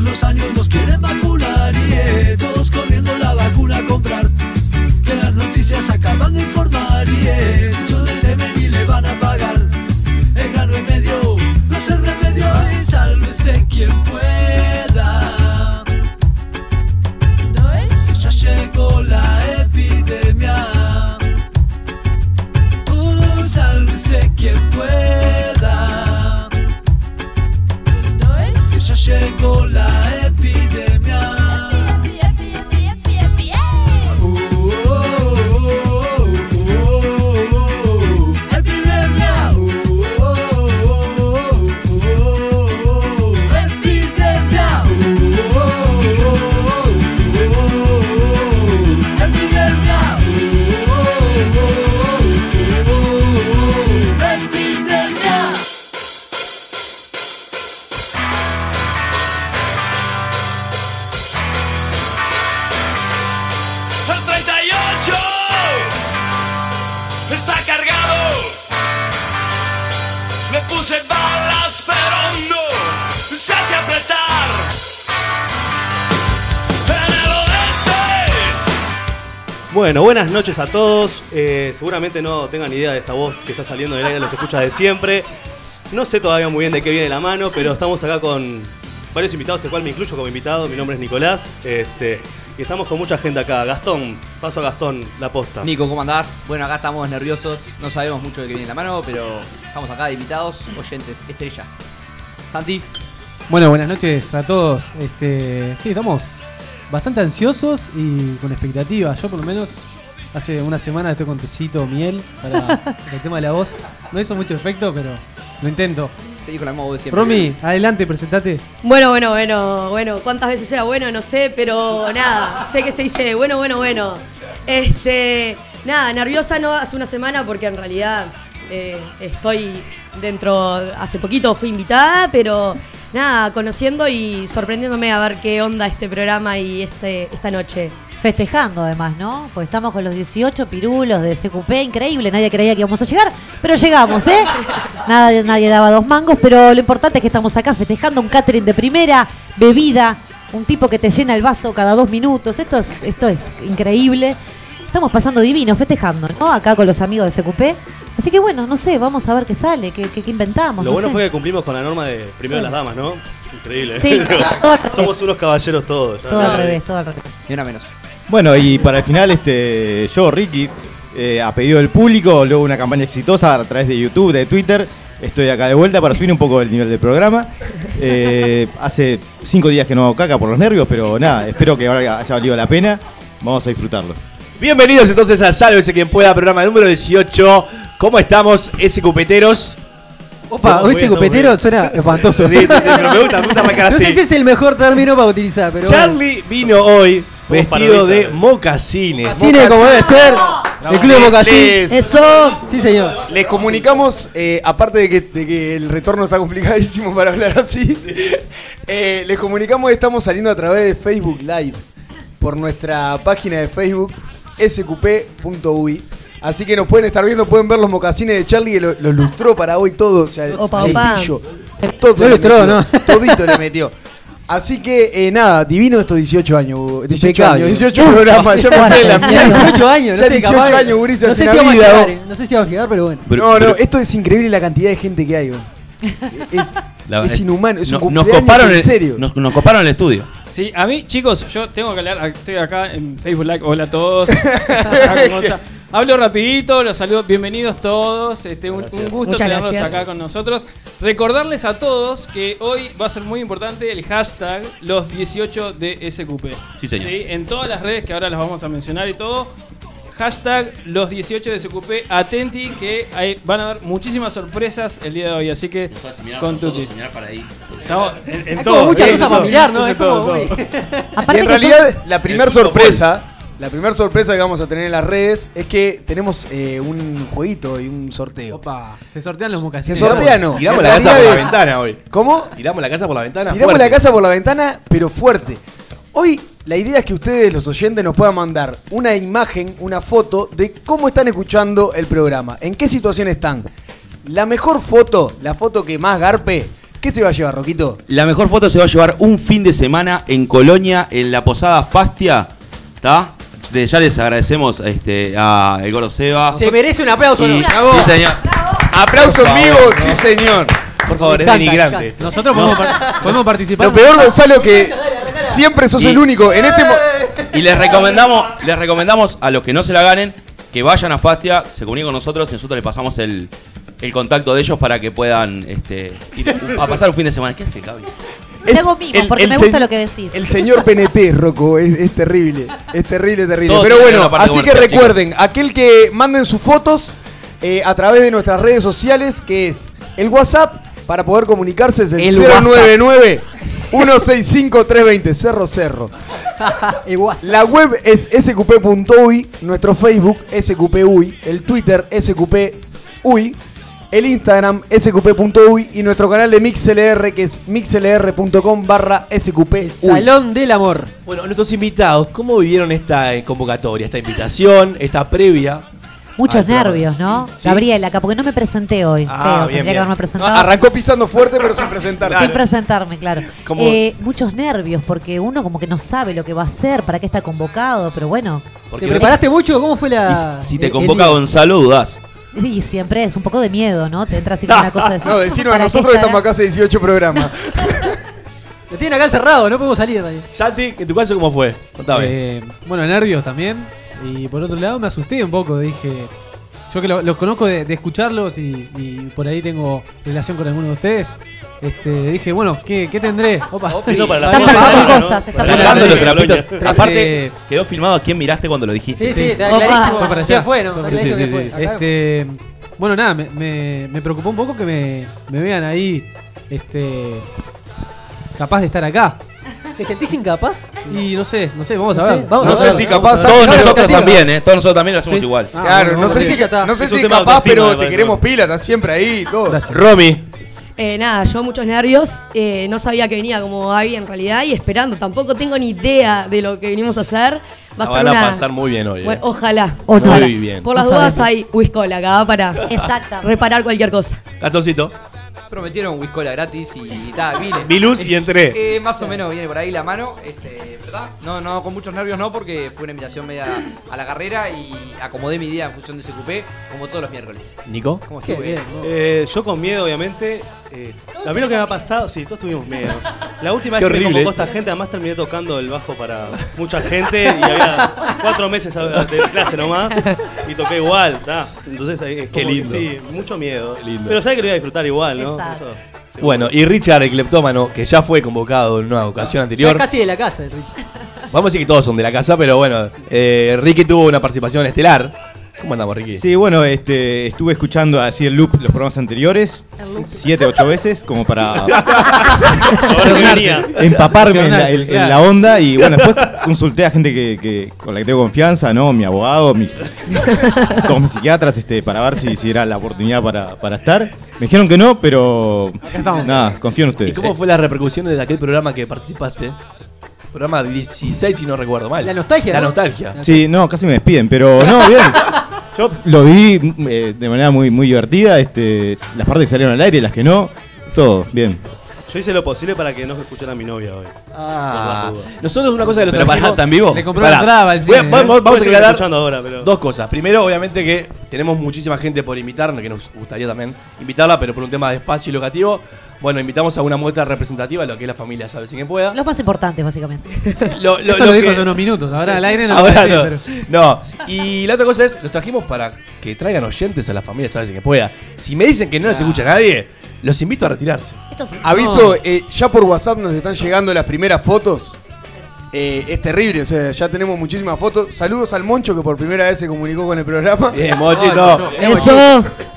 los años nos quieren vacunar y eh, todos corriendo la vacuna a comprar. Que las noticias acaban de informar y eh, muchos le temen y le van a pagar. El gran remedio no es el remedio y sálvese quien pueda. Ya llegó la epidemia. Oh, sálvese quien pueda. Que ya llegó la epidemia. Uh, oh, oh, oh, oh, oh, oh. Epidemia. Uh, oh, oh, oh, oh, oh, oh. Epidemia. Uh, oh, oh, oh, oh, oh. Epidemia. Uh, oh, oh, oh, oh, oh. Epidemia. El 38 está cargado. Le puse balas, pero no se hace apretar. En el oeste, Bueno, buenas noches a todos. Eh, seguramente no tengan idea de esta voz que está saliendo del aire, los escucha de siempre. No sé todavía muy bien de qué viene la mano, pero estamos acá con varios invitados, el cual me incluyo como invitado. Mi nombre es Nicolás. Este, y estamos con mucha gente acá. Gastón, paso a Gastón, la posta. Nico, ¿cómo andás? Bueno, acá estamos nerviosos, no sabemos mucho de qué viene en la mano, pero estamos acá, de invitados, oyentes, estrella. Santi, Bueno, buenas noches a todos. Este, sí, estamos bastante ansiosos y con expectativas. Yo por lo menos hace una semana estoy con tecito, miel para el tema de la voz. No hizo mucho efecto, pero lo intento. seguí con la misma voz de siempre. Romy, adelante, presentate. Bueno, bueno, bueno, bueno. ¿Cuántas veces era bueno? No sé, pero nada. Sé que se dice bueno, bueno, bueno. Este, nada, nerviosa no hace una semana porque en realidad eh, estoy dentro. Hace poquito fui invitada, pero nada, conociendo y sorprendiéndome a ver qué onda este programa y este, esta noche. Festejando además, ¿no? Porque estamos con los 18 pirulos de CQP, increíble, nadie creía que íbamos a llegar, pero llegamos, ¿eh? Nada, nadie daba dos mangos, pero lo importante es que estamos acá festejando un catering de primera, bebida, un tipo que te llena el vaso cada dos minutos, esto es, esto es increíble. Estamos pasando divino, festejando, ¿no? Acá con los amigos de CQP. Así que bueno, no sé, vamos a ver qué sale, qué, qué- qué inventamos. no Lo bueno sé. fue que cumplimos con la norma de primero las damas, ¿no? Increíble. Sí, todo al revés. Somos unos caballeros todos. ya. Todo al revés, todo al revés. Y una menos. Bueno, y para el final, este, yo, Ricky, eh, a pedido del público, luego una campaña exitosa a través de YouTube, de Twitter, estoy acá de vuelta para subir un poco el nivel del programa. Eh, hace cinco días que no hago caca por los nervios, pero nada, espero que valga- haya valido la pena. Vamos a disfrutarlo. Bienvenidos entonces a Sálvese quien pueda, programa número 18. ¿Cómo estamos, ese cupeteros? Opa, hoy ese copetero suena espantoso. Sí, sí, sí, pero me gusta, me gusta marcar No sé si así. es el mejor término para utilizar, pero. Charlie vino hoy Somos vestido de parodistas. mocasines. Cine como debe ser. El club de Bocasín. Les, Eso. Sí, señor. les comunicamos, eh, aparte de que, de que el retorno está complicadísimo para hablar así, eh, les comunicamos que estamos saliendo a través de Facebook Live por nuestra página de Facebook sqp.ui. Así que nos pueden estar viendo, pueden ver los mocasines de Charlie que lo- los lustró para hoy todo, o sea, el Opa, opa. cepillo, todo No le lustró, metió, ¿no? todito le metió. Así que eh, nada, divino estos 18 años, Hugo. 18 Impecable. años, 18 programas, ya me fui de la mierda. 18 años, no Ya sé, 18 capaz- años, gurises, no es sé si una vamos a vida, llegar, vos. eh, no sé si vamos a llegar, pero bueno. No, no, esto es increíble la cantidad de gente que hay, bro. Es, La- es inhumano, es no- un nos cumpleaños coparon en el- serio. Nos, nos coparon el estudio. Sí, a mí, chicos, yo tengo que hablar, estoy acá en Facebook Live, hola a todos. Acá como ya- Hablo rapidito, los saludo, bienvenidos todos, este, un, un gusto Muchas tenerlos gracias. acá con nosotros. Recordarles a todos que hoy va a ser muy importante el hashtag los 18 de SQP. Sí, señor. En todas las redes que ahora las vamos a mencionar y todo. Hashtag los 18 de SQP, atenti que hay- van a haber muchísimas sorpresas el día de hoy, así que con Tuti. Estamos en, en Hay todo. como muchas eh, cosas en para todo, mirar, ¿no? en Es todo, como, en uy. todo. Y Aparte en que realidad, sos- la primera el Super Bowl. sorpresa, la primera sorpresa que vamos a tener en las redes es que tenemos eh, un jueguito y un sorteo. Opa, se sortean los Se mocasines. sortea, no. Tiramos En la casa por la realidad es- ventana hoy. ¿Cómo? Tiramos la casa por la ventana. Tiramos fuerte. la casa por la ventana, pero fuerte. Hoy la idea es que ustedes, los oyentes, nos puedan mandar una imagen, una foto de cómo están escuchando el programa, en qué situación están. La mejor foto, la foto que más garpe, ¿Qué se va a llevar, Roquito? La mejor foto se va a llevar un fin de semana en Colonia, en la posada Fastia. ¿Está? De- Ya les agradecemos este, a El Gordo Seba. Se merece un aplauso, Y- ¿no? Bravo. sí, señor. Aplauso Por en vivo, favor, sí ¿no? señor. Por favor, es denigrante esto. Nosotros podemos, par- podemos participar. Lo peor, Gonzalo, que siempre sos Y- el único. En este mo- Y les recomendamos, les recomendamos a los que no se la ganen que vayan a Fastia, se comuniquen con nosotros y nosotros les pasamos el, el contacto de ellos para que puedan este, ir a pasar un fin de semana. ¿Qué hace, Gaby? Te hago mimo, porque me se- gusta lo que decís. El señor PNT, Rocco, es, es terrible. Es terrible, terrible. Todo Pero tiene bueno, una parte así que buena, chicos. recuerden, aquel que manden sus fotos eh, a través de nuestras redes sociales, que es el WhatsApp, para poder comunicarse es el, El 099 165 320 Cerro Cerro. El WhatsApp. La web es sqp.uy, nuestro Facebook sqpuy, el Twitter sqpuy, el Instagram sqp.uy y nuestro canal de MixLR que es mixlr.com barra sqpuy. Salón del amor. Bueno, nuestros invitados, ¿cómo vivieron esta eh, convocatoria, esta invitación, esta previa? Muchos Ay, Ah, claro. nervios, ¿no? Sí. Gabriel, acá, porque no me presenté hoy. Ah, Feo, bien, tendría que bien. haberme presentado. Ah, Arrancó pisando fuerte pero sin presentarse. Sin presentarme, claro. Como- Eh, muchos nervios, porque uno como que no sabe lo que va a hacer, para qué está convocado, pero bueno. ¿Te Porque preparaste mucho? ¿Cómo fue la.? si te el- convoca Ah, el- Gonzalo, dudás. Y siempre es un poco de miedo, ¿no? Te entra así con una cosa de No, decinos a ¿para qué nosotros que estará? estamos acá hace 18 programas. Lo tienen acá encerrado, no podemos salir de ahí. Santi, ¿en tu caso cómo fue? Contame. Eh, bueno, nervios también. Y por otro lado me asusté un poco, dije. Yo que lo- los conozco de, de escucharlos y, y por ahí tengo relación con alguno de ustedes. Este, dije, bueno, ¿qué, qué tendré? Opa. No, para la Están foto de pasando Colonia, cosas, ¿no? están Para la pasando foto de los Colonia. trapitos. Aparte, Eh, quedó filmado a quién miraste cuando lo dijiste. Sí, sí, está Opa. clarísimo. Fue para allá. ¿Quién fue? No, está Sí, clarísimo sí, quién sí, fue. Acá- Este, bueno, nada, me, me- me preocupó un poco que me, me vean ahí este, capaz de estar acá. ¿Te sentís incapaz? Y no sé, no sé, vamos No a sé, ver. vamos No a sé ver, si vamos capaz- a ver. Todos no, nosotros expectativa. también, ¿eh? Todos nosotros también lo hacemos Sí. igual. Ah, Claro, bueno, no vamos sé a si, ver. no sé Es un si tema de capaz, autoestima, me pero te parece. queremos pila, estás siempre ahí y todo. Gracias. Romy, Eh, nada, yo muchos nervios, eh, no sabía que venía como Abby en realidad y esperando, tampoco tengo ni idea de lo que venimos a hacer. la Va a ser van una... a pasar muy bien hoy. eh. Bueno, ojalá. O no. ojalá. Muy bien. Por las No dudas hay sabemos. Whiskola acá para Exactamente. reparar cualquier cosa. Gatoncito, Prometieron Wiscola gratis y tal, vine. Vi luz y entré. Eh, más o menos viene por ahí la mano, este, ¿verdad? No, no, con muchos nervios no, porque fue una invitación media a la carrera y acomodé mi día en función de ese cupé, como todos los miércoles. Nico. ¿Cómo Qué estuvo? bien, ¿no? Eh, yo con miedo, obviamente. eh, a mí lo que me ha pasado, sí, todos tuvimos miedo. La última Qué vez que me horrible, convocó esta gente, además terminé tocando el bajo para mucha gente y había cuatro meses a- de clase nomás y toqué igual, ¿tá? Entonces, ahí es como Qué que lindo. Sí, mucho miedo. lindo. Pero sabes que lo voy a disfrutar igual, ¿no? Exacto. Eso, sí. Bueno, Ah, y Richard, el cleptómano, que ya fue convocado en una ocasión anterior. Ya casi de la casa, el Richie. Vamos a decir que todos son de la casa, pero bueno, eh, Ricky tuvo una participación estelar. ¿Cómo andamos, Ricky? Sí, bueno, este, estuve escuchando así el loop los programas anteriores, siete, ocho veces, como para Ahora que venía. empaparme en la, en- en Claro. la onda y bueno, después consulté a gente que, que- con la que tengo confianza, ¿no? Mi abogado, mis, todos mis psiquiatras, este, para ver si, si era la oportunidad para, para estar. Me dijeron que no, pero nada, confío en ¿Y ustedes. eh. cómo fue la repercusión de aquel programa que participaste? Programa 16, si no recuerdo mal. La nostalgia, La ¿no? nostalgia. Sí, no, casi me despiden, pero no, bien. Yo lo vi eh, de manera muy, muy divertida, este, las partes que salieron al aire, las que no, todo, bien. Yo hice lo posible para que no escuchara a mi novia hoy. Ah, nosotros una cosa que lo Pero pará, trajimos... ¿está en vivo? Le compró Pará. entrada Voy al a- cine, vamos- ¿eh? vamos Puede a ser que esté aclarar escuchando ahora, pero. Dos cosas. Primero, obviamente, que tenemos muchísima gente por invitar, que nos gustaría también invitarla, pero por un tema de espacio y locativo. Bueno, invitamos a una muestra representativa de lo que es la familia Sabe Sin Quien Pueda. Los más importantes, básicamente. Lo- lo- Eso lo lo dijo que- hace unos minutos, ahora al aire no lo Ahora voy a no. decir, No. Y la otra cosa es, los trajimos para que traigan oyentes a la familia Sabe Sin Quien Pueda. Si me dicen que no les escucha nadie, los invito a retirarse. Esto sí. Aviso, eh, ya por WhatsApp nos están llegando las primeras fotos. Eh, es terrible, o sea, ya tenemos muchísimas fotos. Saludos al Moncho que por primera vez se comunicó con el programa. Bien, mochito. Eh, Eso.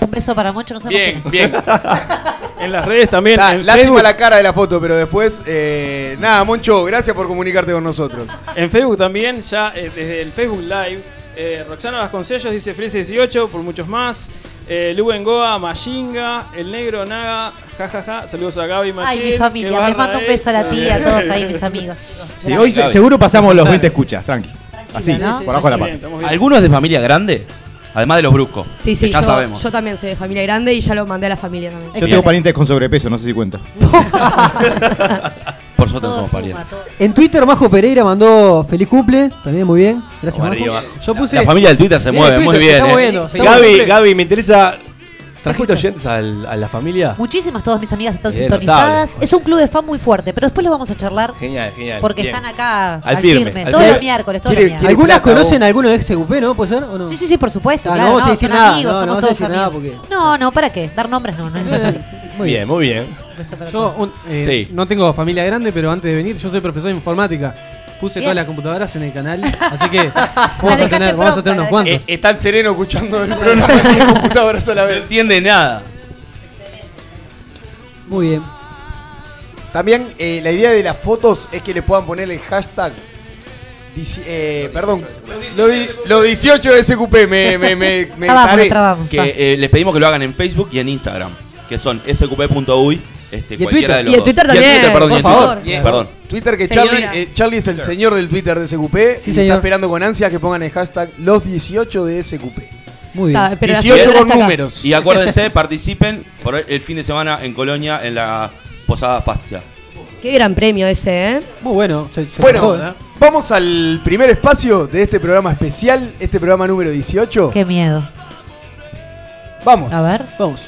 Un beso para Moncho, no sabemos Bien, quién es. bien. En las redes también. Ah, en lástima Facebook, la cara de la foto, pero después, eh, nada, Moncho, gracias por comunicarte con nosotros. En Facebook también, ya eh, desde el Facebook Live, eh, Roxana Vasconcellos dice Felices 18 por muchos más. Eh, Lu Bengoa, Mayinga, El Negro Naga, jajaja. Saludos a Gaby Machín. eh. Ay, mi familia. Les mando un beso a la tía, a todos ahí, mis amigos. Sí, hoy se- seguro pasamos los 20 escuchas, tranqui. Así, ¿no? por abajo de la Bien, pata. estamos bien. ¿Alguno es de familia grande? Además de los bruscos. Sí, sí, que ya yo, sabemos. yo también soy de familia grande y ya lo mandé a la familia también. Yo tengo parientes con sobrepeso, no sé si cuenta. Por suerte no somos parientes. En Twitter, Majo Pereira mandó feliz cumple. También muy bien. Gracias, Vamos Majo. arriba, Majo. Yo puse. La familia del Twitter se Bien, mueve el muy Twitter, bien. estamos eh. viendo, estamos Gaby, viendo. Gaby, me interesa. ¿Trajiste oyentes al- a la familia? Muchísimas, todas mis amigas están Bien, sintonizadas. Es un club de fan muy fuerte, pero después los vamos a charlar. Genial, genial. Porque bien. están acá Al al firme, firme. al todos firme. los miércoles, todos los Quiere- miércoles. quiere ¿Algunas plata, conocen a alguno de XQP, no? ¿Puede ser? ¿O no? Sí, sí, sí, por supuesto. Ah, claro, no vamos a no, decir son nada, amigos, no, no somos vamos a todos decir nada Eh. amigos. No, no, ¿para qué? Dar nombres no, no es necesario. Muy bien, muy bien. Yo un- eh, Sí. no tengo familia grande, pero antes de venir, yo soy profesor de informática. Puse Bien. todas las computadoras en el canal, así que La vamos a dejaste tener, vamos a pronta, tener la unos cuantos. Es tan Eh, sereno escuchando el programa de computadoras a la No vez. entiende nada. Muy bien. También eh, la idea de las fotos es que le puedan poner el hashtag. dieci- eh, perdón, los di- los 18 de SQP me, me, me, me Trabamos, taré. trabamos. va. Que eh, les pedimos que lo hagan en Facebook y en Instagram, que son sqp.uy, este, en cualquiera Twitter. de los Y en dos. Twitter también, perdón, por y en Twitter. favor. Bien. Perdón. Twitter que Señora. Charlie, eh, Charlie es el señor del Twitter de SQP y está señor. esperando con ansia que pongan el hashtag los 18 de SQP. Muy bien. Está, pero la 18 señora con está acá. números. Y acuérdense, participen por el fin de semana en Colonia en la Posada Fastia. Qué gran premio ese, ¿eh? Muy bueno. se- se Bueno, portó, ¿eh? vamos al primer espacio de este programa especial, este programa número 18. Qué miedo. Vamos. A ver. Vamos.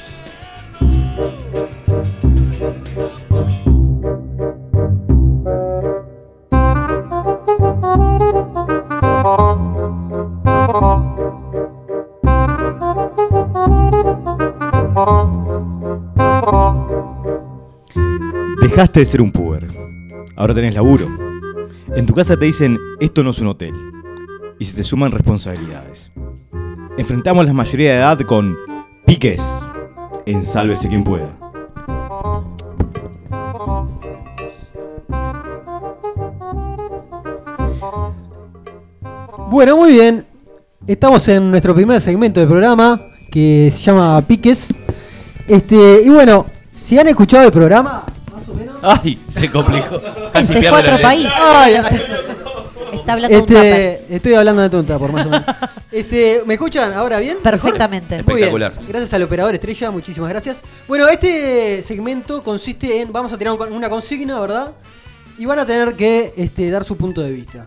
Dejaste de ser un puber. Ahora tenés laburo. En tu casa te dicen, esto no es un hotel. Y se te suman responsabilidades. Enfrentamos la mayoría de edad con piques. En sálvese quien pueda. Bueno, muy bien. Estamos en nuestro primer segmento del programa que se llama Piques. Este, y bueno, si han escuchado el programa, Ay, se complicó. Casi Ese pierde fue la otro idea. país. Está hablando un tupper. este, estoy hablando de tonta por más o menos. Este, ¿me escuchan ahora bien? Perfectamente. Muy bien. Espectacular. Gracias al operador Estrella, muchísimas gracias. Bueno, este segmento consiste en vamos a tirar un- una consigna, ¿verdad? Y van a tener que este, dar su punto de vista.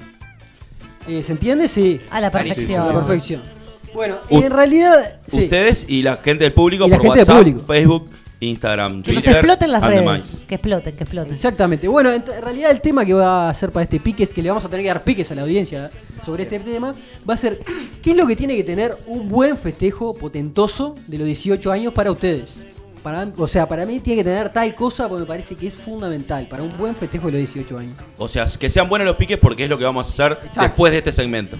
Eh, ¿Se entiende? Sí. A la A perfección. la perfección. Bueno, U- y en realidad sí. Ustedes y la gente del público Y la por gente del WhatsApp, público. Facebook, Instagram, Que nos Twitter, exploten las and redes. demás. Que exploten, que exploten. Exactamente. Bueno, en, en realidad el tema que va a hacer para este pique es que le vamos a tener que dar piques a la audiencia sobre este tema. Va a ser, ¿qué es lo que tiene que tener un buen festejo potentoso de los 18 años para ustedes? Para, o sea, para mí tiene que tener tal cosa porque me parece que es fundamental para un buen festejo de los 18 años. O sea, que sean buenos los piques porque es lo que vamos a hacer después de este segmento.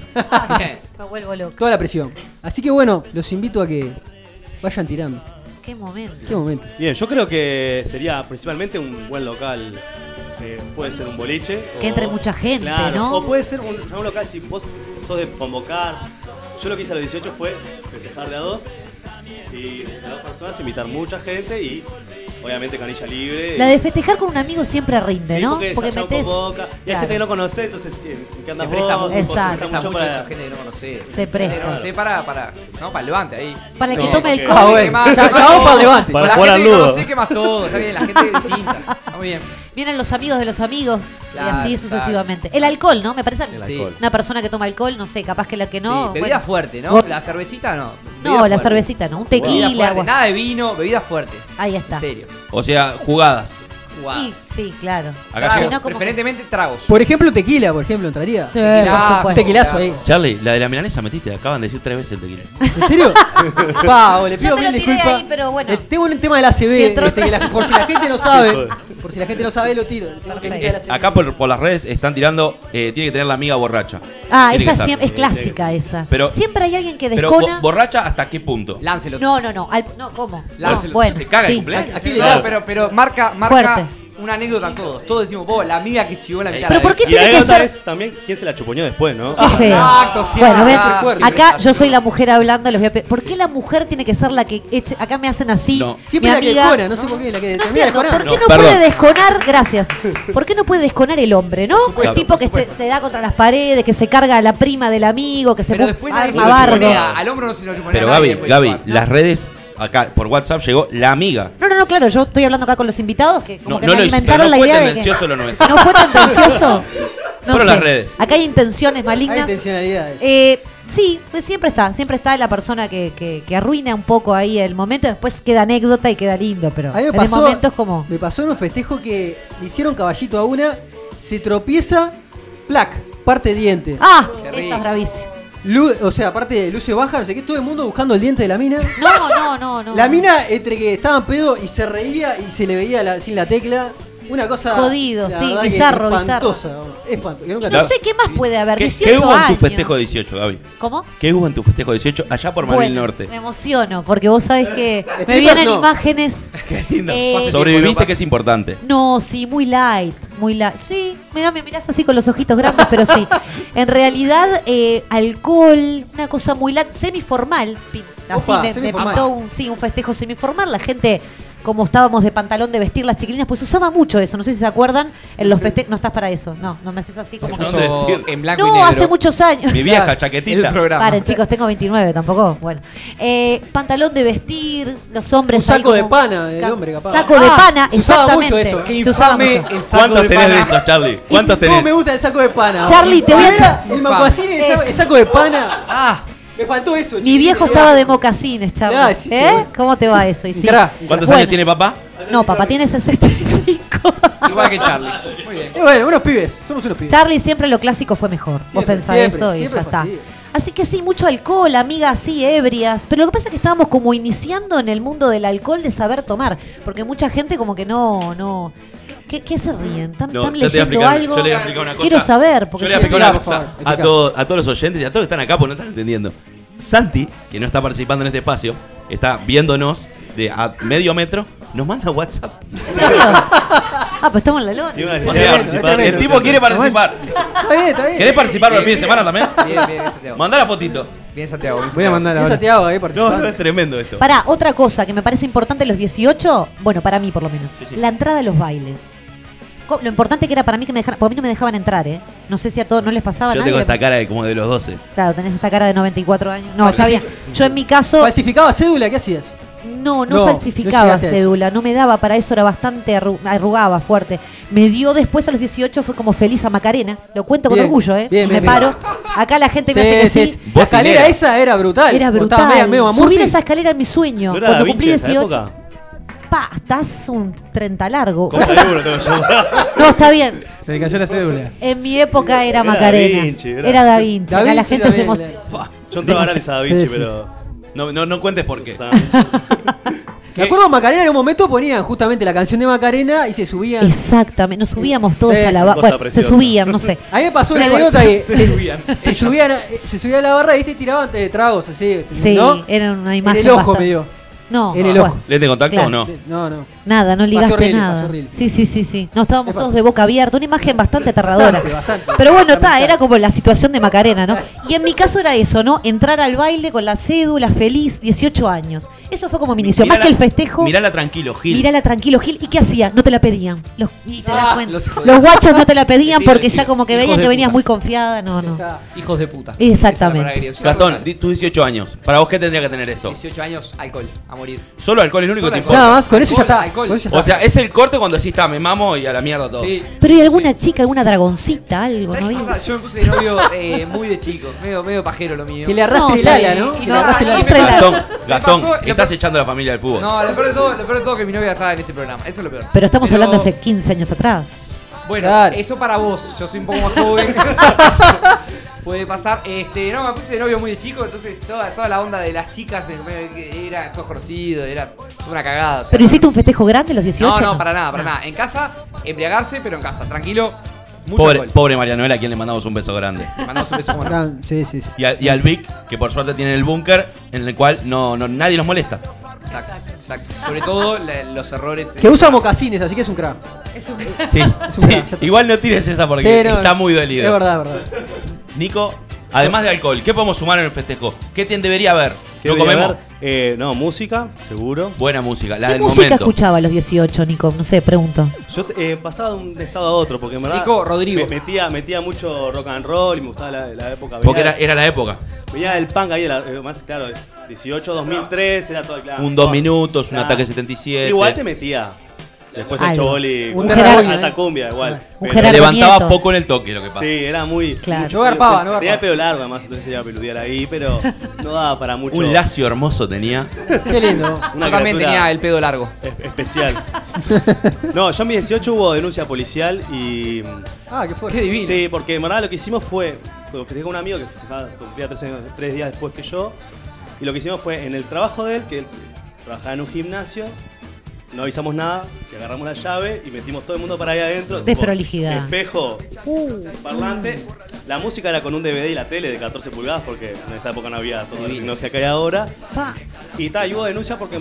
Bien. Me vuelvo loco. Toda la presión. Así que bueno, los invito a que vayan tirando. Qué Qué momento. momento. Bien, yo creo que sería principalmente un buen local. eh, puede ser un boliche. Que entre mucha gente, Claro, ¿no? O puede ser un, un local si vos sos de convocar. Yo lo que hice a los 18 fue festejar de a dos. Y de a dos personas invitar mucha gente y obviamente canilla libre. La de festejar con un amigo siempre rinde, Sí, ¿no? Porque, Porque desayuno metes. con boca. Y hay gente que no conoce, entonces, eh, ¿en qué andas Se presta vos? mucho, Tipo, se Exacto. presta Está mucho mucho para- esa gente que no conocés. Se presta. Gente que No sé para, para, no, para el levante ahí. Para el que No, tome porque- el Ah, cobre. bueno. Ya- ya vamos para el levante. Para Para jugar al No ludo. sé qué más todo. Está bien, la gente es distinta. Está muy bien. Vienen los amigos de los amigos Claro, y así claro. sucesivamente. El alcohol, ¿no? Me parece a mí. El alcohol. Una persona que toma alcohol, no sé, capaz que la que no. Sí, bebida bueno. fuerte, ¿no? Vos- La cervecita no. No, Bebida la fuerte. cervecita, ¿no? Un Bebida tequila. fuerte, agua. Nada de vino, bebida fuerte. Ahí está. En serio. O sea, jugadas. Wow. Y- sí, claro. Acá Tragos, Si no, como que- preferentemente tragos. Por ejemplo, tequila, por ejemplo, entraría. Sí, por Un supuesto. tequilazo ahí. Charlie, la de la milanesa metiste, acaban de decir tres veces el tequila. ¿En serio? Pavo, le Yo pido te mil lo tiré disculpas. ahí, pero bueno. Eh, tengo un tema de la Que CB, entró este, que la- por si la gente no sabe. por si la gente no sabe, lo tiro. Tengo que Perfecto. tirar la CB. Acá por, por las redes están tirando, eh, tiene que tener la amiga borracha. Ah, Tiene esa que estar. siem- es clásica esa. Pero- siempre hay alguien que Pero bo- descona. borracha hasta qué punto. Láncelo. no, no, no. al- no, ¿cómo? La- No, bueno. te caga el sí. cumpleaños. Aquí le da, pero, pero marca, marca Fuerte. una anécdota todos. Todos decimos, vos, la amiga que chivó en la mitad. Pero ¿por qué y la tiene que anécdota ser- Este, es también quién se la chupoñó después, ¿no? Qué feo. Exacto, sí, bueno, ven, acá- acá yo soy la mujer hablando, les voy a pe- ¿Por qué la mujer tiene que ser la que eche- acá me hacen así? No. Siempre mi la que amiga? descona, no sé por qué, la que termina entiendo, desconando. ¿Por qué no, No, perdón. puede desconar? Gracias. ¿Por qué no puede desconar el hombre, no? el supuesto, tipo que se- se da contra las paredes, que se carga a la prima del amigo, que se Pero pu- después nadie se arma lo Ah, bardo. chuponea, Al hombro no se lo chuponea Pero nadie Gaby, pues. después de Gaby, chupar. las redes, acá por WhatsApp llegó la amiga. No, no, no, claro, yo estoy hablando acá con los invitados que como No, que no me lo hice, pero alimentaron no la fue idea de que... tendencioso lo nuestro. ¿No fue tendencioso? No Fueron sé. las redes. Acá hay intenciones Hay malignas. intencionalidades. Eh, sí, pues siempre está, siempre está la persona que, que- que arruina un poco ahí el momento, después queda anécdota y queda lindo, pero A mí me en el pasó, momento es como... me pasó en un festejo que le hicieron caballito a una, se tropieza, plac, parte diente. Ah, rico. esa es bravísimo. Lu- o sea, parte de luce baja, no sé qué, todo el mundo buscando el diente de la mina. No, no, no, no. La mina entre que estaba en pedo y se reía y se le veía la- sin la tecla. Una cosa. Jodido, la sí, verdad que bizarro, espantosa, espanto- que nunca No te- sé qué más puede haber, ¿Qué, 18 qué hubo años. en tu festejo de 18, Gaby? ¿Cómo? ¿Qué hubo en tu festejo de 18 allá por Manil Bueno, Norte? Me emociono, porque vos sabés que me Strippers vienen no. imágenes. Qué lindo. Eh, Pasa el tiempo, no Sobreviviste, pasa. que es importante. No, sí, muy light, muy light. Sí, mirá, me mirás así con los ojitos grandes, pero sí. En realidad, eh, alcohol, una cosa muy light, semiformal. pin- Así Opa, me, me semiformal. pintó un, sí, un festejo semiformal. La gente, como estábamos de pantalón de vestir las chiquilinas, pues usaba mucho eso. No sé si se acuerdan, en los festejos. No estás para eso, no, no me haces así como. puso- que- Puso ¿Dónde? en blanco y No, negro. Oh, hace muchos años. Mi vieja chaquetita. El programa. Paren, chicos, tengo 29 tampoco. Bueno, Eh, pantalón de vestir, los hombres. Un saco ahí de como- pana del Ca- hombre, capaz. Saco de Ah, pana, se usaba exactamente. mucho eso. Se usaba Infame mucho. el saco ¿Cuántos de tenés pana. de esos, Charlie? ¿Cuántos ¿Cómo me tenés? gusta el saco de pana? Charlie, te voy a- Era El macuacín es Es. el saco de pana. Ah, Me faltó eso. Mi chico. viejo estaba de mocasines, Ah, Charlie. sí, ¿Eh? seguro. ¿Cómo te va eso? Y sí. Entrá. ¿Cuántos Bueno, años tiene papá? No, papá tiene 65. igual que Charlie. Muy bien. Y bueno, unos pibes. Somos unos pibes. Charlie siempre lo clásico fue mejor. Vos Siempre, pensás siempre, eso y siempre ya fue está. así. Así que sí, mucho alcohol, amigas así, ebrias. Pero lo que pasa es que estábamos como iniciando en el mundo del alcohol de saber tomar. Porque mucha gente como que no, no. ¿Qué, qué se ríen? ¿Están, No, están yo te voy a leyendo explicar, algo? yo le voy a explicar una cosa. Quiero saber, porque yo le voy a si no- explicar una Explica, por cosa favor, a, explica. todo- a todos los oyentes y a todos que están acá porque no están entendiendo. Santi, que no está participando en este espacio, está viéndonos de a medio metro, nos manda WhatsApp. ¿En serio? Ah, pues estamos en la lona. Tiene una O necesidad de sea, participar. el tipo quiere participar. Está bien, está bien. ¿Querés participar los fines de semana también? Bien, bien, Santiago. Mandá la fotito. Bien, Santiago. bien, Voy a Santiago. mandar Bien ahora. Santiago ahí No, participando. no, es tremendo esto. Pará, otra cosa que me parece importante los 18, bueno, para mí por lo menos, Sí, sí. la entrada a los bailes. Co- Lo importante que era para mí que me dejaran, porque a mí no me dejaban entrar, ¿eh? No sé si a todos no les pasaba a Yo nadie. tengo esta cara de como de los 12. Claro, tenés esta cara de 94 años. No, sabía. Yo en mi caso, Falsificaba cédula, ¿qué hacías? no, no, No, no falsificaba llegaste a eso. cédula, no me daba para eso, era bastante arru- arrugaba fuerte. Me dio después a los 18, fue como feliz a Macarena. Lo cuento con Bien, orgullo, ¿eh? bien, Y me bien, bien. paro. Acá la gente me Sí, hace que sí, sí. sí. La escalera Botinera. esa era brutal. Era Como estaba brutal. medio- medio a Subir Murphy. esa escalera era mi sueño. ¿No era Da Cuando Vinci cumplí de esa 18, época? pa, estás un 30 largo. Como de uno tengo yo. No, está bien. Se le cayó la cédula. En mi época era, Era Da Macarena. Vinci, era- era Da Vinci. Da Acá la Vinci gente se también, emociona. la- Yo entraba a analizar a Da Vinci, Sí, sí, pero. No, no, no cuentes por qué. Me acuerdo Macarena en un momento ponían justamente la canción de Macarena y se subían. Exactamente. Nos subíamos todos Eh, a la cosa barra. Bueno, se preciosa. subían, no sé. A mí me pasó una Pero igual, anécdota se- que se se, subían. se subían a- se subía a la barra ¿viste? y tiraban eh, tragos así. Sí, ¿no? era una imagen. En el ojo bastante- me dio. No, En el bueno, ojo. ¿Lente de contacto Claro. o no? No, no. Nada, no ligaste horrible, pasó nada. horrible. Sí, sí, sí, sí. No, estábamos Epa. todos de boca abierta. Una imagen bastante aterradora. Bastante, bastante. Pero bueno, está, Lamentable. era como la situación de Macarena, ¿no? Y en mi caso era eso, ¿no? Entrar al baile con la cédula feliz, 18 años. Eso fue como mi inicio. Más Mirala- que el festejo. Mirala tranquilo, Gil. Mirala tranquilo, Gil. ¿Y qué hacía? No te la pedían. Los, y te das Ah, cuenta. los hijos Los, de- guachos no te la pedían Decilo, porque decilo. ya como que Hijos veían de que venías puta. muy confiada. No, no. Está. Hijos de puta. Exactamente. Esa es la palabra Gastón, que di- tus 18 años. ¿Para vos qué tendría que tener esto? 18 años, alcohol, a morir. Solo alcohol es lo único Solo que te alcohol. importa. Nada más, con eso ya está. Alcohol, con eso ya O está. sea, es el corte cuando decís, está, me mamo y a la mierda todo. Sí. Pero ¿y alguna chica, alguna dragoncita, algo? ¿Sabes ¿No qué había? pasa? Yo me puse de novio eh, muy de chico, medio, medio pajero lo mío. que le No, arrastre el ala, sí, ¿no? y Que no, le arrastre el no, ala. me pasa- Gastón, me Gastón, pasó- me estás pa- echando a la familia del fútbol. No, lo peor, de todo, lo peor de todo que mi novia estaba en este programa. Eso es lo peor. Pero estamos hablando hace 15 años atrás. Bueno, Claro. eso para vos. Yo soy un poco más joven. Puede pasar. Este, no, me puse de novio muy de chico, entonces toda, toda la onda de las chicas eh, medio que era todo conocido, era toda una cagada. o sea, ¿Pero hiciste un festejo grande a los 18? No, no, para nada, para nada. En casa, embriagarse, pero en casa, tranquilo. Mucho Pobre, alcohol. pobre María Noel, a quien le mandamos un beso grande. Mandamos un beso como no. Gran- Sí, sí, sí. Y, a- y al Vic, que por suerte tiene el búnker en el cual no, no- nadie nos molesta. Exacto, exacto. Sobre todo la- los errores. eh, Que usa mocasines, así que es un crack. Es un- Sí, Ah, sí. Igual no tires esa porque Sí, no, está no. muy dolido. Es verdad, es verdad. Nico, además de alcohol, ¿qué podemos sumar en el festejo? ¿Qué te debería haber? ¿Qué ¿No debería comemos? haber? Eh, no, música, seguro. Buena música, la ¿Qué del música momento. escuchaba a los 18, Nico? No sé, pregunto. Yo eh, pasaba de un estado a otro, porque en verdad. Nico Rodrigo. me- metía, metía mucho rock and roll y me gustaba la, la época. Porque venía- era, era la época. Venía del punk ahí, era, eh, más claro, es 18, 2003, era todo claro. Un dos todo. minutos, un Claro. ataque 77. Igual te metía. Después el Algo. choli. Un con- Gerardo, Alta ¿eh? cumbia, igual. Un Pero- Te Gerardo levantabas Nieto. poco en el toque lo que pasa. Sí, era muy. Claro. Yo garpaba, no Tenía el garpaba. pelo largo además, entonces iba a peludear ahí, pero no daba para mucho. Un lacio hermoso tenía. Qué lindo. Una yo también criatura tenía el pedo largo. es- especial. no, yo en mis 18 hubo denuncia policial y. Ah, qué fuerte. Qué divino. Sí, porque en verdad lo que hicimos fue. Lo festejé con un amigo que festejaba- cumplía tres, años- tres días después que yo. Y lo que hicimos fue en el trabajo de él, que él trabajaba en un gimnasio. No avisamos nada, le agarramos la llave y metimos todo el mundo para ahí adentro. tipo, Desprolijidad. Espejo, Uh, parlante. La música era con un DVD y la tele de 14 pulgadas, porque en esa época no había toda la Sí. tecnología que hay ahora. pa. Y tal, y hubo denuncia porque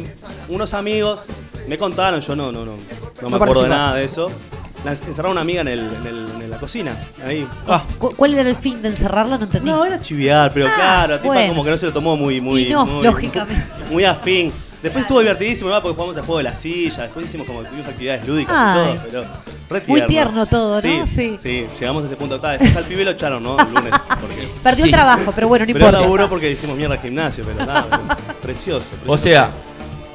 unos amigos me contaron, yo no, no, no, no me No acuerdo de participaste. nada de eso. La ens- encerraron una amiga en, el, en, el- en la cocina, ahí. Ah, ¿Cu- ¿Cuál era el fin de encerrarla? No entendí. no, era chiviar, pero Ah, claro, la tipa bueno. como que no se lo tomó muy, muy. Y no, muy- lógicamente. Muy afín. Después estuvo divertidísimo, ¿verdad? porque jugamos al juego de la silla, después hicimos como tuvimos actividades lúdicas Ay. y todo, pero re Muy tierno todo, ¿no? Sí, Sí. sí. llegamos a ese punto. Tal, después al pibe lo echaron, ¿no? El lunes. Porque, Perdió el Sí. trabajo, pero bueno, no pero importa. laburo porque hicimos mierda al gimnasio, pero nada, precioso, precioso. O sea,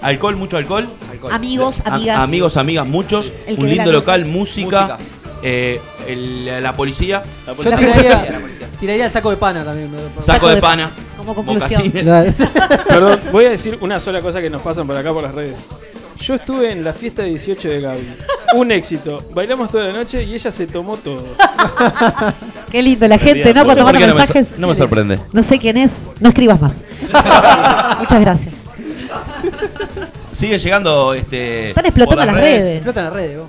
alcohol, mucho alcohol. Alcohol. Amigos, Am- amigas. amigos, amigas, muchos. El que Un ve la lindo nota. local, música. Música. eh, el- la policía. La Yo policía- policía, la tiraría, policía. tiraría el saco de pana también. me- Saco de pana. Como conclusión. mocasines. Claro. Perdón, voy a decir una sola cosa que nos pasan por acá por las redes. Yo estuve en la fiesta de 18 de Gaby. Un éxito. Bailamos toda la noche y ella se tomó todo. Qué lindo la gente, ¿no? No sé Cuando por manda qué no me mensajes. eh, sor- no me sorprende. No sé quién es. No escribas más. Muchas gracias. Sigue llegando este. Están explotando por las redes. Explota en las redes, vos.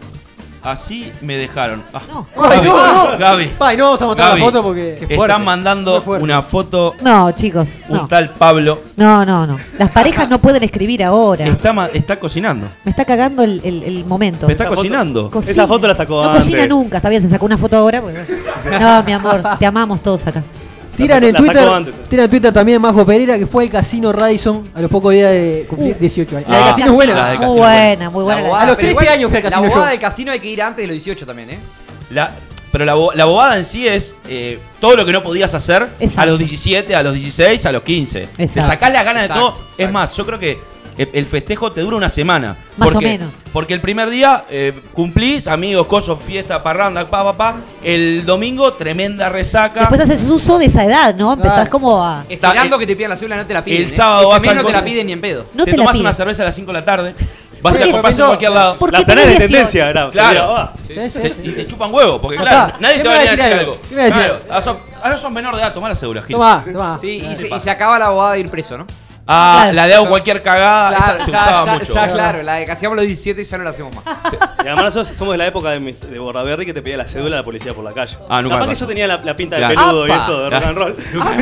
Así me dejaron. Ah. No. ¡Ay, no, no! Gaby. Pa, y no vamos a mostrar Gaby. la foto porque. Están mandando Muy fuerte. una foto No, chicos. un No. tal Pablo. no, no, no. Las parejas no pueden escribir ahora. Está, ma- está cocinando. Me está cagando el, el- el momento. Me está foto- cocinando. Cocina. Esa foto la sacó No antes. cocina nunca, está bien, se sacó una foto ahora. porque- No, mi amor, te amamos todos acá. Tiran La en saco- la saco Twitter. antes, eh. Tiran en Twitter también Majo Pereira, que fue al casino Radisson a los pocos días de cumplir Uh. 18 años. La del Ah, casino es buena. la del Muy casino es buena, muy La buena. bobada, A los pero 13 igual, años fui al La casino bobada yo. del casino hay que ir antes de los 18 también, ¿eh? La, pero la, bo- la bobada en sí es eh, todo lo que no podías hacer Exacto. a los 17, a los 16, a los 15. Te Exacto. sacás las ganas de Exacto, todo. exacto. Es más, yo creo que e- el festejo te dura una semana. Más o Porque- menos. Porque el primer día eh, cumplís, amigos, cosos, fiesta, parranda, pa, pa, pa. El domingo, tremenda resaca. Después haces uso de esa edad, ¿no? Empezás Claro. como a. Está- Esperando el- que te pidan la cédula, no te la piden. el ¿eh? sábado Ese vas mes al no te coso- la piden ni en pedo. No te, te la tomás piden. una cerveza a las 5 de la tarde. Vas a Porque- ir a compás en no, cualquier lado. ¿Por La qué tenés de tenés 18? tendencia, era. Claro. salía, va. Sí, sí, Te- sí. y te chupan huevo, porque Ya claro, está. nadie ¿Qué te va a me venir a decir algo? algo. ¿Qué me va a decir? Claro, ahora sos- ahora sos menor de edad, tomá la segura, Gil. Tomá, tomá. Sí, y se, pasa. y se acaba la bobada de ir preso, ¿no? Ah, Claro. la de hago cualquier cagada, esa se ya, usaba ya, mucho. ya, claro. La de que hacíamos los 17 ya no la hacemos Ah, más. Y además nosotros somos de la época de, mis- de Bordaberry que te pedía la cédula a la policía por la calle. Ah, nunca me Capaz que pasó. yo tenía la, la pinta Claro. de peludo y ¡Apa! Ah, eso, de rock and roll.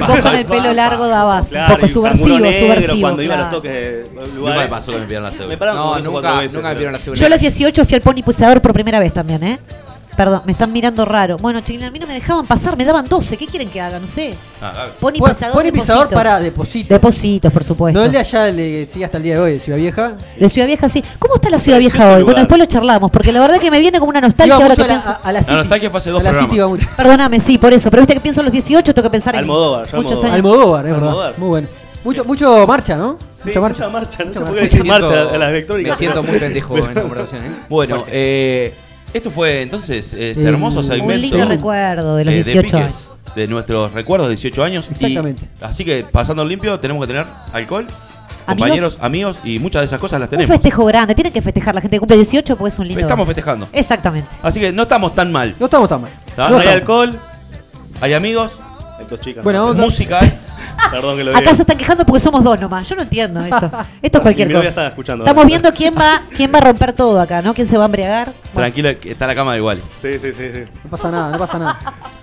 Vos con el pelo largo dabas. Claro, un poco y subversivo, canguro negro subversivo. Cuando iba a los claro. toques de Nunca me lugares. pasó que me pidieron la Me cédula. pararon como No, tres o cuatro nunca, veces. nunca me pidieron la pero- cédula. Yo a los 18 fui al ponipulseador por primera vez también, ¿eh? Perdón, me están mirando raro. Bueno, chiquilín, a mí no me dejaban pasar, me daban 12. ¿Qué quieren que haga? No sé. Ah, Gaby. Pony Pon- pisador, Pone pisador Depositos. para deposito. Depositos, por supuesto. No el de allá, el de- sí, hasta el día de hoy, de Ciudad Vieja. De Ciudad Vieja, sí. ¿Cómo está la Ciudad Precioso Vieja hoy? lugar. Bueno, después lo charlamos, porque la verdad que me viene como una nostalgia Iba ahora mucho que a la, pienso. a, a la City. nostalgia fue hace dos A la City programas. iba mucho. Perdóname, sí, por eso. Pero viste que pienso en los 18, tengo que pensar en Almodóvar, yo muchos Almodóvar. años. Almodóvar, es verdad. Almodóvar. Muy bueno. Mucho, mucho marcha, ¿no? Sí, mucha marcha, no se puede Me decir siento- marcha a las electrónicas. Me siento muy pendejo en la conversación, ¿eh? Bueno, eh, esto fue entonces este Eh, hermoso un segmento. Un lindo recuerdo de los eh, 18 Piques, años. De nuestros recuerdos de 18 años. Y Exactamente. así que pasando limpio, tenemos que tener alcohol, compañeros, amigos y muchas de esas cosas las Un tenemos. festejo grande. Tienen que festejar la gente que cumple 18 porque es un lindo. Estamos festejando. Exactamente. Así que no estamos tan mal. No estamos tan mal. Ah, No hay está. estamos. alcohol. Hay amigos, Hay dos chicas. Bueno, onda. música. ¿eh? hay- Perdón que lo diga. Acá se están quejando porque somos dos nomás. Yo no entiendo esto. Esto es cualquier Mi novia cosa. estaba escuchando. Estamos viendo quién va, quién va a romper todo acá, ¿no? ¿Quién se va a embriagar? Bueno, Tranquilo, que está la cama de igual. Sí, sí, sí. sí. No pasa nada, no pasa nada.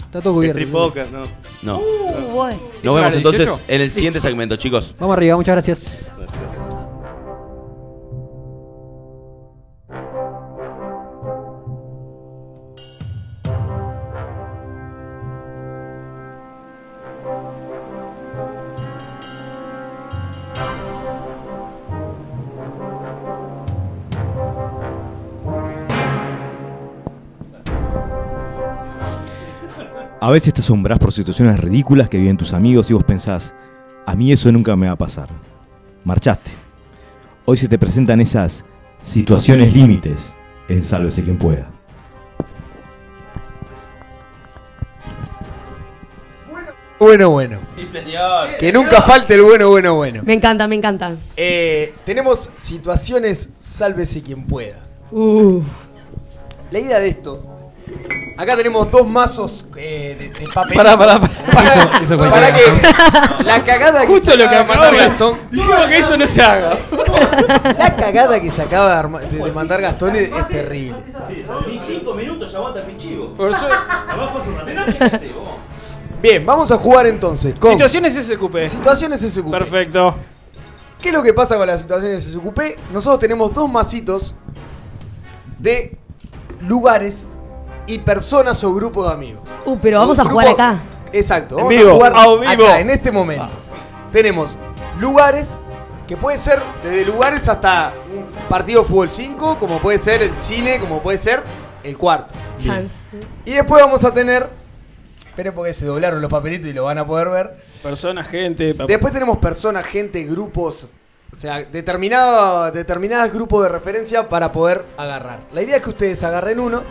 Está todo cubierto. Street Poker, no. No. uh, bueno. Nos ¿Eso era vemos el entonces 18? en el siguiente segmento, chicos. Vamos arriba, muchas gracias. Gracias. A veces te asombrás por situaciones ridículas que viven tus amigos y vos pensás, a mí eso nunca me va a pasar. Marchaste. Hoy se te presentan esas situaciones límites en Sálvese quien pueda. Bueno, bueno. Sí, señor. Que nunca falte el bueno, bueno, bueno. Me encanta, me encanta. Eh, tenemos situaciones, sálvese quien pueda. Uh. La idea de esto. Acá tenemos dos mazos eh, de, de papel. Pará, pará, pará. Para, Eso- eso cualquiera. que la cagada que Justo se lo que acaba de acabo mandar de- Gastón. Digo que eso no se haga. La cagada que se acaba de, arma- de- de mandar Gastón es, es terrible. Ni cinco minutos ya aguanta mi chivo. Por eso- Abajo hace una noche que sé, vos. Bien, vamos a jugar entonces con Situaciones SQP. situaciones SQP. Perfecto. ¿Qué es lo que pasa con las situaciones SQP? Nosotros tenemos dos masitos de lugares y personas o grupos de amigos. Uh, pero vamos a Grupo- jugar acá. Exacto, En vamos vivo, a jugar a vivo. acá, en este momento. Tenemos lugares que puede ser desde lugares hasta un partido de fútbol 5, como puede ser el cine, como puede ser el cuarto. Chan. Y después vamos a tener. Esperen porque se doblaron los papelitos y lo van a poder ver. Persona, gente. papá. Después tenemos personas, gente, grupos. O sea, determinado, determinados grupos de referencia para poder agarrar. La idea es que ustedes agarren uno,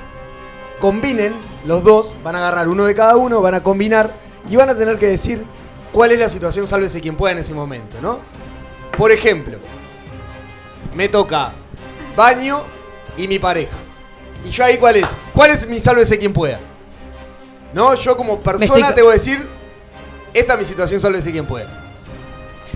combinen los dos, van a agarrar uno de cada uno, van a combinar y van a tener que decir cuál es la situación, sálvese quien pueda en ese momento, ¿no? Por ejemplo, me toca baño y mi pareja. ¿Y yo ahí cuál es? ¿Cuál es mi sálvese quien pueda? No, yo como persona estoy- te voy a decir, esta es mi situación, sálvese quien pueda.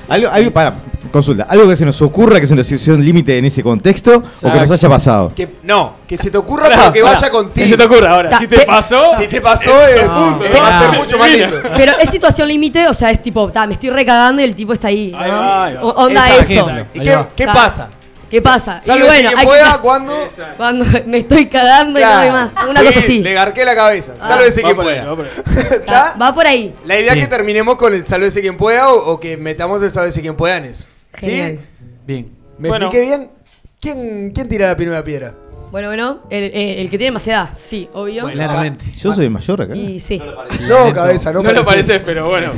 Algo, algo- para, consulta, algo que se nos ocurra que es una situación límite en ese contexto o que nos Exacto. haya pasado. Que, no, que se te ocurra, Pará, pero que vaya pará. contigo. ¿Qué se te ocurre ahora? Ta- Si te pe- pasó. Si te pasó, Ese es- punto, va a ser ah, mucho más divino. lindo. Pero es situación límite, o sea, es tipo, ta, me estoy recagando y el tipo está ahí. ¿no? Ahí va, ahí va. O- Onda Exacto. eso. Exacto. ¿Y Ahí qué, va. qué Ta. pasa? ¿Qué pasa? Y Sálvese bueno, quien hay que- pueda cuando... Exacto. cuando me estoy cagando y no doy más. Una Bien, cosa así. Le garqué la cabeza. Sálvese Va quien por ahí, va pueda. por ahí. ¿Está? Va por ahí. La idea es que terminemos con el sálvese quien pueda o, o que metamos el sálvese quien pueda en eso. ¿Sí? Genial. Bien. ¿Me Bueno. expliqué bien? ¿Quién, quién tira la primera piedra? Bueno, bueno, el, eh, el- el que tiene más edad, sí, obvio. Claramente. Yo soy el mayor acá. Y sí. No, cabeza, no, No lo pareces, pero bueno.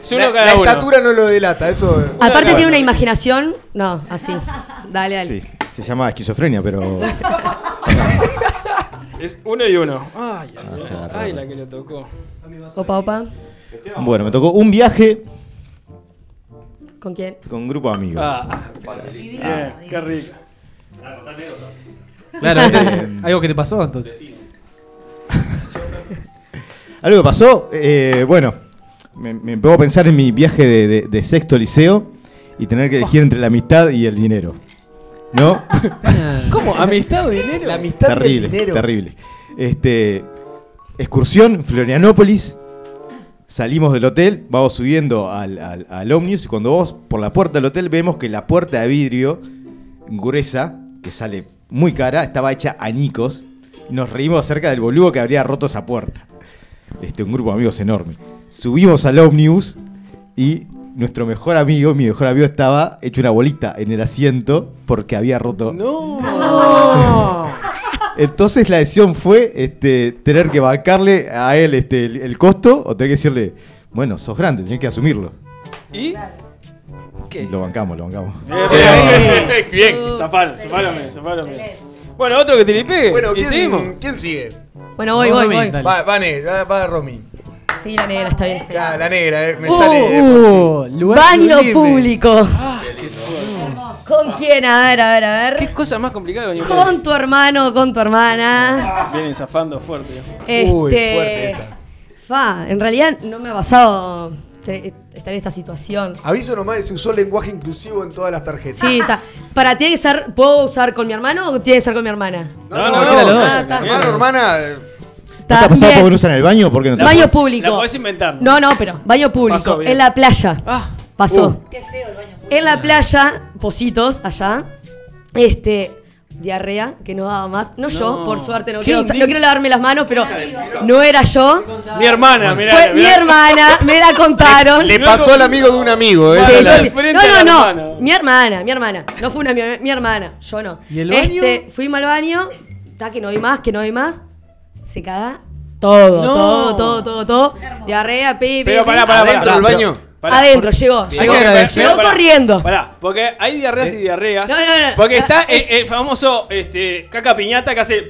Es uno La, cada la uno. estatura no lo delata, eso. Aparte tiene una imaginación. No, así. Dale, dale. Sí, se llama esquizofrenia, pero. Es uno y uno. Ay, ay, se ay. agarró. Ay, la que le tocó. Opa, opa. Bueno, me tocó un viaje ¿Con quién? con un grupo de amigos. Ah, bien, qué rico. Claro, eh. ¿viste? algo que te pasó entonces. Algo que pasó, eh, bueno, me, me pegó a pensar en mi viaje de, de- de sexto liceo y tener que elegir entre la amistad y el dinero. ¿No? ¿Cómo? ¿Amistad o dinero? La amistad y el terrible, dinero. terrible. Este, excursión, Florianópolis. Salimos del hotel, vamos subiendo al, al, al ómnibus y cuando vamos por la puerta del hotel vemos que la puerta de vidrio gruesa, que sale muy cara, estaba hecha añicos. Y nos reímos acerca del boludo que habría roto esa puerta. Este, un grupo de amigos enorme. Subimos al ómnibus y nuestro mejor amigo, mi mejor amigo estaba hecho una bolita en el asiento porque había roto entonces la decisión fue este, tener que bancarle a él este, el, el costo o tener que decirle, bueno, sos grande, tenés que asumirlo. ¿Y? Y Lo bancamos, lo bancamos. Bien, zafaron, zafaron, bien, zafaron. bien. Bueno, otro que te le pegue. Bueno, Hicimos. ¿quién, ¿quién sigue? Bueno, voy, No, voy, no, voy. dale. Va, va, ne- va, va Romy. Sí, la negra, está bien. está bien. La, la negra, eh, me Uh, sale. eh, Uh, lugar Baño sublime. público. ¿Con quién? A ver, a ver, a Ah. ¿Qué ver. cosa más complicada que Con tu hermano, con tu hermana. Vienen zafando fuerte. Este... Uy, fuerte esa. Fa, en realidad no me ha pasado te- estar en esta situación. Aviso nomás, se usó lenguaje inclusivo en todas las tarjetas. Sí, está. Para, ¿tiene que ser, puedo usar con mi hermano o tiene que ser con mi hermana? No, No, no, no, no. cualquiera de los dos. Ah, está. hermano, hermana. eh, ¿No te ha pasado También. porque no usan el baño? Porque no te Baño acuerdas? público. La podés inventar, ¿no? No, no, pero baño público. Pasó, bien. en la playa. Ah, Pasó. En la playa, Positos, allá. Este. Diarrea, que no daba más. No, yo, por suerte, no Qué quiero, indign- no quiero lavarme las manos, pero no era yo. mi hermana, mirá. Fue mi mirá. hermana, me la contaron. Le pasó al amigo de un amigo, eh. Sí, Bueno, sí, la sí. de frente a No, la no, hermana. no. Mi hermana, mi hermana. No fue una mi, mi hermana, yo no. ¿Y el baño? Este, fuimos al baño, está que no vi más, que no vi más. Se caga Todo, No. todo, todo, todo, todo. Diarrea, pipi. Pero pará, pará, pará. ¿Adentro del baño? Pará. Adentro, llegó. Bien. Llegó, Hay que agradecer. llegó Pará. corriendo. Pará, porque hay diarreas y diarreas. No, no, no. Porque está Es- el, el famoso este, caca piñata que hace.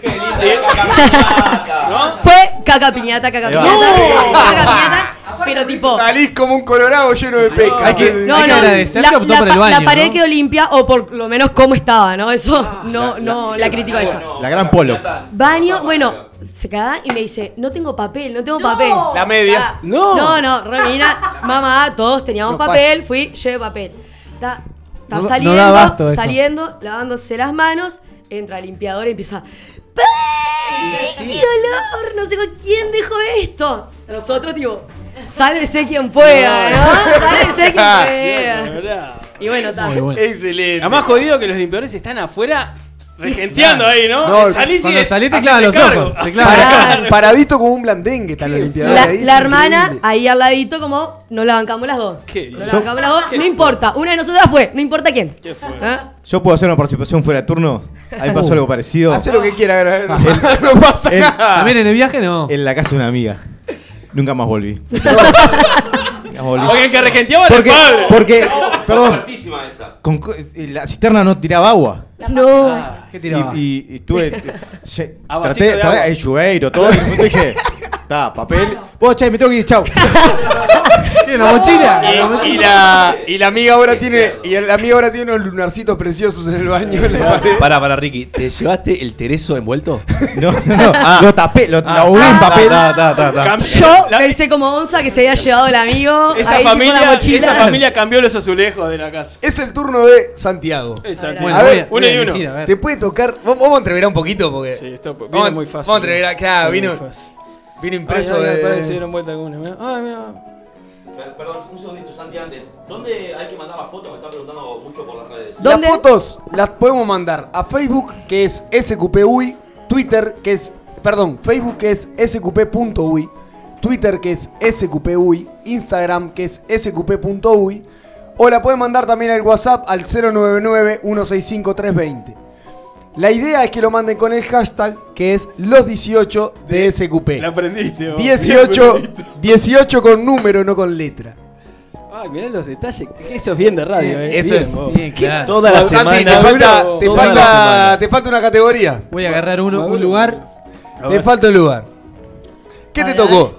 Fue caca piñata, caca Ahí va. piñata. No. Caca piñata. Pero tipo. Salís como un colorado lleno de pesca. Hay que- No, no, la, la pa- la pared quedó limpia o por lo menos cómo estaba, ¿no? Eso Ah. no, no, la, critico a ella. La gran polo. Baño, bueno, se caga y me dice, no tengo papel, no tengo papel. La media. Ta. No. No, no, Romina, mamá, todos teníamos No, papel, fui, llevé papel. Está No- no saliendo, da abasto esto. saliendo, lavándose las manos, entra el limpiador y empieza, "Pa, ¡qué dolor! No sé con quién dejó esto. Nosotros, tipo, sálvese quien pueda, ¿no? Sálvese quien Ah, pueda. Y bueno, está. Excelente. Además, jodido que los limpiadores están afuera regenteando ahí, ¿no? No, salís y. cuando salís te hacete clavan los cargo. ojos, te Hacete clavan. cargo. Paradito como un blandengue están los limpiadores. Ah. La, ahí, es la hermana increíble. ahí al ladito como nos la bancamos las dos. Nos la Yo- bancamos las dos, no importa. Una de nosotras fue, no importa quién. ¿Ah? Yo puedo hacer una participación fuera de turno. Ahí pasó Uh. algo parecido. Hacé lo que quiera, Ah, gra- no pasa en- nada. en el viaje no. En la casa de una amiga. Nunca más volví. Nunca volví. Porque el que regenteaba era el Porque- padre. Porque, perdón, Fuertísima esa. con co- eh, la cisterna no tiraba agua. No. ¿Qué Ah, tiraba? Y, y- y tuve. eh, se- A Ah, vasito traté de traté agua. Ah, el chuveiro, todo. Y de pronto dije, está, papel. Vos, che, me tengo que ir, chau. la mochila? Y, y la, y la amiga ahora Este. tiene y la amiga ahora tiene unos lunarcitos preciosos en el baño. en la pared. Pará, pará, Ricky. ¿Te llevaste el tereso envuelto? No, no, no. Lo tapé, lo, lo ah, ahogué en ta, papel. ta, ta, ta, ta. Yo pensé como onza que se había llevado el amigo. Esa ahí tipo en la familia, mochila. esa familia cambió los azulejos de la casa. Es el turno de Santiago. Exacto. a ver, uno y uno. Te puede tocar. Vamos, vamos a entreverar un poquito porque. Sí, esto vino Vamos- muy fácil. Vamos a entreverar. Claro, Vino vino. muy fácil. Vino impreso Ay, ay, ay, de- pará, se dieron vuelta algunos, mirá. Ay, mirá. Perdón, un segundito, Santi, antes. ¿Dónde hay que mandar las fotos? Me están preguntando mucho por las redes. Las fotos las podemos mandar a Facebook, que es SQPUI, Twitter, que es. Perdón, Facebook, que es SQP.UI, Twitter, que es SQPUI, Instagram, que es SQP.UI, o la pueden mandar también al WhatsApp al 099-165-320. La idea es que lo manden con el hashtag que es los 18 de SQP. La aprendiste, vos. 18, 18 con número, no con letra. Ah, mirá los detalles. Eso es bien de radio, eh. Eso Bien, es. vos. Bien, ¿Qué? claro. Toda la Santi, semana. te falta- Maduro. te Toda la falta- semana. te falta una categoría. Voy a agarrar uno, un lugar. Te falta un lugar. ¿Qué te tocó?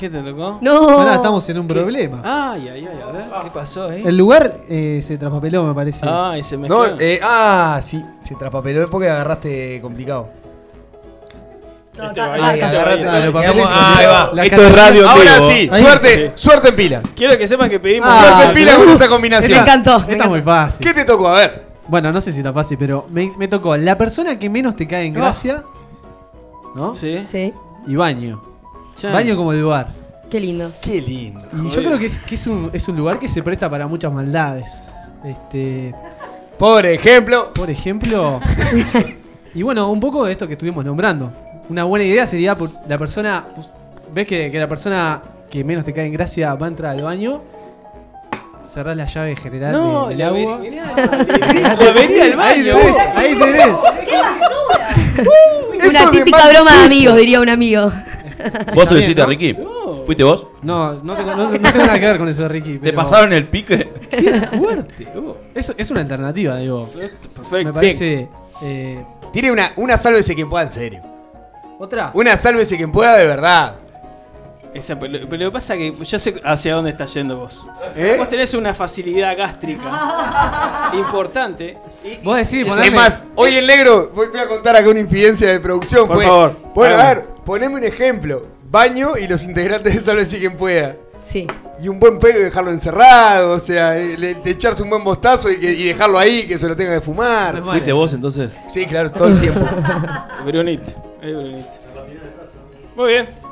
¿Qué te tocó? No. Pará, estamos en un problema. Ay, ay, ay, a Ah. ver, ¿qué pasó, eh? El lugar eh, se traspapeló, me parece. Ay, se me No, eh, ah, sí, se traspapeló porque agarraste complicado. Ahí, Ah, ahí, agarrate, ahí. ahí, Los ahí papeles va. se Ahí va. tiraron. Esto es radio en Ahora vivo. sí, Ahí. suerte, suerte en pila. Quiero que sepan que pedimos Ah, suerte en pila con esa combinación. Esta- Me encantó, Esta me es muy fácil. ¿Qué te tocó? A ver. Bueno, no sé si está fácil, pero me, me tocó la persona que menos te cae en Ah. gracia. ¿No? Sí. Sí. Y baño. Ya. Baño como lugar. Qué lindo. Qué lindo. Y yo Joder. creo que, es, que es, un, es un lugar que se presta para muchas maldades. Este. Por ejemplo. Por ejemplo. y bueno, un poco de esto que estuvimos nombrando. Una buena idea sería por- la persona. ¿Ves que, que la persona que menos te cae en gracia va a entrar al baño? Cerrar la llave general No, de- del la agua. ve- Volvería al baño. Ahí tenés, ahí tenés. Una típica broma de amigos, diría un amigo. ¿Vos lo bien, hiciste, ¿no? Ricky? ¿Fuiste vos? No, no tengo, no- no tengo nada que ver con eso de Ricky. ¿Te pero- pasaron el pique? Es, es una alternativa, digo. Perfecto. Me parece. eh, Tiene una, una sálvese quien pueda, en serio. Otra. Una sálvese quien pueda, de verdad. Esa, pero, pero lo que pasa es que yo sé hacia dónde estás yendo vos. ¿Eh? Vos tenés una facilidad gástrica importante. Y- Vos decís, Eso- poneme- Es más, hoy el negro, voy voy a contar acá una infidencia de producción. Por fue, favor. Bueno, a Hágame. ver, poneme un ejemplo. Baño y los integrantes de Sálvese quien pueda. Sí. Y un buen pedo y dejarlo encerrado, o sea, eh, le- de echarse un buen bostazo y, que- y dejarlo ahí, que se lo tenga que fumar. ¿Fuiste vos entonces? Sí, claro, todo el tiempo. Brunit. eh, Brunit. Muy bien.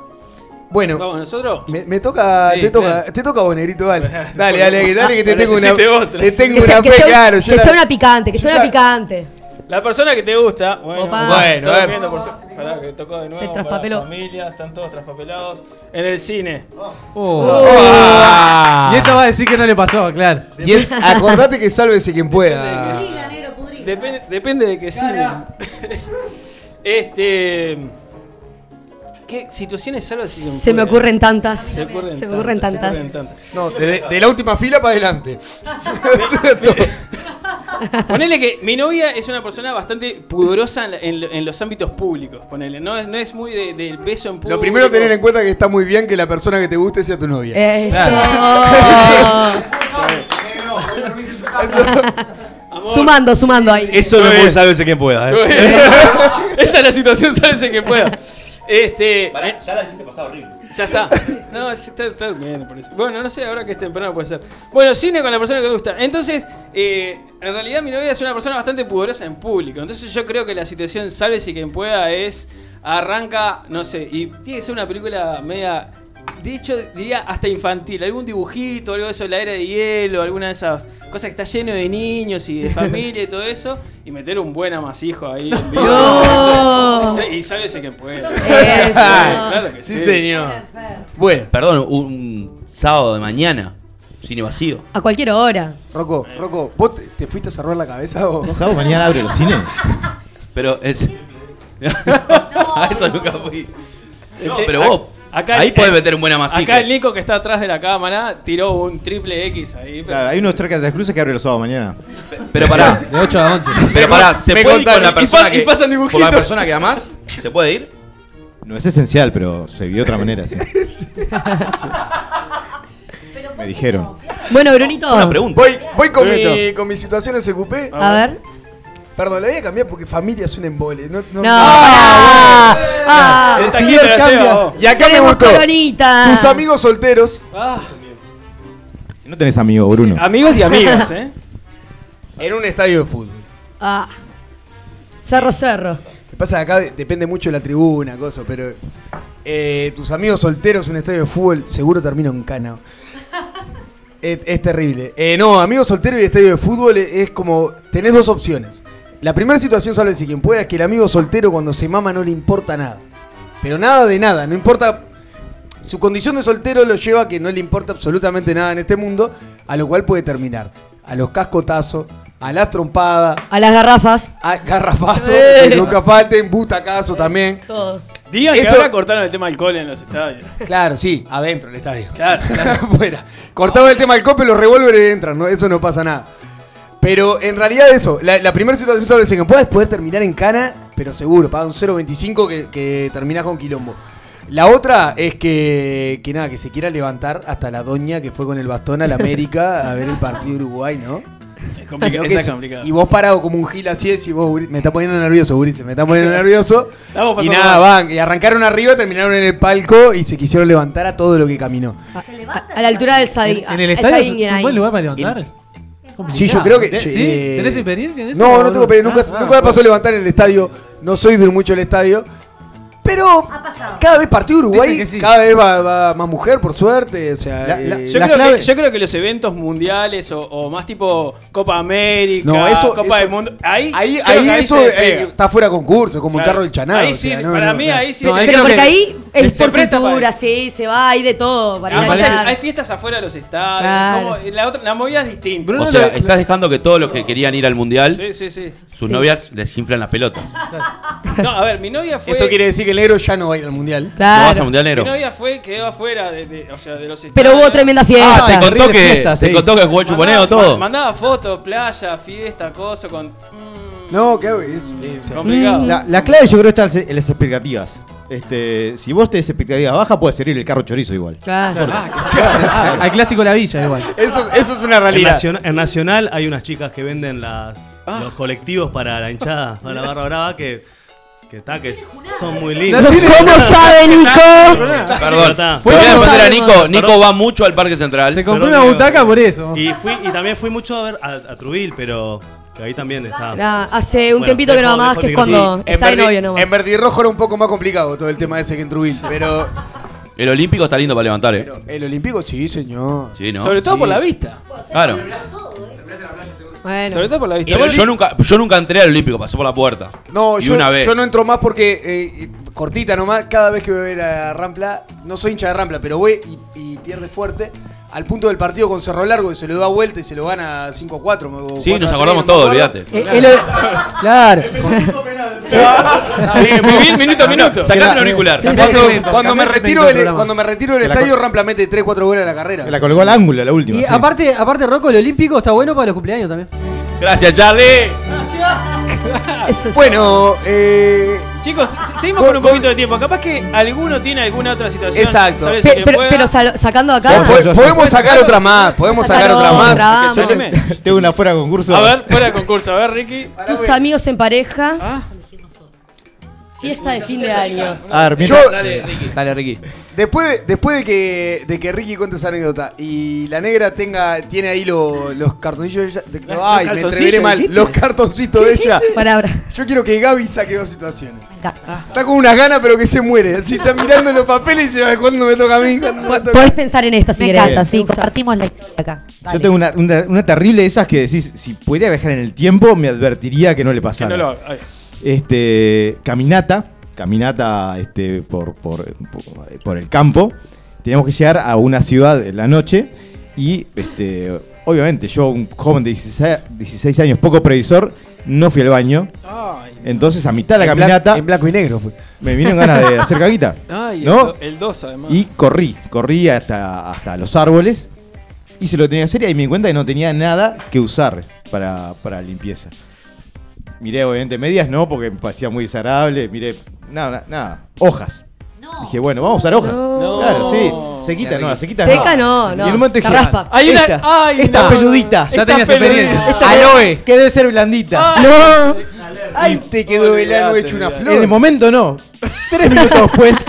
Bueno, Vamos nosotros. me, me toca, Sí, te toca, claro. te toca vos, negrito, dale. Dale, dale, dale, que te La tengo una. hiciste vos, la Te tengo Que sea, una que fe, sea- claro. yo que la- sea una picante, que sea yo una ya- picante. La persona que te gusta. Bueno, Opa. Bueno, a ver. viendo por su- Pará, que tocó de nuevo. Se para traspapeló. la familia, están todos traspapelados. En el cine. Oh. Ah. Y esta va a decir que no le pasó, claro. Y es, acordate que sálvese quien pueda. Depende, depende de que sí. Este. ¿Qué situaciones salva si Se me ocurren tantas. Se, ocurren Se me ocurren tantas. se me ocurren No, de, de la última fila para adelante. Ponele que mi novia es una persona bastante pudorosa en, la- en lo- en los ámbitos públicos. Ponele, no es, no es muy de- del beso en público. Lo primero tener en cuenta que está muy bien que la persona que te guste sea tu novia. Eso. sumando, sumando ahí. Eso no es sálvese quien pueda. eh. Esa es la situación, sálvese que pueda. Este, ya la hiciste pasar horrible. Ya está. No, ya está, está bien, por eso. Bueno, no sé, ahora que es temprano puede ser. Bueno, cine con la persona que te gusta. Entonces, eh, en realidad mi novia es una persona bastante pudorosa en público. Entonces yo creo que la situación, salve si quien pueda, es... Arranca, no sé, y tiene que ser una película media... De hecho, diría hasta infantil. Algún dibujito, algo de eso, la era de hielo, alguna de esas cosas que está lleno de niños y de familia y todo eso. Y meter un buen amasijo ahí en vivo. No. Sí, y sálvese quien pueda. ¡Oh! Eso. Claro que sí. Bueno. Perdón, un sábado de mañana, cine vacío. A cualquier hora. Rocco, Rocco, ¿vos te, te fuiste a cerrar la cabeza o? ¿Sábado mañana abre los cines? Pero es. a eso nunca fui. No, pero vos, Acá- ahí eh, podés meter un buen amasijo. Acá el Nico que está atrás de la cámara tiró un triple X ahí. pero- Claro, hay unos cerca de las cruces que abre los sábados mañana. Pero pará, De 8 a 11. pero pará, ¿se me puede ir con contaron. la Y persona pa- y que. pasan con la dibujitos. persona que amás? ¿Se puede ir? No es esencial, pero se vio de otra manera, sí. Me dijeron. Bueno, Brunito. Una pregunta. Voy, voy con, mi, Perfecto. con mi situación en CQP. A ver. Perdón, la voy a cambiar porque familia es un embole. No, no- No. Ah, ah, El El taquito señor la lleva cambia. vos. Y acá me Tenemos gustó. coronita. Tus amigos solteros. Ah, No tenés amigo, Bruno. amigos y amigas, ¿eh? En un estadio de fútbol. Ah. Cerro, cerro. que pasa acá de- depende mucho de la tribuna, cosa, pero. eh, tus amigos solteros en un estadio de fútbol, seguro termino en cana. Es, es terrible. Eh, no, amigos solteros y estadio de fútbol es, es como. Tenés dos opciones. La primera situación, salve si quien pueda, es que el amigo soltero cuando se mama no le importa nada. Pero nada de nada, no importa. Su condición de soltero lo lleva a que no le importa absolutamente nada en este mundo, a lo cual puede terminar. A los cascotazos, a las trompadas, A las garrafas. Ah, garrafazo, que nunca falten, butacazo también. Todo. Digan que Eso- ahora cortaron el tema alcohol en los estadios. Claro, sí, adentro del estadio. Claro. Fuera. Cortaba el tema del cope, los revólveres entran, ¿no? eso no pasa nada. Pero en realidad eso, la, la primera situación sobre el que puedes poder terminar en cana, pero seguro, paga un 0.25 que, que terminás con quilombo. La otra es que, que nada, que se quiera levantar hasta la doña que fue con el bastón a la América a ver el partido de Uruguay, ¿no? Es complicado. Creo que esa es sí. complicada. Y vos parado como un gil así es y vos, Uri- me está poniendo nervioso, Uri, me está poniendo nervioso. Estamos y pasando nada, mal. van, y arrancaron arriba, terminaron en el palco y se quisieron levantar a todo lo que caminó. A, a la altura del Sadin. En, en el estadio es- es un buen lugar para levantar. Sí, yo creo que. ¿Sí? eh, ¿Tenés experiencia en eso? No, no tengo experiencia. Nunca, Ah, nunca me bueno. pasó levantar en el estadio. No soy de mucho el estadio. Pero cada vez partido de Uruguay, Dicen que sí. cada vez va, va más mujer, por suerte. O sea, La- la- eh, Yo creo, las que, claves- yo creo que los eventos mundiales o, o más tipo Copa América, No, eso- Copa eso- del Mundo, ahí, ahí, creo ahí que eso se eh, despega. está fuera de concurso, como Claro. un carro del chanado. Ahí o sí, sea, no, para no, mí claro. ahí sí. No, se- ahí Pero creo porque que ahí es se por presta para cultura, eso. sí, se va, hay de todo para ir a Además, bailar. Ah, hay, hay fiestas afuera de los estadios. Claro. como- la, otra, la movida es distinta. O sea, estás dejando que todos los que querían ir al mundial, Sí, sí, sí. sus Sí. novias les inflan las pelotas. No, a ver, mi novia fue. Eso quiere decir que el negro ya no va a ir al mundial. No vas a Claro. mundial Mi negro. novia fue, quedó afuera de, de- o sea, de los estadios. Pero hubo tremenda Ah, fiesta. te contó Horrible que. fiesta, Te sí. contó que jugó el chuponeo Mandaba- todo. Mandaba fotos, playa, fiesta, cosa con. mm, No, que es. eh, o sea, complicado. La, la clave yo creo está en las expectativas. Este, si vos tenés expectativas bajas, puede servir el carro chorizo igual. Claro. Ah, Al clásico de la villa, igual. eso, es- eso es una En realidad. Ah. Naciona- en Nacional hay unas chicas que venden las, los colectivos para la hinchada, para la barra brava, que, que, está, que son muy lindas. ¿Cómo sabe Nico? Perdón. Te Fue voy a cuando defender a salimos. Nico. Nico va mucho al Parque Central. Se compró Pero una digo- butaca por eso. Y, fui, y también fui mucho a ver a, a Trubil, pero que ahí también está. Nah, Ah, hace un Bueno, tiempito que no va dejó- más, dejó que es libre. cuando En está de Verdi- novio nomás. En Verdi Rojo era un poco más complicado todo el tema ese que en Trubil. Pero, El Olímpico está lindo para levantar, eh. pero el Olímpico sí, señor. Sí, ¿no? Sobre todo Sí. por la vista. Claro. Bueno. Sobre todo por la vista. Igual yo nunca, yo nunca entré al Olímpico, pasé por la puerta. No, y yo, una vez. yo no entro más porque, eh, cortita nomás, cada vez que voy a ver a Rampla, no soy hincha de Rampla, pero voy y, y pierde fuerte. Al punto del partido con Cerro Largo, que se lo da vuelta y se lo gana 5 a 4. Sí, nos acordamos todos, olvídate. Eh, el- claro. Ah, Eh, Vivir Ah, minuto a minuto. Sacate el auricular. Cuando, cuando me Cambiás retiro el momento del, del programa. cuando me retiro del Que la estadio, col- Rampla mete 3-4 goles a la carrera. Me la colgó al ángulo la última. Y sí. aparte, aparte Rocco, el olímpico está bueno para los cumpleaños también. Gracias, Charlie. Eso es. Bueno, eh, Chicos, se- seguimos Vos- con un poquito vos- de tiempo. Capaz que alguno tiene alguna otra situación. Exacto. ¿sabes? Pe- que pero, pueda. pero sal- sacando acá. Vos- vos- po- podemos sacar sacar otra otra, más. sí, Podemos sacar sacar otra otra, más. Ah, Que se anime. Tengo una fuera de concurso. A ver, fuera de concurso. A ver, Ricky. Tus amigos en pareja. Ah. Fiesta de fin de año. A ver, Yo, mientras- Dale, Ricky. después, de- después de que, de que Ricky cuente esa anécdota y la negra tenga, tiene ahí lo- los cartoncillos de ella. de- ay, me calzoncillos, entreveré mal. dijiste. Los cartoncitos de ella. Palabra. Yo quiero que Gaby saque dos situaciones. Me encanta. Está con unas ganas, pero que se muere. Así está mirando los papeles y se va cuando me toca a mí. cuándo me toca a mí?". Podés pensar en esta si Me querés. encanta, sí, compartimos la historia acá. Dale. Yo tengo una, una- una terrible de esas que decís, si pudiera viajar en el tiempo, me advertiría que no le Que no pasara. lo haga. Ahí. este, caminata, caminata este, por, por, por- por el campo. Teníamos que llegar a una ciudad en la noche y, este, obviamente, yo, un joven de 16, 16 años, poco previsor, no fui al baño. Ay, Entonces, a mitad de la En blan- caminata, En blanco y negro fue. me vinieron ganas de hacer caguita. ay, Ah, el ¿No? do- el 2 además. Y corrí, corrí hasta, hasta los árboles. Y se lo tenía que hacer y ahí me di cuenta que no tenía nada que usar para, para limpieza. Miré, obviamente, medias no, porque me parecía muy desagradable. Miré, nada, nada, nada. Hojas. No. Dije, bueno, vamos a usar hojas. No. Claro, sí. Se quita, no, se quita. Seca no, Y en no. un momento la dije, "Ah, raspa. Hay una. Esta, ay, esta no. peludita. Esta peludita. Aloe. Que debe ser blandita. No. Ahí te quedó el ano hecho una En el flor. momento no. Tres minutos después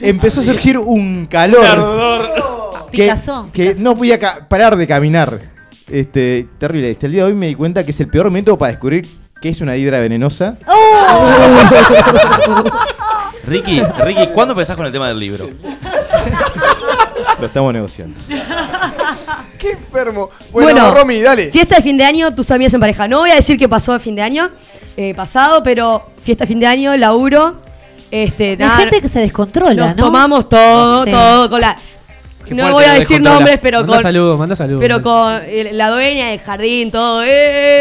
empezó a surgir un Un calor. ardor. que, Picazón, que picazón. no podía ca- parar de caminar. Este, terrible. Hasta el día de hoy me di cuenta que es el peor momento para descubrir que es una hidra venenosa. Ricky, Ricky, ¿cuándo empezás con el tema del libro? Lo estamos negociando. Qué enfermo. Bueno, Romy, dale. Fiesta de fin de año, tus amigas en pareja. No voy a decir qué pasó de fin de año eh, pasado, pero fiesta de fin de año, laburo. Este, La nada, gente que se descontrola, nos ¿no? tomamos todo, Sí. todo con la. Qué No fuerte voy a lo decir descontrola. nombres, pero manda con, saludos, manda saludos. pero con eh, la dueña del jardín, todo. eh,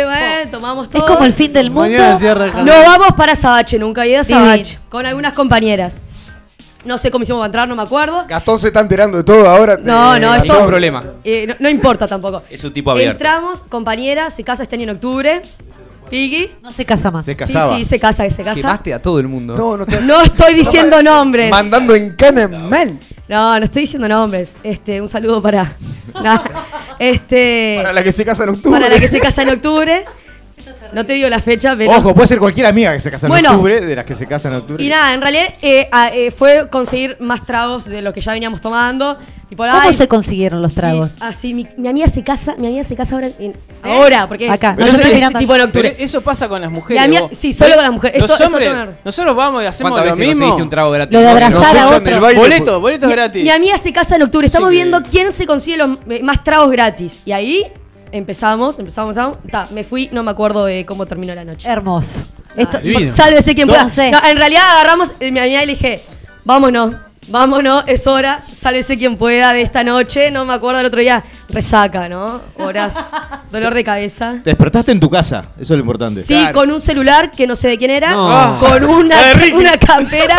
eh, eh, tomamos todo. Oh, Es como el fin del mundo. Mañana cierra el No jardín. vamos para Sabache, nunca he ido a Ah. Divino. Sabache. Con algunas compañeras. No sé cómo hicimos para entrar, no me acuerdo. Gastón se está enterando de todo ahora. No, Eh, no, Gastón. esto. ningún problema. Eh, no, no importa tampoco. Es un tipo abierto. Entramos, compañera, se casa este año en octubre. Piggy. No se casa más. Se casaba. Sí, sí, se casa, se casa. Quemaste a todo el mundo. No, no te- No estoy diciendo nombres. Mandando en cana mal. No, no estoy diciendo nombres. Este, un saludo para. Nah. Este. Para la que se casa en octubre. para la que se casa en octubre. No te digo la fecha, pero. Ojo, puede ser cualquier amiga que se casa en Bueno. octubre, de las que se casan en octubre. Y nada, en realidad eh, a- eh, fue conseguir más tragos de los que ya veníamos tomando. Tipo, ¿Cómo ay, se consiguieron los tragos? y- ah, sí, mi, mi amiga se casa, mi amiga se casa ahora en- ahora, porque es- Acá. No, no, yo es- estoy es mirando Ah, tipo en Pero octubre. eso pasa con las mujeres. La mía- vos. sí, solo con las mujeres. Los Esto- eso hombres, tengo- nosotros vamos y hacemos ¿Cuántas lo veces mismo. conseguiste un trago gratis? Lo de Bueno, abrazar a echan otro. del baile Boleto, boletos Mi- gratis. Mi amiga se casa en octubre. Estamos Sí. viendo quién se consigue los eh, más tragos gratis. Y ahí empezamos, empezamos, empezamos. Ta, me fui, no me acuerdo de cómo terminó la noche. Hermoso. Esto, divino. Sálvese quien No pueda. sé. No, en realidad agarramos, eh, mi amiga y le dije, vámonos, vámonos, es hora, sálvese quien pueda de esta noche. No me acuerdo del otro día. Resaca, ¿no? Horas, dolor de cabeza. Te despertaste en tu casa, eso es lo importante. Sí, con un celular que no sé de quién era, No. con una, La de Ricky. una campera.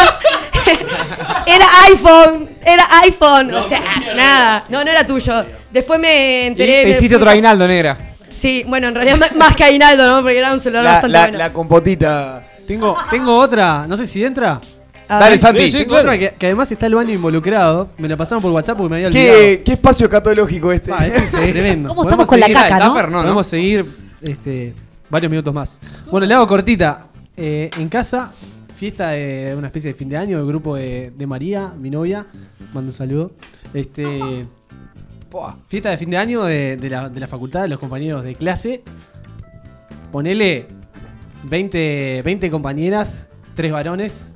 era iPhone, era iPhone. o sea, nada, no, no era tuyo. Después me Y enteré. te me fui- hiciste otro aguinaldo, negra. Sí, bueno, en realidad ma- más que Aguinaldo, ¿no? Porque era un celular La, bastante la- bueno. la compotita. Tengo, tengo otra, no sé si entra. A Dale, ver, Santi. Sí, sí, Tengo claro. otra que, que además está el baño involucrado. Me la pasaron por WhatsApp porque me había olvidado. ¿Qué, qué espacio catológico este. Ah, esto es tremendo. ¿Cómo Podemos estamos con la seguir- caca, Mira, el ¿no? tupper no, ¿no? Podemos seguir este, varios minutos más. Bueno, le hago cortita. Eh, en casa, fiesta de una especie de fin de año, el grupo de, de María, mi novia, mando un saludo. Este, fiesta de fin de año de, de la, de la facultad, de los compañeros de clase. Ponele 20, 20 compañeras, tres varones.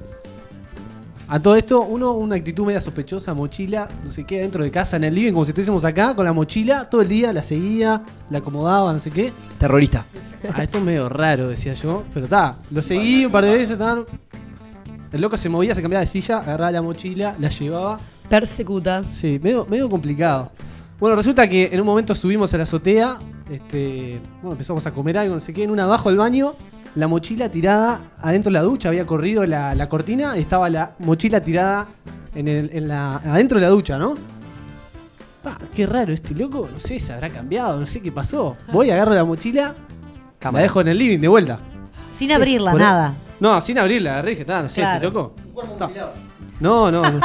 A todo esto, uno, una actitud media sospechosa, mochila, no sé qué, dentro de casa, en el living, como si estuviésemos acá, con la mochila, todo el día la seguía, la acomodaba, no sé qué. Terrorista. Ah, esto es medio raro, decía yo, pero está, lo seguí un par de veces, ta. El loco se movía, se cambiaba de silla, agarraba la mochila, la llevaba. persecuta. Sí, medio, medio complicado. Bueno, resulta que en un momento subimos a la azotea, este, bueno, empezamos a comer algo, no sé qué, en una abajo al baño, la mochila tirada adentro de la ducha, había corrido la, la cortina y estaba la mochila tirada en el- en la, adentro de la ducha, ¿no? Pa, qué raro este loco, no sé, se habrá cambiado, no sé qué pasó. Voy, agarro la mochila, la dejo en el living de vuelta. Sin abrirla, Por- nada. No, sin abrirla, agarré y dije, "Ta, no sé, este Claro. loco. Ta. No, no, no.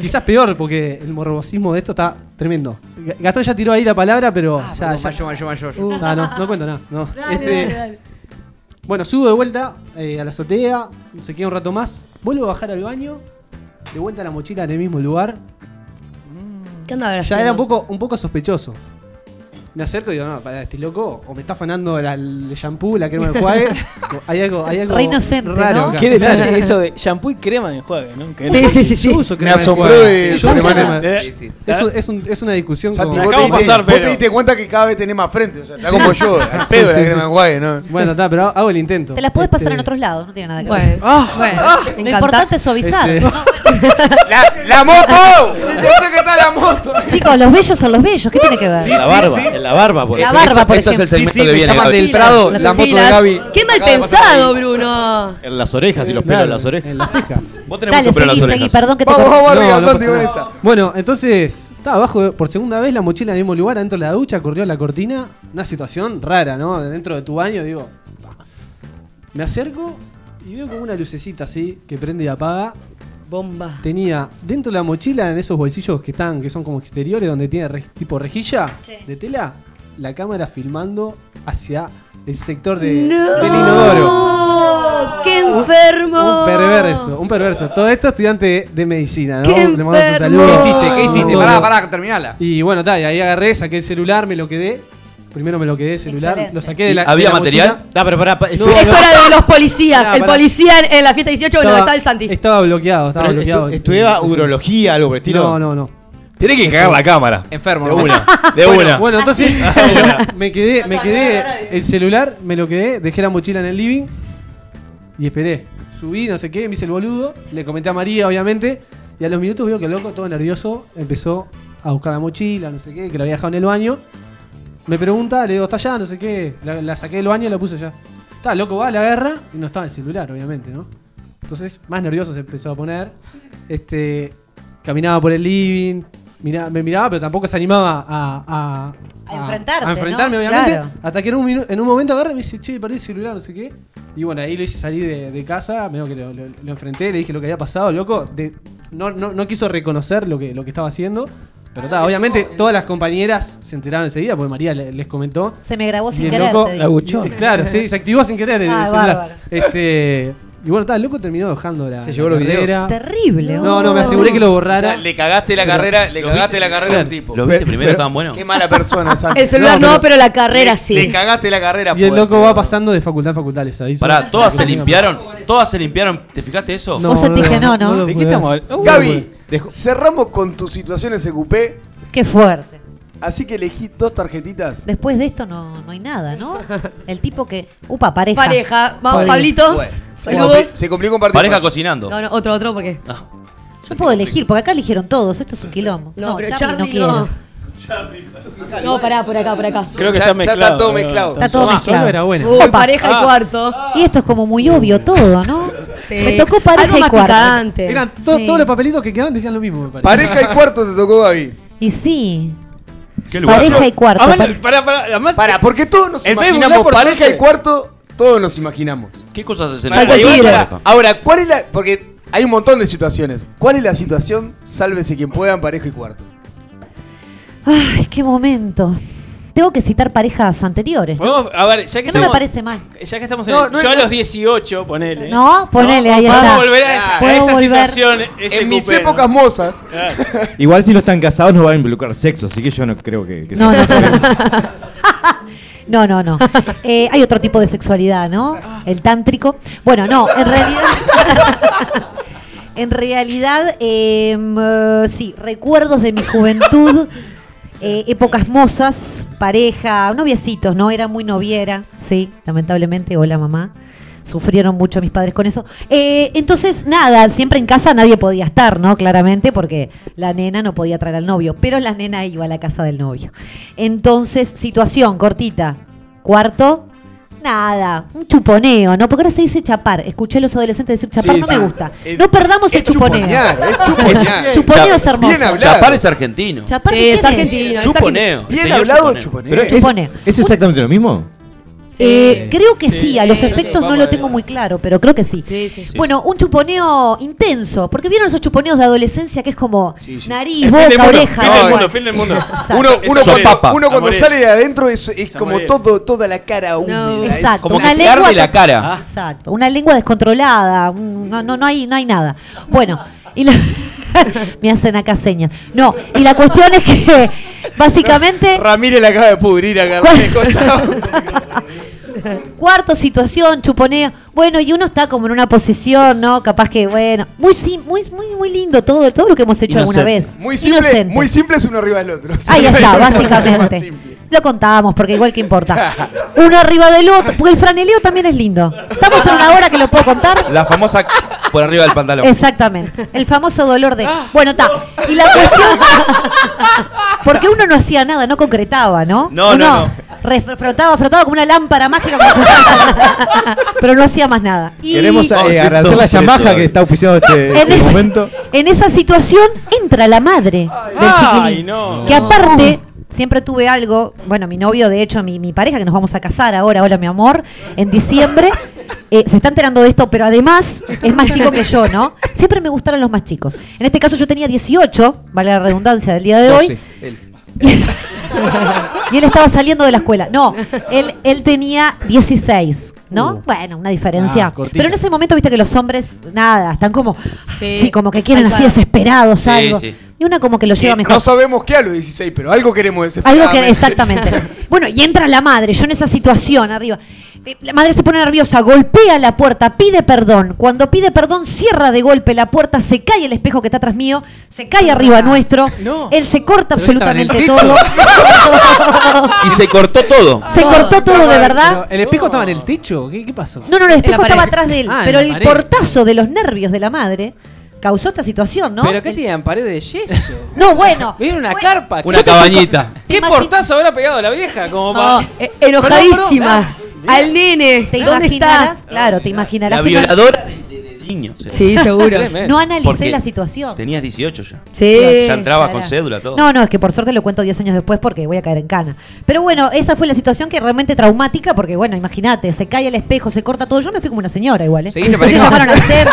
Quizás peor, porque el morbosismo de esto está tremendo. G- Gastón ya tiró ahí la palabra, pero ya, Ah, perdón, ya- mayor, mayor, mayor. Uh, ah, no, no cuento nada. No. Dale, Este, dale, Bueno, subo de vuelta eh, a la azotea, se queda un rato más, vuelvo a bajar al baño, de vuelta la mochila en el mismo lugar. Mm. ¿Qué andaba Ya era haciendo? un poco, un poco sospechoso. Me acerco y digo, no, para este loco, o me está afanando la- el shampoo, la crema de enjuague. o hay algo, hay algo Re inocente, raro ¿no? acá. Qué detalle eso de shampoo y crema de enjuague, ¿no? Que- Sí, sí, sí, sí. Yo uso Me crema asombró enjuague. de- Yo uso sobre- crema- Sí, sí, sí. Es un- es un- es una discusión Santi, como- vos, te Acabo de diste, pasar, vos te pero- diste cuenta que cada vez tenés más frente. O sea, está como yo. Al pedo de la Sí, sí, crema sí. de enjuague, ¿no? Bueno, está, pero hago el intento. Te las puedes pasar Este, en otros lados, no tiene nada que Bueno. ver. Ah, bueno, ah, lo me importante encanta. es suavizar. Este- ¡La, la moto! ¿Dónde que está la moto? Chicos, los bellos son los bellos, ¿qué tiene que ver? En la barba, en la barba, por La ejemplo. barba, por Eso- eso es el Sí, segmento sí, que pues, me viene, llaman Gaby. del Prado, la moto de Axilas. Gaby. Qué mal pensado, Bruno. En las orejas y los pelos Claro, en las orejas. En las cejas. Vos Dale, seguí, seguí, perdón que te Vamos, corté. vamos arriba, no Santi, pasa con nada. esa. Bueno, entonces, estaba abajo de- por segunda vez la mochila en el mismo lugar, adentro de la ducha, corrió la cortina. Una situación rara, ¿no? Dentro de tu baño, digo. "Pa". Me acerco y veo como una lucecita así que prende y apaga. Bomba. Tenía dentro de la mochila, en esos bolsillos que están, que son como exteriores, donde tiene re- tipo rejilla Sí. de tela, la cámara filmando hacia el sector de- del inodoro. ¡Oh, ¡Qué enfermo! Un perverso, un perverso. Todo esto estudiante de, de medicina, ¿no? ¡Qué Le mandamos un saludo. ¿Qué hiciste? ¿Qué hiciste? No, Pará, no. Ah, pará, terminala. Y bueno, ta, y ahí agarré, saqué el celular, me lo quedé. Primero me lo quedé el celular, Excelente. lo saqué de la. ¿Había de la material? mochila. Da, pero pará, pa- No, estu- no, Esto era de los policías. Pará, el pará. policía en, en la fiesta 18, no, está el Santi. Estaba bloqueado, estaba pero estu- bloqueado. estudiaba urología, algo por el estilo. No, no, no. Tenés que cagar la cámara. Enfermo. De ¿no? una, de bueno, una. bueno, entonces me quedé, me quedé el celular, me lo quedé, dejé la mochila en el living y esperé. Subí, no sé qué, me hice el boludo, le comenté a María, obviamente, y a los minutos veo que el loco, todo nervioso, empezó a buscar la mochila, no sé qué, que la había dejado en el baño. Me pregunta, le digo, está allá, no sé qué, la, la saqué del baño y la puse allá. Está, loco va, la agarra y no estaba el celular, obviamente, ¿no? Entonces, más nervioso se empezó a poner. Este, caminaba por el living, mira- me miraba, pero tampoco se animaba a. A, A enfrentarte, A enfrentarme, ¿no? obviamente. Claro. Hasta que en un, minu- en un momento agarra y me dice, che, perdí el celular, no sé qué. Y bueno, ahí lo hice salir de, de casa, medio que lo, lo- lo enfrenté, le dije lo que había pasado, loco. de- no, no, no quiso reconocer lo que, lo que estaba haciendo. Ah, Pero ta, obviamente todas las compañeras se enteraron enseguida, porque María le- les comentó. Se me grabó Y sin el querer. loco te digo. la buchó. Eh, Claro, sí, se activó sin querer el Ah, celular. bárbaro. Este, y bueno, tal, el loco terminó dejando la. Se la llevó los videos. carrera. Terrible. No, no, me aseguré que lo borrara. le cagaste la carrera, le cagaste la carrera al tipo. ¿Lo viste primero tan bueno? Qué mala persona, Santi. El celular No, no, pero- pero, la carrera sí. Le cagaste la carrera. y el pues. loco va pasando de facultad a facultad, les aviso. Pará, todas se limpiaron, todas se limpiaron, ¿te fijaste eso? Vos sentís que no, ¿no? lo ¿De qué puedo estamos ver. uh, hablando? Gaby, cerramos con tu situación en CQP. Qué fuerte. Así que elegí dos tarjetitas. Después de esto no, no hay nada, ¿no? El tipo que. Upa, pareja. Pareja. Vamos, Pareja. Pablito. Bueno, se, compli- Saludos. se cumplió compartir. Pareja pasos. cocinando. No, no, otro, otro, porque. Ah, Yo puedo elegir, porque acá eligieron todos. Esto es un quilombo. No, pero Charlie Charlie no. No, pará, por acá, por acá. Creo que Ya- está ya mezclado. está todo mezclado. Está todo Tomá, mezclado. solo era buena. Uy, Opa. pareja Ah. y cuarto. Y esto es como muy obvio todo, ¿no? Sí. Me tocó pareja Algo y más cuarto. picante. Eran to- Sí. todos los papelitos que quedaban decían lo mismo, me parece. Pareja y cuarto te tocó, Gaby. Y sí. ¿Qué lugar? Pareja y cuarto. Además, Pare- Ah, pará, pará, además- Para, porque todos nos El Facebook imaginamos Live, por pareja suerte. y cuarto, todos nos imaginamos. ¿Qué cosas hacen Salta el tigre. Ahora, ¿cuál es la.? Porque hay un montón de situaciones. ¿Cuál es la situación? Sálvese quien pueda en pareja y cuarto. Ay, qué momento. Tengo que citar parejas anteriores. Oh, ¿no? Podemos- a ver, ya que Que no me estamos- parece mal. Ya que estamos en No, el- no Yo a es- los 18, ponele. No, ponele, ahí Vamos está. a volver a esa, a Puedo esa volver. situación. ese Ah. en mis cupé, ¿no? épocas mozas. Igual si no están casados no va a involucrar sexo, así que yo no creo que, que No, no, sea- no. No, no, no. Eh, hay otro tipo de sexualidad, ¿no? El tántrico. Bueno, no, en realidad. en realidad, eh, mm, sí, recuerdos de mi juventud, eh, épocas mozas, pareja, noviecitos, ¿no? Era muy noviera, sí, lamentablemente. Hola, mamá. Sufrieron mucho mis padres con eso. Eh, entonces, nada, siempre en casa nadie podía estar, ¿no? Claramente, porque la nena no podía traer al novio, pero la nena iba a la casa del novio. Entonces, situación cortita. Cuarto, Nada, un chuponeo, ¿no? Porque ahora se dice chapar. Escuché a los adolescentes decir chapar, Sí, no sí. me gusta. Eh, no perdamos el es chuponeo. chuponear, es chuponear. chuponeo es hermoso. Chapar es argentino. Chapar, Sí, ¿qué es tiene? argentino, es Chuponeo. argentino. Bien hablado, chuponeo. Pero es- Chuponeo. ¿Es exactamente lo mismo? Eh, creo que sí, a los sí, efectos sí. no lo tengo muy claro, pero creo que sí. Bueno, un chuponeo intenso, porque vieron esos chuponeos de adolescencia que es como nariz, Fin boca, del mundo, oreja. Fin del no, mundo, fin del mundo. Uno, uno Son cuando, papas. uno cuando Samuel. sale de adentro es, es como Samuel. todo, toda la cara húmeda. No, es- Exacto, Como una que te arde lengua la to- cara. Exacto, una lengua descontrolada, un- no, no, no hay, no hay nada. Bueno, y la- me hacen acá señas. No, y la cuestión es que básicamente Ramírez la acaba de pudrir acá en el costado. cuarto situación, chuponeo. Bueno, y uno está como en una posición, ¿no? Capaz que, bueno, muy sim- muy, muy, muy lindo todo, todo lo que hemos hecho alguna Inocente. vez. Muy simple, Inocente. muy simple es uno arriba del otro. Ahí está, No hay cosa más básicamente. simple. Lo contábamos, porque igual que importa. Uno arriba del otro, porque el franeleo también es lindo. Estamos en una hora que lo puedo contar. La famosa por arriba del pantalón. Exactamente. El famoso dolor de. Ah, Bueno, está. Y la cuestión. Porque uno no hacía nada, no concretaba, ¿no? No, no, Uno no. re- Frotaba, frotaba como una lámpara mágica. con su casa. Pero no hacía más nada. Y Queremos eh, Concepto agradecer la Yamaha preto. que está auspiciando este, en, este ese- momento. en esa situación entra la madre del Ay, chiquilín. no. Que aparte, siempre tuve algo, bueno, mi novio, de hecho, mi, mi pareja, que nos vamos a casar ahora, hola mi amor, en diciembre, eh, se está enterando de esto, pero además es más chico que yo, ¿no? Siempre me gustaron los más chicos. En este caso yo tenía 18, vale la redundancia del día de hoy. Y él estaba saliendo de la escuela. No, él, él tenía 16, ¿no? bueno, una diferencia. Ah, cortita. Pero en ese momento, viste que los hombres, nada, están como, sí, Sí. como que quieren así Alzada. desesperados Sí, algo. sí. Y una como que lo lleva mejor. No sabemos qué a los 16, pero algo queremos Algo que, desesperadamente. exactamente. Bueno, y entra la madre, yo en esa situación arriba. Eh, La madre se pone nerviosa, golpea la puerta, pide perdón. Cuando pide perdón, cierra de golpe la puerta, se cae el espejo que está atrás mío, se cae arriba nuestro. No. Él se corta Pero estaba en el absolutamente techo. todo. Y se cortó todo. se cortó todo de verdad. Pero, ¿El espejo estaba en el techo? ¿Qué, qué pasó? No, no, no, el espejo pared. estaba atrás de él. Ah, en pero la el pared. portazo de los nervios de la madre causó esta situación, ¿no? ¿Pero qué El- tenían? ¿Pared de yeso? No, bueno. ¿Vieron una Bueno, carpa? Una cabañita. ¿Qué Imagi- portazo habrá pegado la vieja? Como Ah, No, pa- eh, enojadísima. Al nene. ¿Te ¿Dónde imaginarás? está? Claro, te imaginarás. La que no- violadora de, de- de niños. era. Sí, seguro. No analicé Porque la situación. Tenías 18 ya. Sí. Ya entrabas con Claro. cédula, todo. No, no, es que por suerte lo cuento 10 años después porque voy a caer en cana. Pero bueno, esa fue la situación que realmente traumática porque, bueno, imagínate, se cae el espejo, se corta todo. Yo me fui como una señora igual, ¿eh? Seguiste Entonces para allá. llamaron al CEP.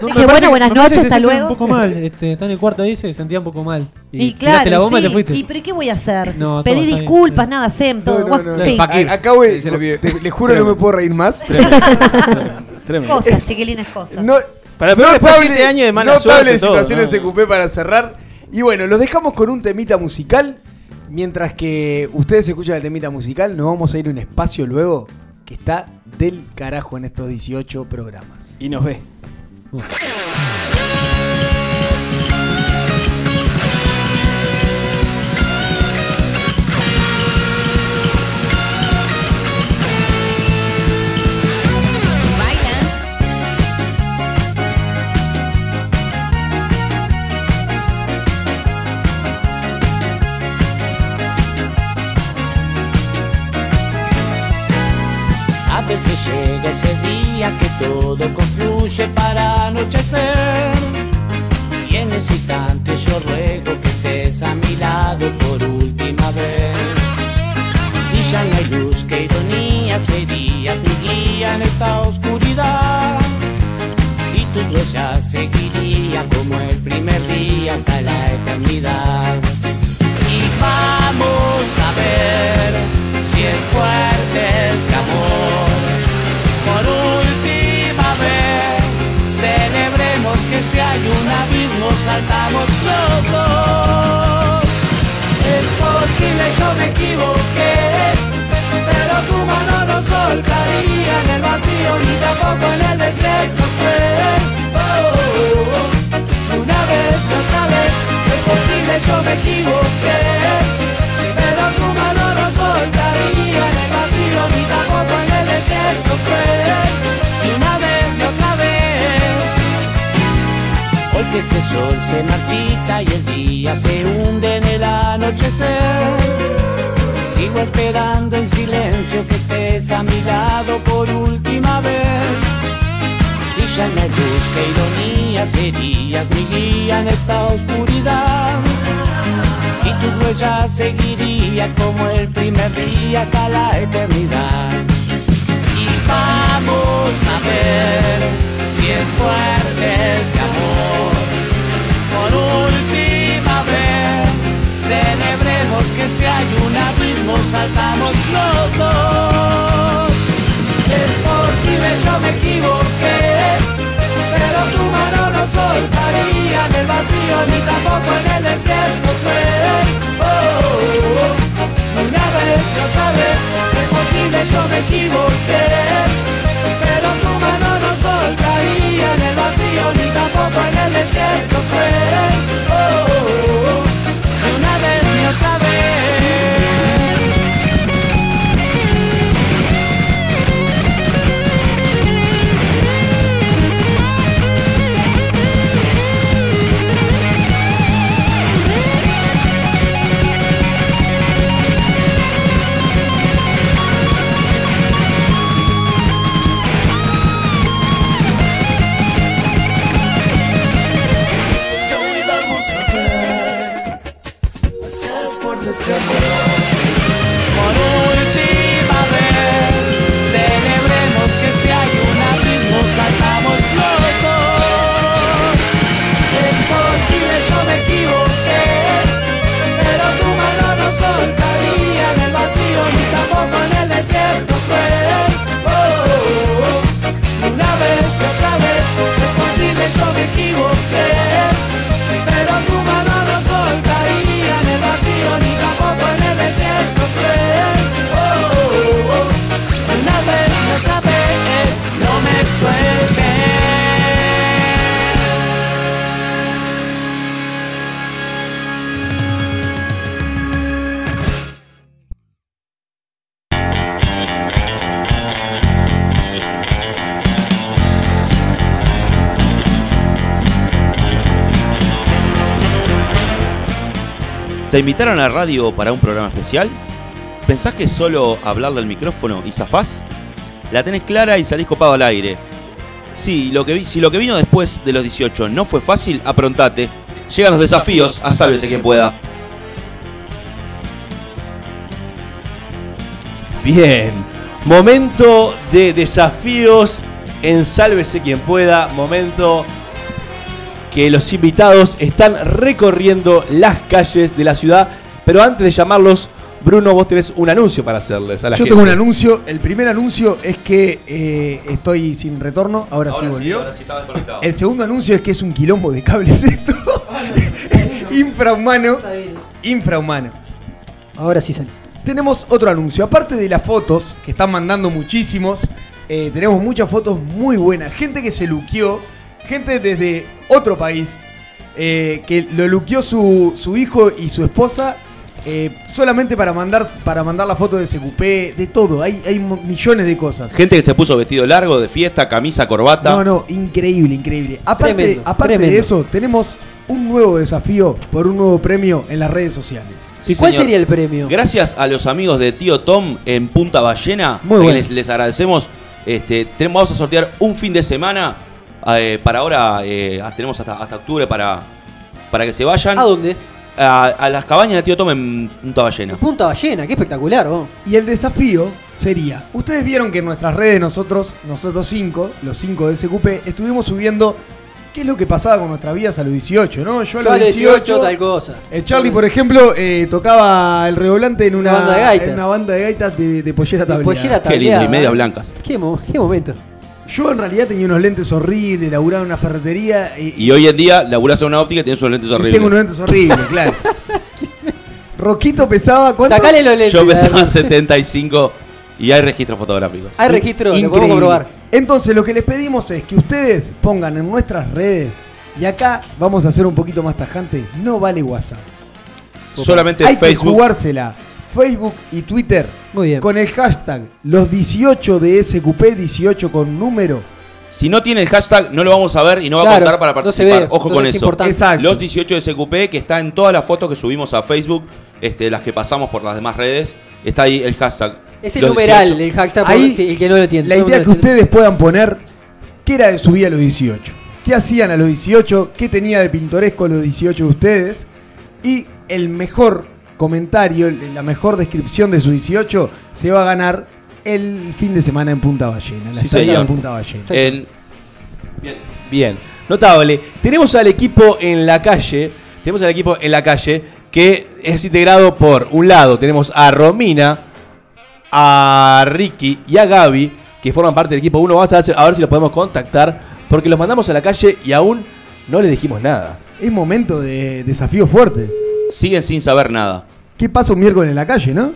No, me Dije, parece- bueno, buenas me parece noches, que hasta se sentía luego. un poco mal. Este, está en el cuarto ahí, se sentía un poco mal. Y, tiraste claro, la bomba sí, y te fuiste. y pero ¿qué voy a hacer? No, todo Pedí está bien, disculpas, sí. nada, SEM, todo. No, no, guau, no, en no. fin, Fakir. A- Acabo de. Se lo pide. te- les juro, no me puedo reír más. Tremendo. cosas, chiquilines, cosas. No, Para peor después de siete años de mala notable suerte, todo, situaciones ¿no? se cupé para cerrar. Y bueno, los dejamos con un temita musical. Mientras que ustedes escuchan el temita musical, nos vamos a ir a un espacio luego que está del carajo en estos 18 programas. Y nos ve. A veces llega ese día que todo confluye para anochecer. Y en ese instante yo ruego que estés a mi lado por última vez. Si ya no hay luz, qué ironía serías mi guía en esta oscuridad. Y tu ya seguiría como el primer día hasta la eternidad. Y vamos a ver si es fuerte este amor. Por última vez, celebremos que si hay un abismo saltamos los dos. Es posible yo me equivoqué, pero tu mano no soltaría en el vacío ni tampoco en el desierto. fue. Oh, oh, oh. Una vez y otra vez es posible yo me equivoqué Pero tu mano no soltaría en el vacío ni tampoco en el desierto fue Y una vez y otra vez Porque este sol se marchita y el día se hunde en el anochecer Sigo esperando en silencio que estés a a mi lado por última vez. Si ya no busca ironía, serías mi guía en esta oscuridad. Y tu huella seguiría como el primer día hasta la eternidad. Y vamos a ver si es fuerte este amor. Por última vez, celebremos que si hay un abismo, saltamos los dos. Es posible yo me equivoqué, pero tu mano no soltaría en el vacío ni tampoco en el desierto. Fue. Oh, una vez y este otra vez, es posible yo me equivoqué, pero tu mano no soltaría en el vacío ni tampoco en el desierto. Fue. Oh, una vez y otra vez. Yo y vamos a ver si es fuerte este amor. Por última vez, celebremos que si hay un abismo saltamos locos. Es posible yo me equivoqué, pero tu mano no soltaría en el vacío ni tampoco en el desierto fue. Oh, una vez y otra vez, es posible yo me equivoqué, pero tu mano no soltaría en el vacío ni tampoco en el desierto fue. Oh, una vez y otra vez, no me sueltes. ¿Te invitaron a la radio para un programa especial? ¿Pensás que solo hablarle al micrófono y zafás? La tenés clara y salís copado al aire. Sí, lo que vi- si lo que vino después de los 18 no fue fácil, aprontate. Llegan los desafíos, a sálvese quien pueda. Bien, momento de desafíos en Sálvese quien pueda, momento que los invitados están recorriendo las calles de la ciudad, pero antes de llamarlos, Bruno, vos tenés un anuncio para hacerles a la Yo gente. tengo un anuncio. El primer anuncio es que eh, estoy sin retorno. Ahora, sí volvió. El segundo anuncio es que es un quilombo de cables esto. infrahumano. Infrahumano. Ahora sí salió. Tenemos otro anuncio. Aparte de las fotos, que están mandando muchísimos, eh, tenemos muchas fotos muy buenas. Gente que se luqueó, gente desde otro país, eh, que lo luqueó su, su hijo y su esposa. eh, solamente para mandar para mandar la foto de ese cupé, de todo, hay, hay mo- millones de cosas. Gente que se puso vestido largo, de fiesta, camisa, corbata. No, no, increíble, increíble. Aparte, Tremendo, aparte de tremendo. eso, tenemos un nuevo desafío por un nuevo premio en las redes sociales. Sí, señor. Gracias a los amigos de Tío Tom en Punta Ballena, Muy que bueno. les, les agradecemos. Este, tenemos, vamos a sortear un fin de semana. eh, para ahora eh, tenemos hasta, hasta octubre para, para que se vayan. ¿A dónde? A, las cabañas de Tío Tom en Punta Ballena. Pues, Punta ballena, qué espectacular, vos. Y el desafío sería, ustedes vieron que en nuestras redes nosotros, nosotros cinco, los cinco de SQP, estuvimos subiendo qué es lo que pasaba con nuestras vidas a los 18, ¿no? Yo a los 18, tal cosa. eh, Charlie, por ejemplo, eh, tocaba el redoblante en una, Una banda de gaitas. en una banda de gaitas de, de pollera tableada. pollera Qué lindo, y ¿eh? media blancas. ¿Qué, mo- qué momento? Yo en realidad tenía unos lentes horribles, laburaba en una ferretería y, Y hoy en día laburás en una óptica y tienes unos lentes horribles. Tengo unos lentes horribles, claro. Roquito pesaba cuánto? Sacale los Yo pesaba 75 y hay registros fotográficos. Hay registro, lo podemos Increíble. comprobar. Entonces, lo que les pedimos es que ustedes pongan en nuestras redes, y acá vamos a ser un poquito más tajante, no vale WhatsApp. Solamente Hay que Facebook. jugársela. Facebook y Twitter. Con el hashtag los 18 de SQP, 18 con número. Si no tiene el hashtag, no lo vamos a ver y no va a Claro, contar para no se participar. ve, Ojo entonces con es eso. importante. Exacto. Los 18 de SQP, que está en todas las fotos que subimos a Facebook, este, las que pasamos por las demás redes, está ahí el hashtag Es el Los numeral, 18. el hashtag, por- Ahí, sí, el que no lo tiene. La Todo el idea mundo que lo ustedes puedan poner, ¿qué era de su vida a los 18? ¿Qué hacían a los 18? ¿Qué tenía de pintoresco los 18 de ustedes? Y el mejor comentario, la mejor descripción de su 18 se va a ganar el fin de semana en Punta Ballena. La Sí, estadía señor. en Punta Ballena. En- Bien, notable. Tenemos al equipo en la calle. Tenemos al equipo en la calle que es integrado por un lado tenemos a Romina, a Ricky y a Gaby que forman parte del equipo 1. Vamos a ver, si- a ver si los podemos contactar porque los mandamos a la calle y aún no les dijimos nada. Es momento de desafíos fuertes. Siguen sin saber nada. ¿Qué pasa un miércoles en la calle, no?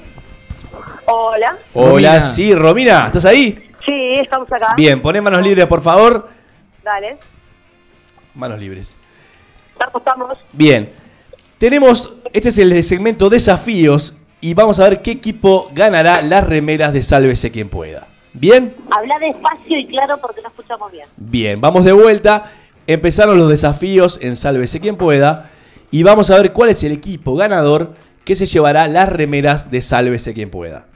Hola. Oh. Hola, Romina. sí, Romina, ¿estás ahí? Sí, estamos acá. Bien, poné manos libres, por favor. Dale. Manos libres. Estamos, estamos. Bien. Tenemos, este es el segmento desafíos y vamos a ver qué equipo ganará las remeras de Sálvese quien pueda. Bien, Habla despacio y claro porque no escuchamos bien. bien, vamos de vuelta. Empezaron los desafíos en Sálvese quien pueda y vamos a ver cuál es el equipo ganador que se llevará las remeras de Sálvese quien pueda.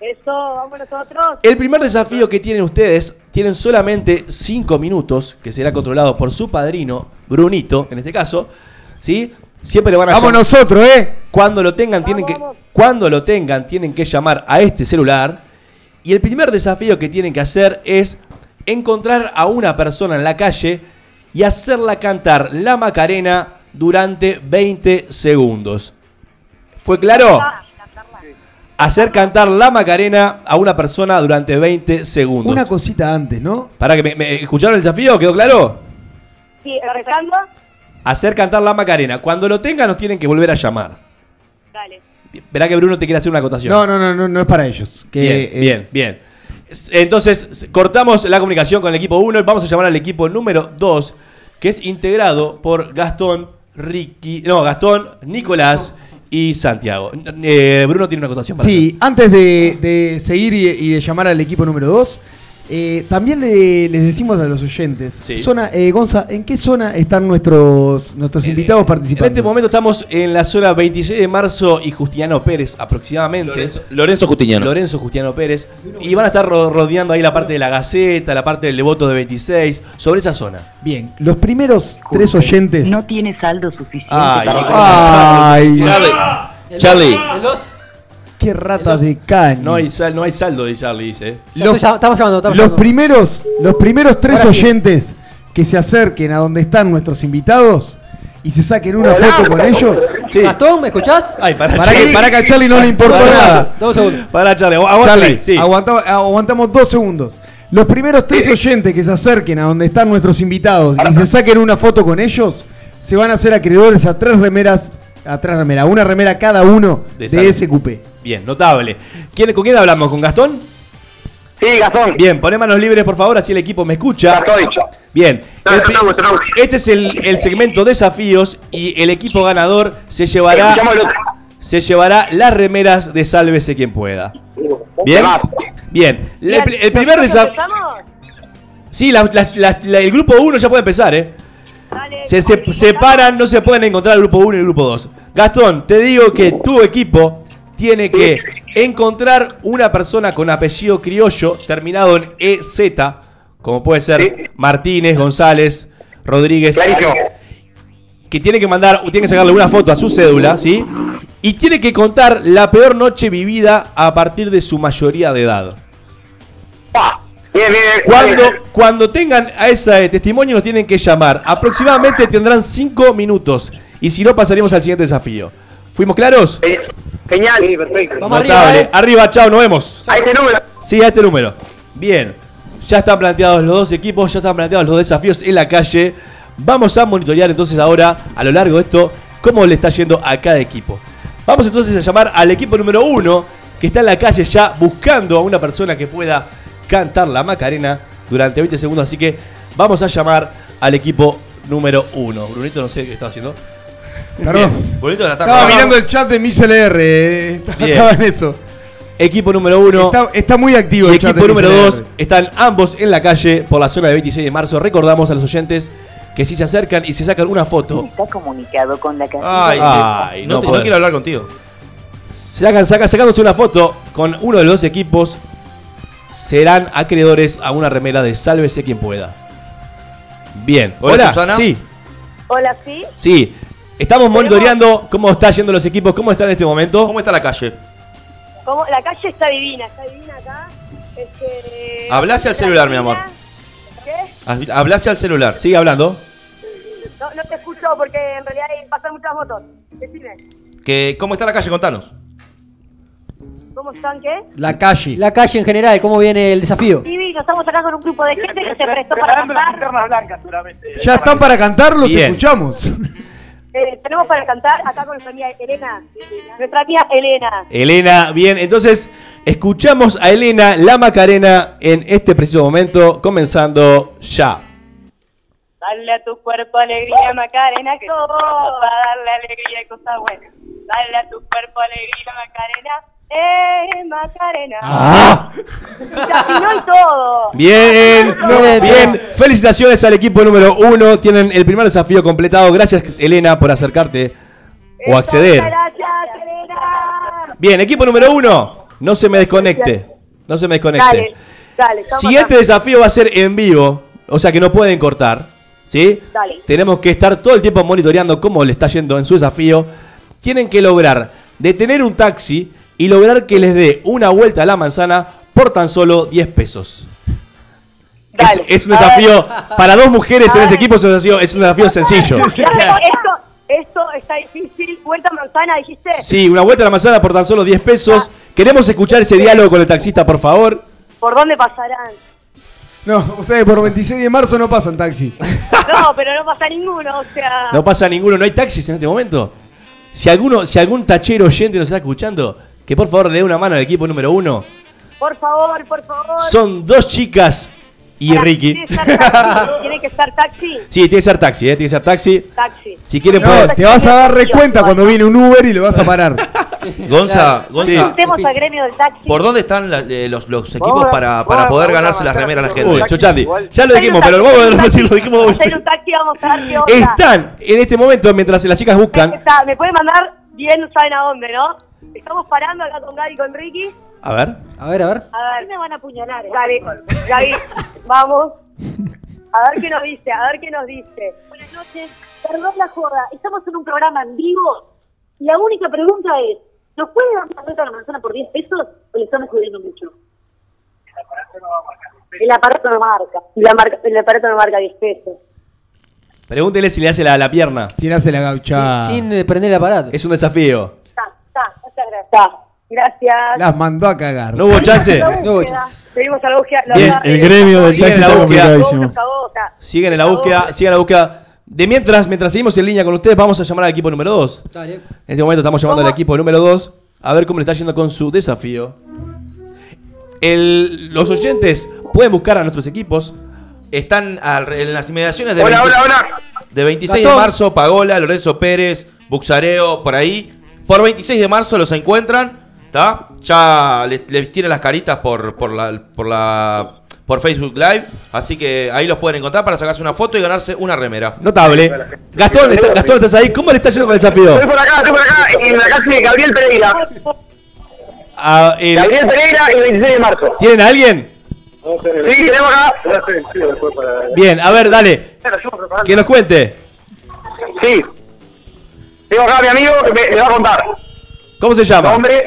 Eso, vamos nosotros. El primer desafío que tienen ustedes, tienen solamente 5 minutos, que será controlado por su padrino, Brunito, en este caso, ¿sí? Siempre le van a Vamos nosotros, ¿eh? Cuando lo tengan, tienen que, cuando lo tengan, tienen que llamar a este celular. Y el primer desafío que tienen que hacer es encontrar a una persona en la calle y hacerla cantar la Macarena durante 20 segundos. ¿Fue claro? Hacer cantar la Macarena a una persona durante 20 segundos. Una cosita antes, ¿no? Para que me, me- escucharon el desafío, ¿quedó claro? Sí, empezando. Hacer cantar la Macarena. Cuando lo tengan nos tienen que volver a llamar. Dale. Verá que Bruno te quiere hacer una acotación. No, no, no, no, no es para ellos. Que, bien, eh, bien, bien. S- Entonces, s- cortamos la comunicación con el equipo 1 y vamos a llamar al equipo número 2, que es integrado por Gastón, Ricky, no, Gastón, Nicolás y Santiago. N- eh, Bruno tiene una acotación para Sí, antes de, de seguir y, y de llamar al equipo número 2, también le- les decimos a los oyentes, Sí. zona, eh, Gonza, ¿en qué zona están nuestros, nuestros invitados hacer. En participantes? este momento estamos en la zona 26 de marzo y Justiano Pérez aproximadamente. Lorenzo, Lorenzo Justiniano. Lorenzo Justiano Pérez. Y van a estar ro- rodeando ahí la parte de la Gaceta, la parte del devoto de 26, sobre esa zona. Bien, los primeros tres oyentes... No tiene saldo suficiente Ay, para Ay. Charlie. Charlie. El dos. ¡Qué ratas de caña! No hay, sal- no hay saldo de Charlie, dice. Ya estoy llam- estamos llamando, estamos los llamando. primeros, los primeros tres Ahora sí. oyentes que se acerquen a donde están nuestros invitados y se saquen una foto con ellos... Gastón, ¿me escuchás? Ay, para, Para que, para que a Charlie no le importó Pará. nada. Dame un segundo. Para Charlie, agu- aguanta Charlie, ahí, sí. aguanta- aguantamos dos segundos. Los primeros tres oyentes que se acerquen a donde están nuestros invitados y se saquen una foto con ellos, se van a hacer acreedores a tres remeras, a tres remeras, una remera cada uno De Salve. de, SQP. Bien, notable. ¿Quién- ¿Con quién hablamos? ¿Con Gastón? Sí, Gastón. Bien, poné manos libres, por favor, así el equipo me escucha. Bien. El pri- Este es el, el segmento desafíos y el equipo ganador se llevará, se llevará las remeras de Sálvese quien pueda. Bien. Bien. La- El, el primer desafío... Sí, la- la- la- la- el grupo 1 ya puede empezar, ¿eh? Se se- separan, no se pueden encontrar el grupo 1 y el grupo 2. Gastón, te digo que tu equipo tiene que encontrar una persona con apellido criollo terminado en EZ, como puede ser Martínez, González, Rodríguez. Que tiene que mandar, tiene que sacarle una foto a su cédula, ¿sí? Y tiene que contar la peor noche vivida a partir de su mayoría de edad. Cuando, cuando tengan a ese testimonio nos tienen que llamar. Aproximadamente tendrán 5 minutos. Y si no, pasaremos al siguiente desafío. ¿Fuimos claros? Genial. Sí, perfecto. eh. Notable. Arriba, chao, nos vemos. A este número. Sí, a este número. Bien. Ya están planteados los dos equipos, ya están planteados los desafíos en la calle. Vamos a monitorear entonces ahora, a lo largo de esto, cómo le está yendo a cada equipo. Vamos entonces a llamar al equipo número uno, que está en la calle ya buscando a una persona que pueda cantar la Macarena durante 20 segundos. Así que vamos a llamar al equipo número uno. Brunito, no sé qué está haciendo. Perdón. Brunito la está Estaba robando. mirando el chat de Michel R. Estaba, Bien. estaba en eso. Equipo número uno. Está, está muy activo Y el chat equipo de número Michel R. 2 están ambos en la calle por la zona de 26 de marzo. Recordamos a los oyentes que si se acercan y se sacan una foto, Está comunicado con la Ay, Ay, no, no te- no puedo. quiero hablar contigo. sacan, sacan, sacándose una foto, con uno de los equipos serán acreedores a una remera de Sálvese quien pueda. Bien. Hola, Susana. Sí, Hola, ¿sí? sí. Estamos monitoreando cómo están yendo los equipos, cómo están en este momento. ¿Cómo está la calle? ¿Cómo? La calle está divina, está divina acá. Este, Hablase al celular, mi amor. ¿Qué? Hab- Hablase al celular. Sigue hablando. No, no te escucho porque en realidad hay- pasan muchas motos. Decime, Que, ¿Cómo está la calle? Contanos. ¿cómo están? ¿Qué? La calle. La calle en general, ¿cómo viene el desafío? Divino, estamos acá con un grupo de gente que se prestó para cantar. Ya están para cantar, los Bien. escuchamos. Eh, tenemos para cantar acá con nuestra amiga Elena. Nuestra amiga Elena. Elena, bien. Entonces, escuchamos a Elena la Macarena en este preciso momento, comenzando ya. Dale a tu cuerpo alegría, Macarena, que para darle alegría y cosas buenas. Dale a tu cuerpo alegría, Macarena. ¡Eh, Macarena! Ya afinó y todo. Bien, bien. Felicitaciones al equipo número uno. Tienen el primer desafío completado. Gracias, Elena, por acercarte o acceder. Gracias, Elena. Bien, equipo número uno. No se me desconecte. No se me desconecte. Dale, dale. estamos este. Siguiente acá. desafío va a ser en vivo. O sea que no pueden cortar. ¿Sí? Dale. Tenemos que estar todo el tiempo monitoreando cómo le está yendo en su desafío. Tienen que lograr detener un taxi y lograr que les dé una vuelta a la manzana por tan solo 10 pesos. Es, es un a desafío ver. para dos mujeres en ese equipo, es un desafío, es un desafío sencillo. Ya, Esto, esto está difícil. Vuelta manzana, dijiste. Sí, una vuelta a la manzana por tan solo 10 pesos. Queremos escuchar ese diálogo con el taxista, por favor. ¿Por dónde pasarán? No, o sea, por 26 de marzo no pasan taxi. No, pero no pasa ninguno, o sea. No pasa ninguno, no hay taxis en este momento. Si alguno, si algún tachero oyente nos está escuchando, que por favor le dé una mano al equipo número uno. Por favor, por favor. Son dos chicas y Pará, Ricky. Tiene que estar taxi. Tiene que estar taxi. Sí, tiene que ser taxi, eh, tiene que ser taxi. Taxi. Si quieren No, te vas a dar re cuenta cuando viene un Uber y lo vas a parar. Gonza, Sí. Gonza Juntemos al gremio del taxi. ¿por dónde están la- eh, los, los equipos para, para vamos, poder vamos, ganarse las vamos, remeras a la gente? Uy, Chochandi, ya lo Hacer dijimos, un taxi, pero vamos a un taxi. repetir, lo dijimos dos Hacer veces. un taxi, vamos a dar qué onda. Están en este momento, mientras las chicas buscan. Está, me puede mandar bien, no saben a dónde, ¿no? Estamos parando acá con Gaby y con Ricky. A ver. A ver, a ver. A ver. me van a apuñalar. eh? Dale, Gaby, vamos. A ver qué nos dice, a ver qué nos dice. Buenas noches. Perdón la joda, estamos en un programa en vivo. y La única pregunta es, ¿nos puede dar una vuelta a la manzana por 10 pesos o le estamos jodiendo mucho? El aparato no marca. La marca el aparato no marca 10 pesos. Pregúntele si le hace la, la pierna. Si le hace la gaucha. Sin, sin, eh, prender el aparato. Es un desafío. Está, Ah, muchas gracias. Gracias. Las mandó a cagar. No hubo chance. No hubo chance. Seguimos a la búsqueda. La Bien, verdad, el eh, gremio del sigue taxi la está búsqueda. complicadísimo. Nos cagó, o sea, Sigan en la búsqueda, sigan en la búsqueda. De mientras, mientras seguimos en línea con ustedes, vamos a llamar al equipo número 2. Dale. En este momento estamos llamando al equipo número 2 a ver cómo le está yendo con su desafío. El- los oyentes pueden buscar a nuestros equipos. Están al- en las inmediaciones de, Hola, hola, de 26 Gastón. de marzo, Pagola, Lorenzo Pérez, Buxareo, por ahí. Por 26 de marzo los encuentran, ¿está? Ya les, les tiran las caritas por, por, la, por, la, por Facebook Live, así que ahí los pueden encontrar para sacarse una foto y ganarse una remera. Notable. Gastón, está- Gastón, ¿estás ahí? ¿Cómo le está yendo con el desafío? Estoy por acá, estoy por acá, en la calle de Gabriel Pereira. Ah, el- Gabriel Pereira y 26 de marzo. ¿Tienen a alguien? Sí, tenemos acá. Bien, a ver, dale. Que nos cuente. Sí. Tengo acá a mi amigo que me, me va a contar. ¿Cómo se llama? Nombre,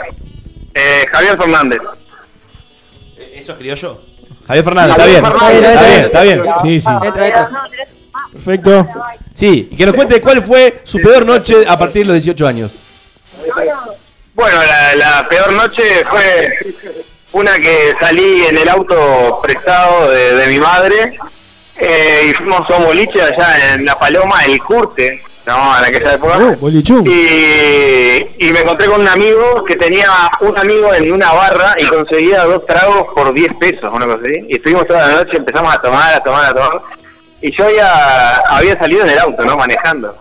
eh, Javier Fernández. Eh, ¿Eso escribió yo? Javier Fernández, está Javier bien. Fernández. Está bien, está bien. Sí, sí. Entra, entra. Perfecto. Sí, y que nos cuente cuál fue su peor noche a partir de los 18 años. Bueno, la, la peor noche fue una que salí en el auto prestado de, de mi madre eh, y fuimos a un boliche allá en La Paloma, el Curte, ¿no? En aquella época. Y, y me encontré con un amigo que tenía un amigo en una barra y conseguía dos tragos por 10 pesos, una cosa así. Y estuvimos toda la noche, empezamos a tomar, a tomar, a tomar. Y yo ya había salido en el auto, ¿no? Manejando.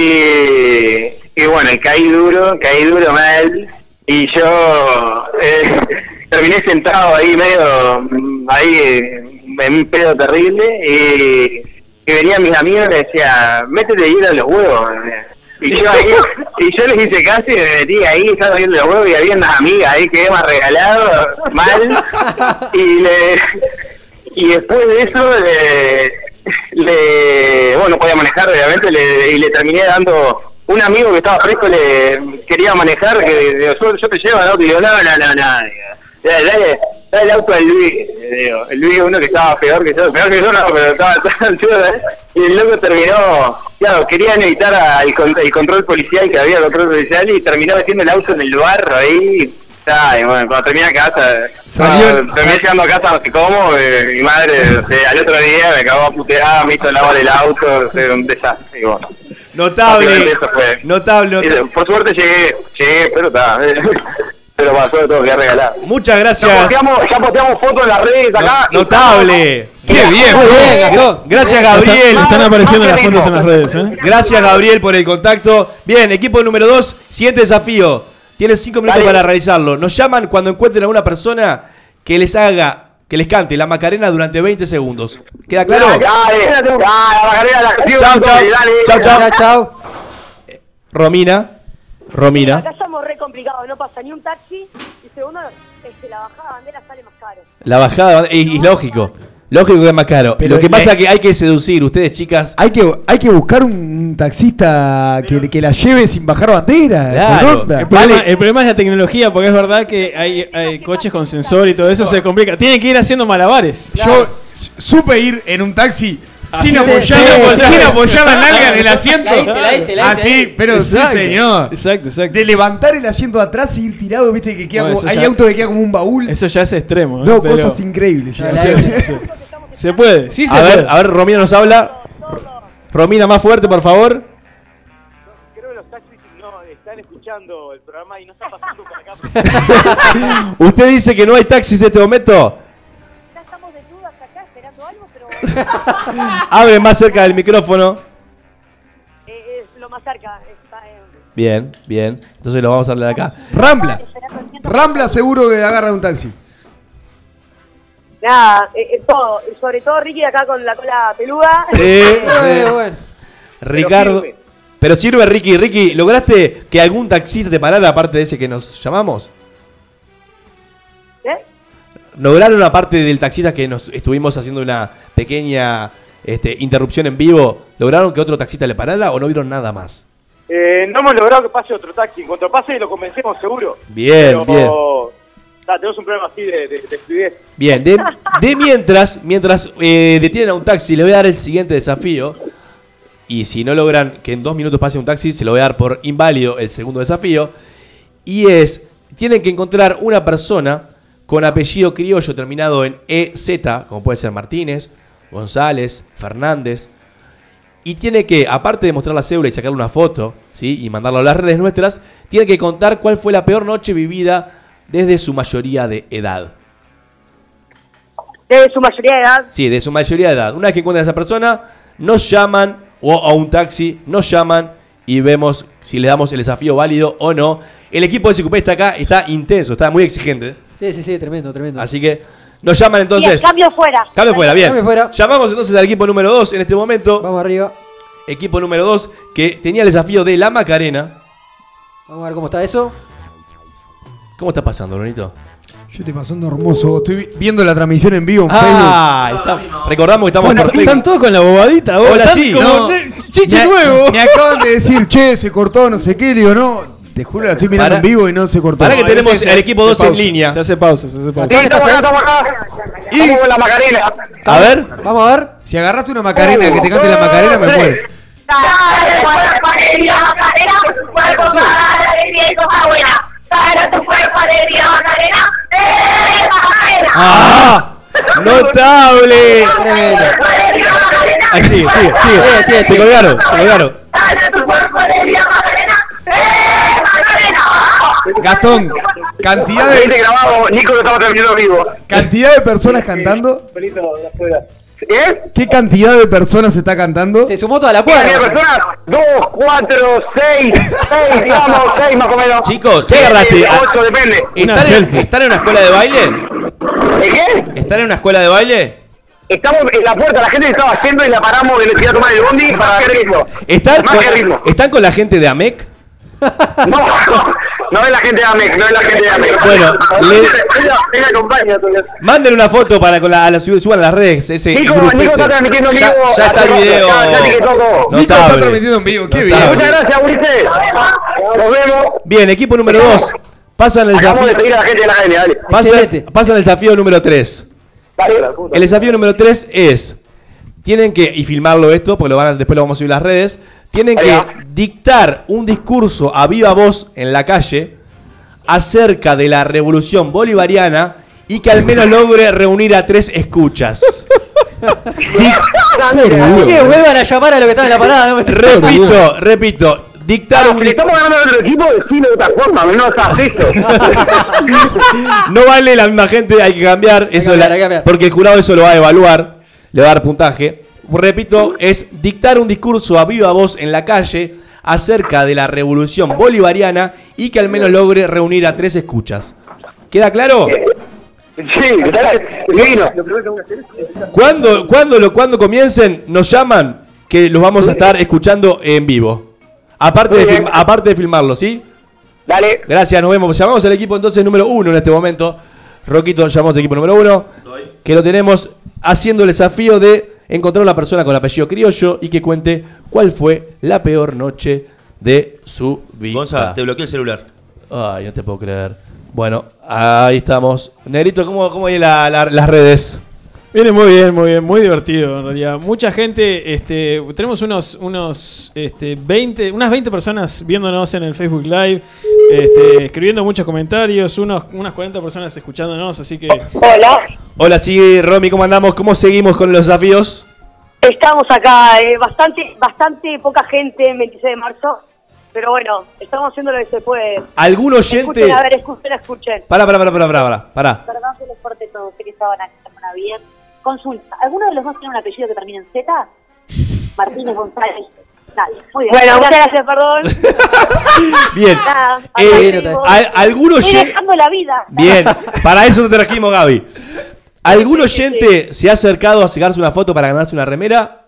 Y, y bueno, y caí duro, caí duro mal. Y yo eh, terminé sentado ahí medio, mm, ahí eh, en un pedo terrible. Y, y venían mis amigos y me decían, métete hielo en los huevos. Y yo, ahí, y yo les hice caso y me metí ahí, estaba viendo los huevos y había unas amigas ahí que más regalado, mal. Y, le, y después de eso, le, le- bueno, no podía manejar obviamente le- y le terminé dando... Un amigo que estaba fresco le quería manejar, que digo, yo, yo te llevo al auto y digo, no, no, no, no. Dale, dale, dale el auto al Luis. le digo. El Luis es uno que estaba peor que yo, peor que yo no, pero estaba tan chulo, ¿eh? Y el loco terminó, claro, querían evitar a- el, con- el control policial, que había control policial, y terminó metiendo el auto en el barro ahí. Ay, bueno, cuando terminé a casa, Salió- cuando terminé llegando a casa, no sé cómo, eh, mi madre, o sea, al otro día me acabó puteada, me hizo lavar ah, el auto, o sea, un desastre, y bueno. Básicamente Notable. eso fue. Notable, Y, eh, Por suerte llegué, llegué, pero está. Pero pasó de todo, quedé regalado. Muchas gracias. Ya posteamos, ya posteamos fotos en las redes acá. No- notable. Qué bien, muy bien, Gastón. Gracias, Gabriel. Están apareciendo las fotos en las redes. ¿eh? Gracias, Gabriel, por el contacto. Bien, equipo número 2, siguiente desafío. Tienes 5 minutos Dale. para realizarlo. Nos llaman cuando encuentren a una persona que les haga, que les cante la Macarena durante 20 segundos. ¿Queda claro? Dale, dale, la Macarena, la canción, Chau, chau. dale, dale. Chau, chau. Dale, chau. Romina. Romina. Acá somos re complicados, no pasa ni un taxi. Y segundo, este, la bajada de bandera sale más caro. La bajada, eh, es lógico. Lógico que es más caro. Pero Lo que le- pasa es que hay que seducir, ustedes chicas. Hay que, hay que buscar un taxista que, que la lleve sin bajar bandera. ¿qué onda? El problema, el problema es la tecnología, porque es verdad que hay, hay coches con sensor y todo eso se complica. Tienen que ir haciendo malabares. Yo supe ir en un taxi Así sin se- apoyar, sí, sí. sin apoyar la nalga en el asiento. La hice, la hice, la hice, la Así, hice. pero Exacto. sí, señor. Exacto, exacto. De levantar el asiento atrás e ir tirado, viste que queda No, como- eso hay ya- autos que queda como un baúl. Eso ya es extremo. ¿eh? No, Pero- cosas increíbles. ya. Sí, O sea, sí. Se puede, sí se a ver, puede. a ver, Romina nos habla. Romina, más fuerte, por favor. Creo que los taxis no están escuchando el programa y no están pasando por acá. ¿Usted dice que no hay taxis en este momento? Abre más cerca del micrófono. Eh, es lo más cerca. Está en... Bien, bien. Entonces lo vamos a hablar acá. Rambla. Rambla seguro que agarra un taxi. Nada, eh, eh, todo. Y sobre todo Ricky acá con la cola peluda. Eh, Ricardo. Pero sirve, Ricky. Ricky, ¿lograste que algún taxista te parara aparte de ese que nos llamamos? ¿Eh? ¿Lograron aparte del taxista que nos estuvimos haciendo una pequeña este, interrupción en vivo? ¿Lograron que otro taxista le parara o no vieron nada más? Eh, no hemos logrado que pase otro taxi. En cuanto pase, lo convencemos seguro. Bien, bien. Pero, ta, tenemos un problema así de, de, de fluidez. Bien, de, de mientras, mientras eh, detienen a un taxi, le voy a dar el siguiente desafío. Y si no logran que en dos minutos pase un taxi, se lo voy a dar por inválido el segundo desafío. Y es, tienen que encontrar una persona con apellido criollo terminado en EZ, como puede ser Martínez, González, Fernández. Y tiene que, aparte de mostrar la cédula y sacar una foto, ¿sí? Y mandarlo a las redes nuestras, tiene que contar cuál fue la peor noche vivida desde su mayoría de edad. Desde su mayoría de edad. Sí, de su mayoría de edad. Una vez que encuentran a esa persona, nos llaman o a un taxi, nos llaman y vemos si le damos el desafío válido o no. El equipo de SQP está acá, está intenso, está muy exigente. Sí, sí, sí, tremendo, tremendo. Así que nos llaman entonces. Bien, cambio fuera. Cambio fuera, bien. Cambio Llamamos entonces al equipo número 2 en este momento. Vamos arriba. Equipo número 2 que tenía el desafío de la Macarena. Vamos a ver cómo está eso. ¿Cómo está pasando, Lonito? Yo estoy pasando hermoso. Estoy vi- viendo la transmisión en vivo en Ah, Facebook. está- recordamos que estamos Bueno, perfectos. están todos con la bobadita, vos, Ahora están sí. como ne- chiche Me- nuevo. Me acaban de decir, che, se cortó, no sé qué. Digo, no, te juro, la estoy mirando Pará. en vivo y no se cortó. Pará que No, tenemos ese- el equipo se 2 en pausa. línea. Se hace pausa, se hace pausa. Sí, estamos acá, estamos acá. Estamos con la Macarena. A ver. Vamos a ver. Si agarraste una macarena, que te cante la macarena, me muero. ¡Ah! ¡Notable! Ahí sigue, sigue, sigue. Se colgaron, se colgaron. Gastón, cantidad de. Viste grabado, Nico, lo estamos transmitiendo en vivo. Cantidad de personas cantando. ¿Eh? ¿Qué cantidad de personas está cantando? Se sumó toda la ¿Cuántas personas? Dos, cuatro, seis, seis, digamos, seis más o menos. Chicos, Siete, agarraste? Ocho, depende. ¿Estar en, estar en una escuela de baile? ¿Eh, qué? ¿Estar en una escuela de baile? Estamos en la puerta, la gente se estaba haciendo y la paramos y le fui a tomar el bondi para que ritmo. ¿Están Más con, que ritmo. ¿Están con la gente de AMEC? No, no, no es la gente de AMEC, no es la gente de AMEC. Bueno, le- Ella- ella acompaña, entonces. Manden una foto para con la, a la sub- suban a las redes. Ese este. Nico, grupete. Nico está transmitiendo en Ya- vivo. Ya, está el video. Ya, ya etiquetó todo. Notable. en vivo, qué Notable. Muchas gracias, Ulises. Nos vemos. Bien, equipo número 2. Pasan el Acabamos de desafío. pedir a la gente de la academia, dale. Pasan, pasan el desafío número 3. Dale, la puta. El desafío número 3 es. Tienen que, y filmarlo esto, porque lo van a- después lo vamos a subir a las redes. Tienen que dictar un discurso a viva voz en la calle acerca de la revolución bolivariana y que al menos logre reunir a tres escuchas. Así que vuelvan a llamar a lo que estaba en la parada. ¿no? repito, repito, Ah, dictar un. estamos ganando otro equipo, decime de otra forma, no hagas No vale la misma gente, hay que cambiar. eso de la- Porque el jurado eso lo va a evaluar, le va a dar puntaje. Repito, es dictar un discurso a viva voz en la calle acerca de la revolución bolivariana y que al menos logre reunir a tres escuchas. ¿Queda claro? Sí, dale, divino. Cuando, cuando, lo, cuando comiencen, nos llaman que los vamos a estar escuchando en vivo. Aparte de, film- aparte de filmarlo, ¿sí? Dale. Gracias, nos vemos. Llamamos al equipo entonces número uno en este momento. Roquito, llamamos al equipo número uno. Que lo tenemos haciendo el desafío de encontrar una persona con apellido criollo y que cuente cuál fue la peor noche de su vida. Gonza, te bloqueé el celular. Ay, no te puedo creer. Bueno, ahí estamos. Negrito, ¿cómo, cómo hay la- la- las redes? Viene muy bien, muy bien, muy divertido en realidad. Mucha gente, este, tenemos unos, unos este, 20, unas 20 personas viéndonos en el Facebook Live, este, escribiendo muchos comentarios, unos, unas 40 personas escuchándonos, así que... Hola. Hola, sí, Romy, ¿cómo andamos? ¿Cómo seguimos con los desafíos? Estamos acá, eh, bastante, bastante poca gente en 26 de marzo, pero bueno, estamos haciendo lo que se puede. ¿Algún oyente? Escuchen, a ver, escuchen, escuchen. Pará, pará, pará, pará, pará, pará. Perdón que les corte todo, sé que estaban acá, estaban bien. Consulta, ¿alguno de los dos tiene un apellido que termina en Z? Martínez González. Nadie. Muy bien. Bueno, muchas muchas- gracias, perdón. Bien. Nada, Eh, acá sigo. ¿al- ¿Algún Estoy oyente? dejando la vida. Bien, para eso te trajimos, Gaby. ¿Algún oyente se ha acercado a sacarse una foto para ganarse una remera?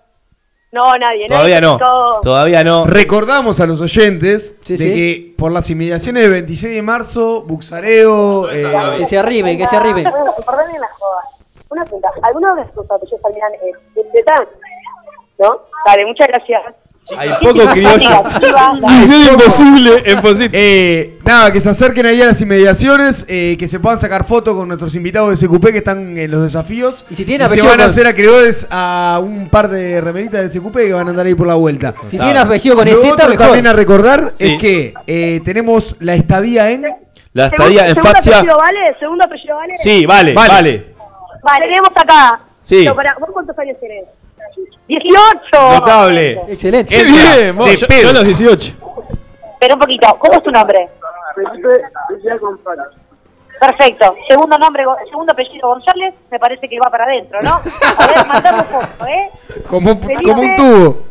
No, nadie. nadie Todavía no. contestó. Todavía no. Recordamos a los oyentes de sí. que por las inmediaciones del 26 de marzo, buxareo. eh, Que se arrimen, que se arrimen. Perdónenme la joda. Una pregunta, ¿alguno de sus apellidos terminan en en Z? ¿No? Dale, muchas gracias. Hay poco criollo. Misión imposible, imposible. Eh, nada, que se acerquen ahí a las inmediaciones, eh, que se puedan sacar fotos con nuestros invitados de SQP que están en los desafíos. Y si se tienen apellido van a con- hacer acreedores a un par de remeritas de SQP que van a andar ahí por la vuelta. Si tienen apellido con Lo EZ, otro mejor. también a recordar Sí. es que eh, tenemos la estadía en... La ¿Segundo apellido vale? ¿Segundo apellido vale? vale. Vale, tenemos acá. Sí. Pero pará, ¿Vos cuántos años tenés? 18. Notable. Excelente. ¡Qué Eh, Entra, bien! Vos, de yo, pedo. yo a los 18. Pero un poquito, ¿cómo es tu nombre? Perfecto. Segundo nombre, Go- segundo apellido González, me parece que va para adentro, ¿no? A ver, mandamos foto, ¿eh? Como, un- Felipe como un tubo.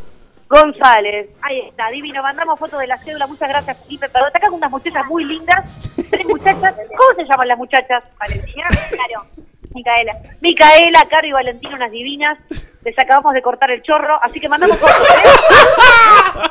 González. Ahí está, divino. Mandamos fotos de la cédula. Muchas gracias, Felipe. Pero acá con unas muchachas muy lindas. Tres muchachas. ¿Cómo se llaman las muchachas? Valentina, Caro, Micaela. Micaela, Caro y Valentina, unas divinas. Les acabamos de cortar el chorro, así que mandamos fotos, ¿eh?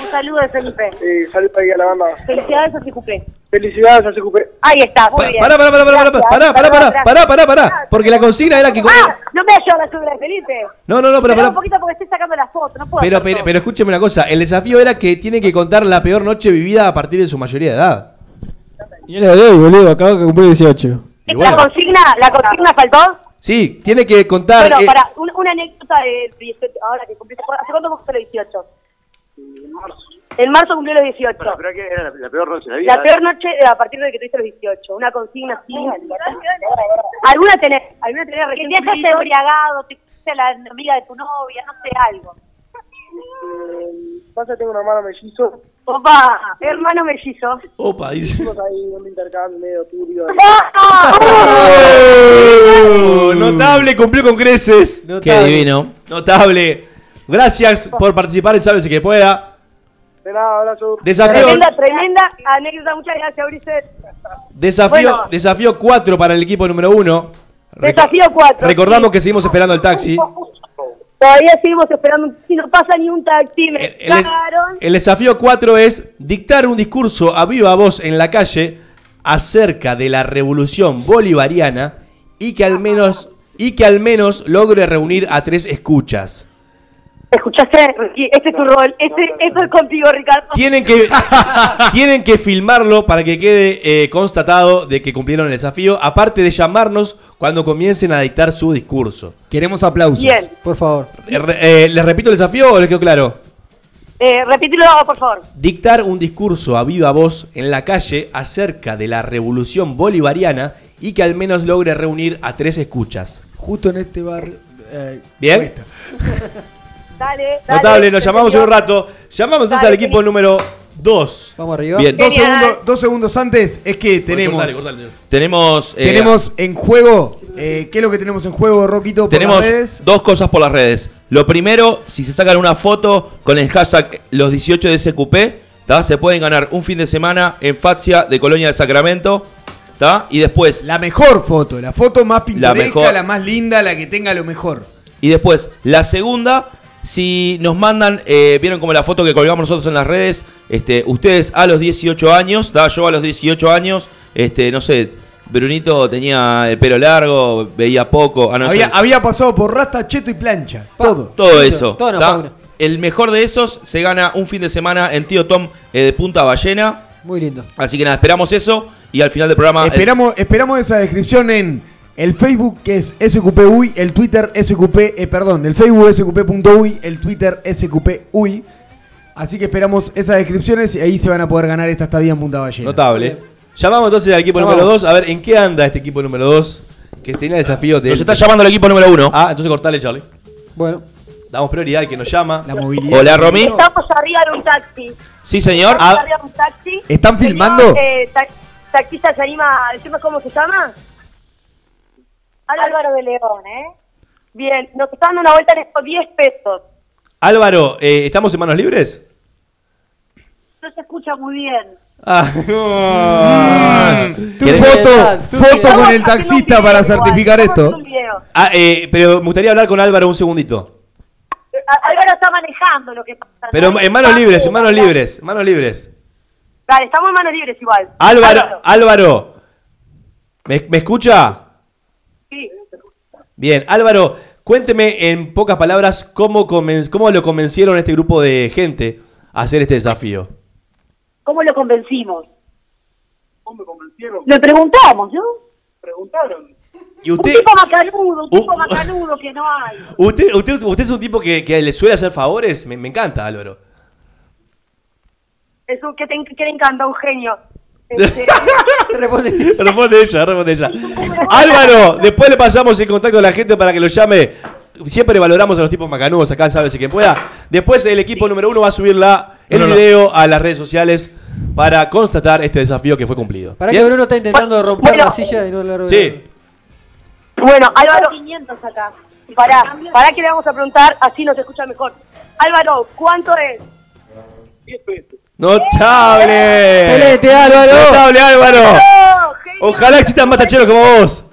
Un saludo de Felipe. Sí, saludos ahí a la banda. Felicidades a Cicupé. Felicidades a Secupé. Ahí está, muy Pa- bien. Pará, pará, pará, pará, pará, Gracias, pará, pará, perdón, pará, gracias. pará, pará, pará. Porque la consigna era que. ¡Ah! No me ayudas la cédula de Felipe. No, no, no, pero Espera pará. un poquito porque estoy sacando la foto, no puedo. Pero, hacer pero, todo. pero escúcheme una cosa, el desafío era que tienen que contar la peor noche vivida a partir de su mayoría de edad. Y era de hoy, boludo, acabo de cumplir 18. Y La bueno, consigna, la consigna faltó. sí, tiene que contar. Bueno, eh, para un- una anécdota de 18, ahora que cumpliste. ¿Hace cuánto cumpliste los 18? En marzo cumplió los 18. Pero que era la, la peor noche de la vida. La peor noche eh, a partir de que tuviste los 18. Una consigna así. Alguna tenés, alguna tenés Que recién viajaste cumplida? embriagado, te a la amiga de tu novia, no sé, algo. Pasa, tengo un hermano mellizo. Opa, hermano mellizo. Opa, dice. Hicimos ahí un intercambio medio turbio. Ah, Oh, Notable, cumplió con creces. Qué divino. Notable. Gracias por participar en Sálvese que pueda. De nada, abrazo. Desafío. Tremenda, tremenda anécdota. Muchas gracias, Ulises. Desafío, Bueno. desafío 4 para el equipo número 1. Desafío 4. Recordamos que seguimos esperando el taxi. Todavía seguimos esperando. Si no pasa ni un taxi, me El, es- cagaron. el desafío 4 es dictar un discurso a viva voz en la calle acerca de la revolución bolivariana y que al menos, y que al menos logre reunir a tres escuchas. ¿Escuchaste? Sí, Este es tu rol. Este, esto es contigo, Ricardo. Tienen que, tienen que filmarlo para que quede eh, constatado de que cumplieron el desafío, aparte de llamarnos cuando comiencen a dictar su discurso. Queremos aplausos. Bien. Por favor. Eh, re- eh, ¿Les repito el desafío o les quedó claro? Eh, repítelo, por favor. Dictar un discurso a viva voz en la calle acerca de la revolución bolivariana y que al menos logre reunir a tres escuchas. Justo en este barrio. eh, ¿Bien? Dale, dale. este Notable, nos llamamos en un rato. Llamamos entonces al equipo número 2. Vamos arriba. Bien. Dos Genial. segundos, dos segundos antes es que tenemos. cortale, cortale. Tenemos. eh, Tenemos en juego. eh, ¿Qué es lo que tenemos en juego, Roquito? Por Tenemos las redes? dos cosas por las redes. Lo primero, si se sacan una foto con el hashtag los 18 de SQP, ¿tá? se pueden ganar un fin de semana en Fazia de Colonia de Sacramento. ¿tá? Y después. La mejor foto, la foto más pintoresca, la, mejor. más linda, la que tenga lo mejor. Y después, la segunda, si nos mandan, eh, vieron como la foto que colgamos nosotros en las redes, este, ustedes a los 18 años, ¿tá? yo a los 18 años, este, no sé, Brunito tenía el pelo largo, veía poco, ah, no, eso había, es- había pasado por rasta, cheto y plancha. todo. Todo eso. Todo no, ¿tá? Paula. El mejor de esos se gana un fin de semana en Tío Tom eh, de Punta Ballena. Muy lindo. Así que nada, esperamos eso y al final del programa. Ah, el- Esperamos, esperamos esa descripción en el Facebook que es SQPUI, el Twitter SQP, eh, perdón, el Facebook SQP.UI, el Twitter SQPUI. Así que esperamos esas descripciones y ahí se van a poder ganar esta estadía en Punta Ballena. Notable. Llamamos entonces al equipo Llamamos. número 2. A ver, ¿en qué anda este equipo número 2? Que tenía el desafío de. Nos está llamando el equipo número 1. Ah, entonces cortale, Charlie. Bueno. Damos prioridad al que nos llama. La movilidad. Hola, Romy. Estamos arriba de un taxi. Sí, señor. Estamos arriba de un taxi. ¿Están Señor, filmando? eh, ta- taxista se anima a decirme cómo se llama. Álvaro de León, ¿eh? Bien, nos está dando una vuelta en estos 10 pesos. Álvaro, eh, ¿estamos en manos libres? No se escucha muy bien. Ah, Ah. Mm. Tu foto, foto con el taxista para certificar esto. Un video. Ah, eh, pero me gustaría hablar con Álvaro un segundito. Eh, Á- Álvaro está manejando lo que pasa. Pero en manos libres, en manos libres, en manos libres. Dale, estamos en manos libres igual. Álvaro, Álvaro. ¿Me, me escucha? Sí. Bien, Álvaro, cuénteme en pocas palabras cómo, conven- cómo lo convencieron a este grupo de gente a hacer este desafío. ¿Cómo lo convencimos? ¿Cómo me convencieron? Le preguntamos, ¿no? Preguntaron. Y usted, Un tipo macanudo, un Uh, tipo uh. macanudo que no hay. usted, usted, usted es un tipo que, que le suele hacer favores. Me, me encanta, Álvaro. Es un que te, que le encanta, un genio. Este, Responde ella, responde ella. Álvaro, después le pasamos el contacto a la gente para que lo llame. Siempre valoramos a los tipos macanudos acá, sálvese quien pueda. Después el equipo número uno va a subir la, el video a las redes sociales para constatar este desafío que fue cumplido. Para ¿Bien? que Bruno está intentando romper bueno. la silla y no la Sí, bueno, Álvaro. 500 acá. Pará, pará que le vamos a preguntar, así nos escucha mejor. Álvaro, ¿cuánto es? notable. Excelente, Álvaro. Notable, Álvaro. ¡Oh, Ojalá existan más tacheros como vos.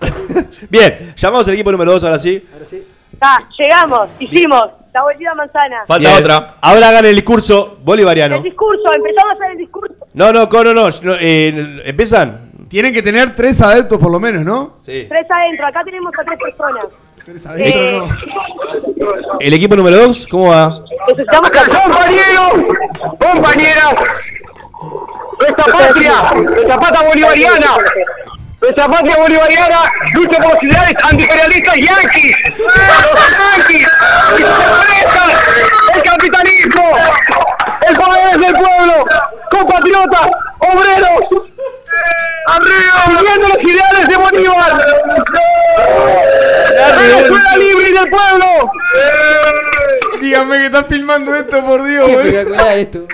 Bien, llamamos al equipo número dos ahora sí. Está, Ah, llegamos, hicimos, la vueltita a manzana. Falta otra. Ahora hagan el discurso El bolivariano. discurso, empezamos a hacer el discurso. No, no, no, no, no. no, eh, ¿Empiezan? Tienen que tener tres adeptos por lo menos, ¿no? Sí. Tres adentro, acá tenemos a tres personas. Eh, Tres adentro, ¿El equipo número 2? ¿Cómo va? Necesitamos Compañeros, compañeras, nuestra patria, nuestra patria bolivariana, nuestra patria bolivariana lucha por los ideales antiimperialistas yanquis, los yanquis, y sus empresas, el capitalismo, el poder del pueblo, compatriotas, obreros, arriba, siguiendo los ideales de Bolívar, Venezuela libre y del pueblo. Díganme que están filmando esto, por Dios, boludo.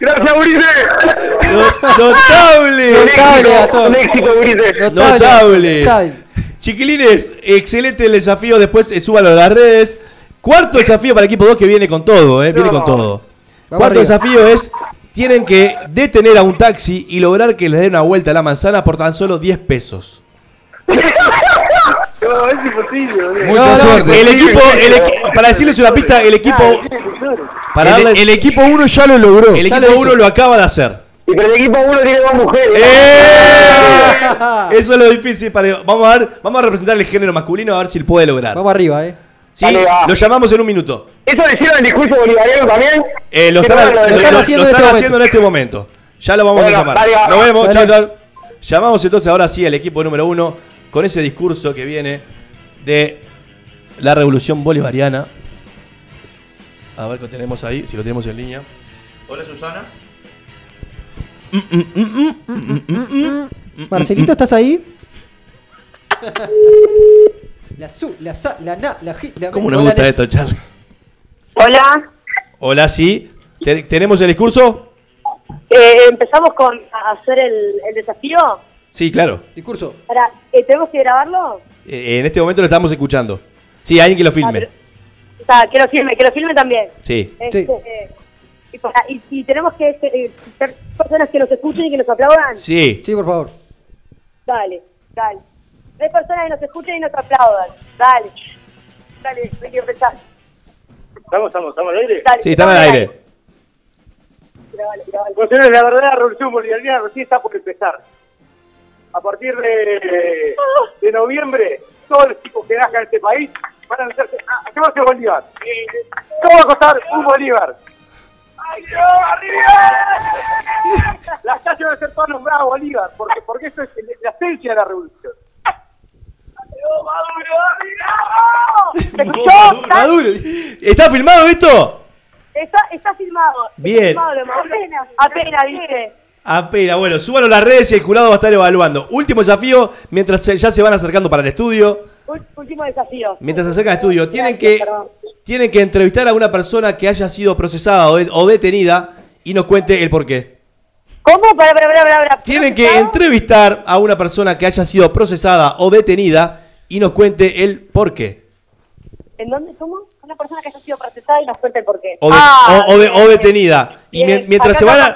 Gracias, Ulises. Notable. Un Notable, éxito, Gastón. un éxito, Ulises. Notable. Chiquilines, excelente el desafío. Después eh, súbanlo a las redes. Cuarto desafío para el equipo 2 que viene con todo, eh, Viene con todo. Cuarto arriba. desafío es: tienen que detener a un taxi y lograr que les dé una vuelta a la manzana por tan solo 10 pesos. no, es imposible, boludo. No, no, El equipo, el equi- para decirles una pista, el equipo. Para El- el equipo 1 ya lo logró. El Ya equipo lo hizo. 1 lo acaba de hacer. Y pero el equipo 1 tiene dos mujeres. ¡Eh! Eso es lo difícil. Para, vamos a ver, vamos a representar el género masculino a ver si lo puede lograr. Vamos arriba, eh. Sí, Dale, va. lo llamamos en un minuto. ¿Eso lo hicieron en el discurso bolivariano también? Eh, lo ¿Qué están, tal lo- de- lo- lo están haciendo, en este momento. Ya lo vamos Bueno, a llamar. dale, va. Nos vemos, Dale. chao, chao. Llamamos entonces ahora sí al equipo número uno con ese discurso que viene de la revolución bolivariana. A ver qué tenemos ahí, si lo tenemos en línea. Hola Susana. Marcelito, ¿estás ahí? La su, la sa, la na, la ji, la ¿Cómo nos gusta esto, Charlie? Hola, Hola, sí. Te- ¿Tenemos el discurso? eh, empezamos con a hacer el, el desafío. Sí, claro. Discurso. Para, ¿Tenemos que grabarlo? Eh, en este momento lo estamos escuchando. Sí, alguien que lo filme. O sea, que lo filme, que lo filme también. Sí. Este, eh, y, para- y- y tenemos que eh, ser personas que nos escuchen y que nos aplaudan. Sí. Sí, por favor. Dale, dale. Tres personas que nos escuchen y nos aplaudan. Dale. Dale, hay que empezar. Estamos, estamos, estamos al aire. Dale. Sí, están al aire. Señores, Pues la verdadera revolución bolivariana recién está por empezar. A partir de, de noviembre, todos los tipos que nazcan en este país van a hacerse. ¿A a qué va a ser Bolívar? ¿Cómo va a costar un Bolívar? Las calles van a ser todas nombradas Bolívar, porque, porque eso es el- la esencia de la revolución. Maduro, Maduro. Ah, ¿Está filmado esto? Está, está filmado. Está Bien. filmado, lo hemos- apenas, apenas, dice. Apenas, bueno, súbanlo a las redes y el jurado va a estar evaluando. Último desafío, mientras se- ya se van acercando para el estudio. Ul- Último desafío. Mientras se acercan al estudio, tienen que, tienen que entrevistar a una persona que haya sido procesada o, de- o detenida y nos cuente el porqué. ¿Cómo? Para, para, para, para, para. Tienen que entrevistar a una persona que haya sido procesada o detenida y nos cuente el porqué. ¿En dónde? ¿Cómo? Una persona que haya sido procesada y nos cuente el porqué. O, de- Ah, o- o de- o detenida. Y mien- mientras se, van a-